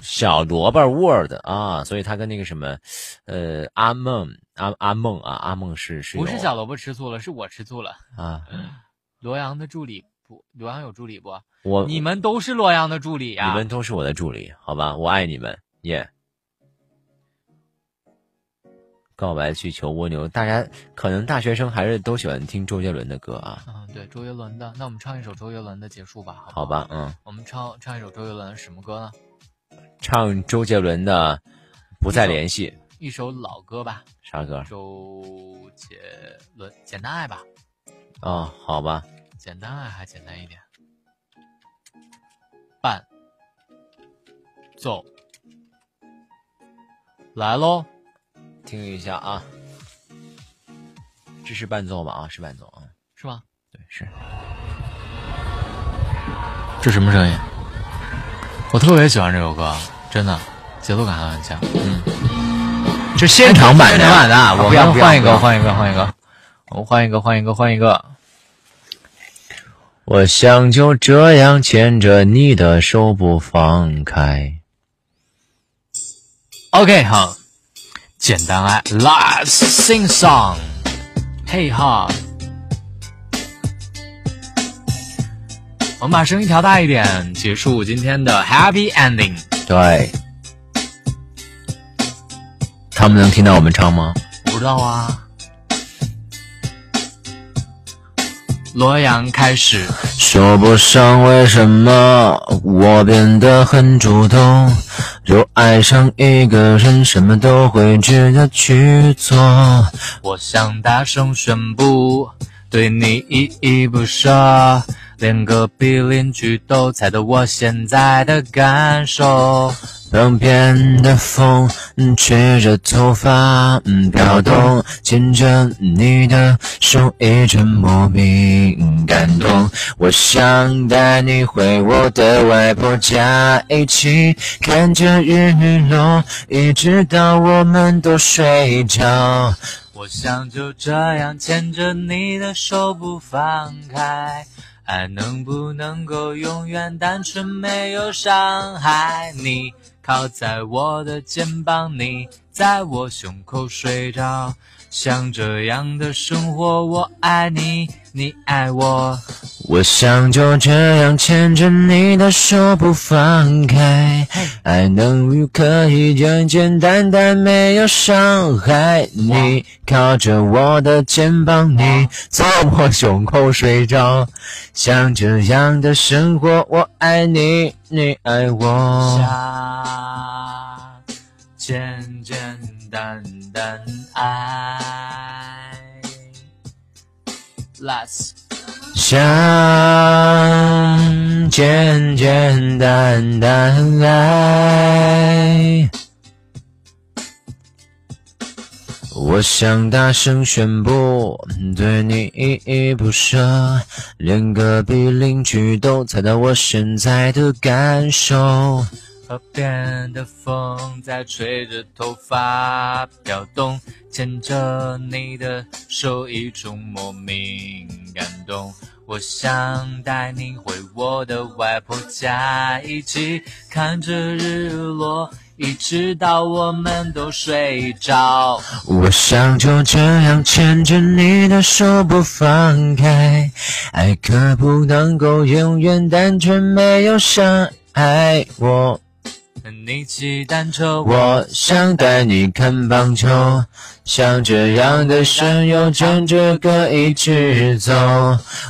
S2: 小萝卜 Word 啊，所以他跟那个什么，呃，阿梦阿阿梦啊，阿梦是是有
S1: 不是小萝卜吃醋了，是我吃醋了。
S2: 啊，
S1: 罗阳的助理不？罗阳有助理不？
S2: 我
S1: 你们都是罗阳的助理呀、
S2: 你们都是我的助理，好吧，我爱你们，耶、告白气球蜗牛，大家可能大学生还是都喜欢听周杰伦的歌啊，
S1: 嗯，对，周杰伦的。那我们唱一首周杰伦的结束吧，好不
S2: 好
S1: 好？
S2: 吧，嗯，
S1: 我们唱唱一首周杰伦什么歌呢？
S2: 唱周杰伦的《不再联系》
S1: 一首老歌吧，
S2: 啥歌啊、
S1: 周杰伦《简单爱》吧，
S2: 哦？好吧，
S1: 《简单爱》还简单一点。伴奏来喽，
S2: 听一下啊，这是伴奏吧？啊，是伴奏啊，
S1: 是吗？
S2: 对，是。
S1: 这什么声音？我特别喜欢这首歌，真的，节奏感很强。嗯
S2: 这现场版
S1: 现
S2: 的，
S1: 场版的啊，我
S2: 不要
S1: 们换一个，换
S2: 换
S1: 一个，换一个，我们换一个，换一个，换一个。
S8: 我想就这样牵着你的手不放开。
S1: OK，好，简单爱，Let's sing song，嘿哈。我们把声音调大一点，结束今天的 Happy Ending。
S8: 对，他们能听到我们唱吗？
S1: 不知道啊。罗阳开始，
S2: 说不上为什么，我变得很主动，就爱上一个人，什么都会值得去做。
S1: 我想大声宣布，对你依依不舍，连隔壁邻居都猜到我现在的感受。
S2: 旁边的风，嗯吹着头发，嗯飘动，牵着你的手，一阵莫名感动。我想带你回我的外婆家，一起看着日落，一直到我们都睡着。
S1: 我想就这样牵着你的手不放开，爱能不能够永远单纯没有伤害？你靠在我的肩膀，你在我胸口睡着，像这样的生活，我爱你，你爱我。
S2: 我想就这样牵着你的手不放开，爱能不可以简简单单没有伤害？你靠着我的肩膀，你在我胸口睡着，像这样的生活，我爱你，你爱我。
S1: 下简简单单爱，Let's
S2: 想简简单单爱。我想大声宣布，对你依依不舍，连隔壁邻居都猜到我现在的感受。
S1: 河边的风在吹着头发飘动，牵着你的手，一种莫名感动。我想带你回我的外婆家，一起看着日落，一直到我们都睡着。
S2: 我想就这样牵着你的手不放开，爱可不能够永远单纯，没有伤害我。
S1: 你骑单车，
S2: 我想带你看棒球，像这样的声优真着可以直走。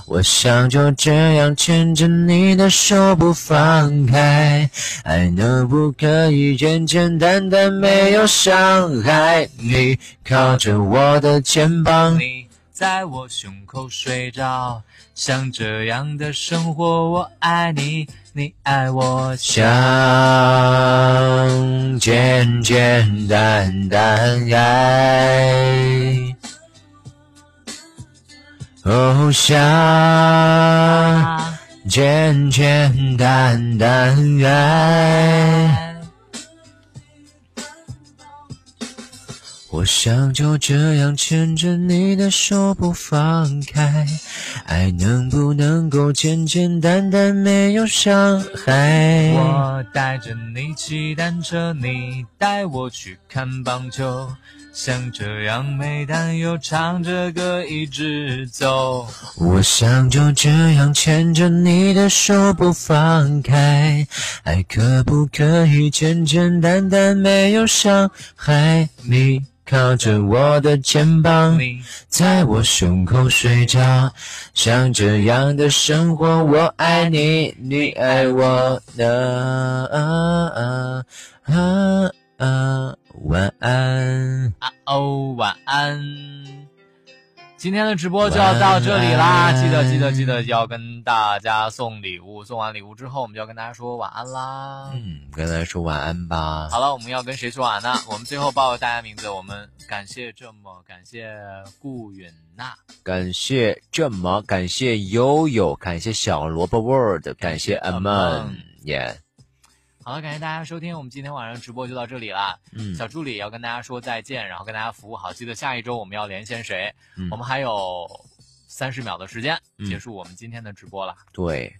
S2: 我想就这样牵着你的手不放开，爱能不可以简简单单没有伤害？你靠着我的肩膀，
S1: 你在我胸口睡着，像这样的生活，我爱你，你爱我。
S2: 想简简单单爱。哦，想简简单单爱。我想就这样牵着你的手不放开，爱能不能够简简单单没有伤害？
S1: 我带着你骑单车，你带我去看棒球，像这样没担忧，唱着歌一直走。
S2: 我想就这样牵着你的手不放开，爱可不可以简简单单没有伤害？你靠着我的肩膀，
S1: 你
S2: 在我胸口睡着，像这样的生活，我爱你，你爱我呢。啊啊啊啊！晚安。
S1: 啊哦，晚安。今天的直播就要到这里啦，
S2: 晚安
S1: 记得记得记得要跟大家送礼物，送完礼物之后，我们就要跟大家说晚安啦。
S8: 嗯，跟大家说晚安吧。
S1: 好了，我们要跟谁说晚安呢？我们最后报大家名字，我们感谢这么感谢顾允娜。
S8: 感谢这么，感谢悠悠，感谢小萝卜 word，感谢
S1: 感谢
S8: 阿
S1: Amon
S8: 门，耶，
S1: 好了，感谢大家收听，我们今天晚上直播就到这里啦。
S8: 嗯
S1: 小助理要跟大家说再见，然后跟大家服务好，记得下一周我们要连线谁？
S8: 嗯
S1: 我们还有三十秒的时间
S2: 嗯
S1: 结束我们今天的直播了。
S2: 对，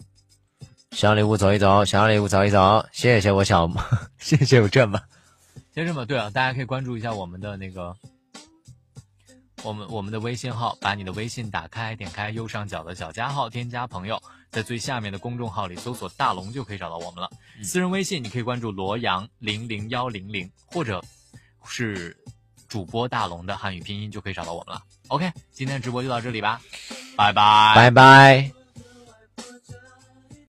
S2: 想要礼物走一走，想要礼物走一走，谢谢我小， [laughs] 谢谢我这么，
S1: 先生们，对了，啊大家可以关注一下我们的那个，我们我们的微信号，把你的微信打开，点开右上角的小加号，添加朋友，在最下面的公众号里搜索“大龙”就可以找到我们了。私人微信你可以关注罗阳零零幺零零，或者是主播大龙的汉语拼音就可以找到我们了。OK，今天直播就到这里吧，拜拜。
S2: 拜拜。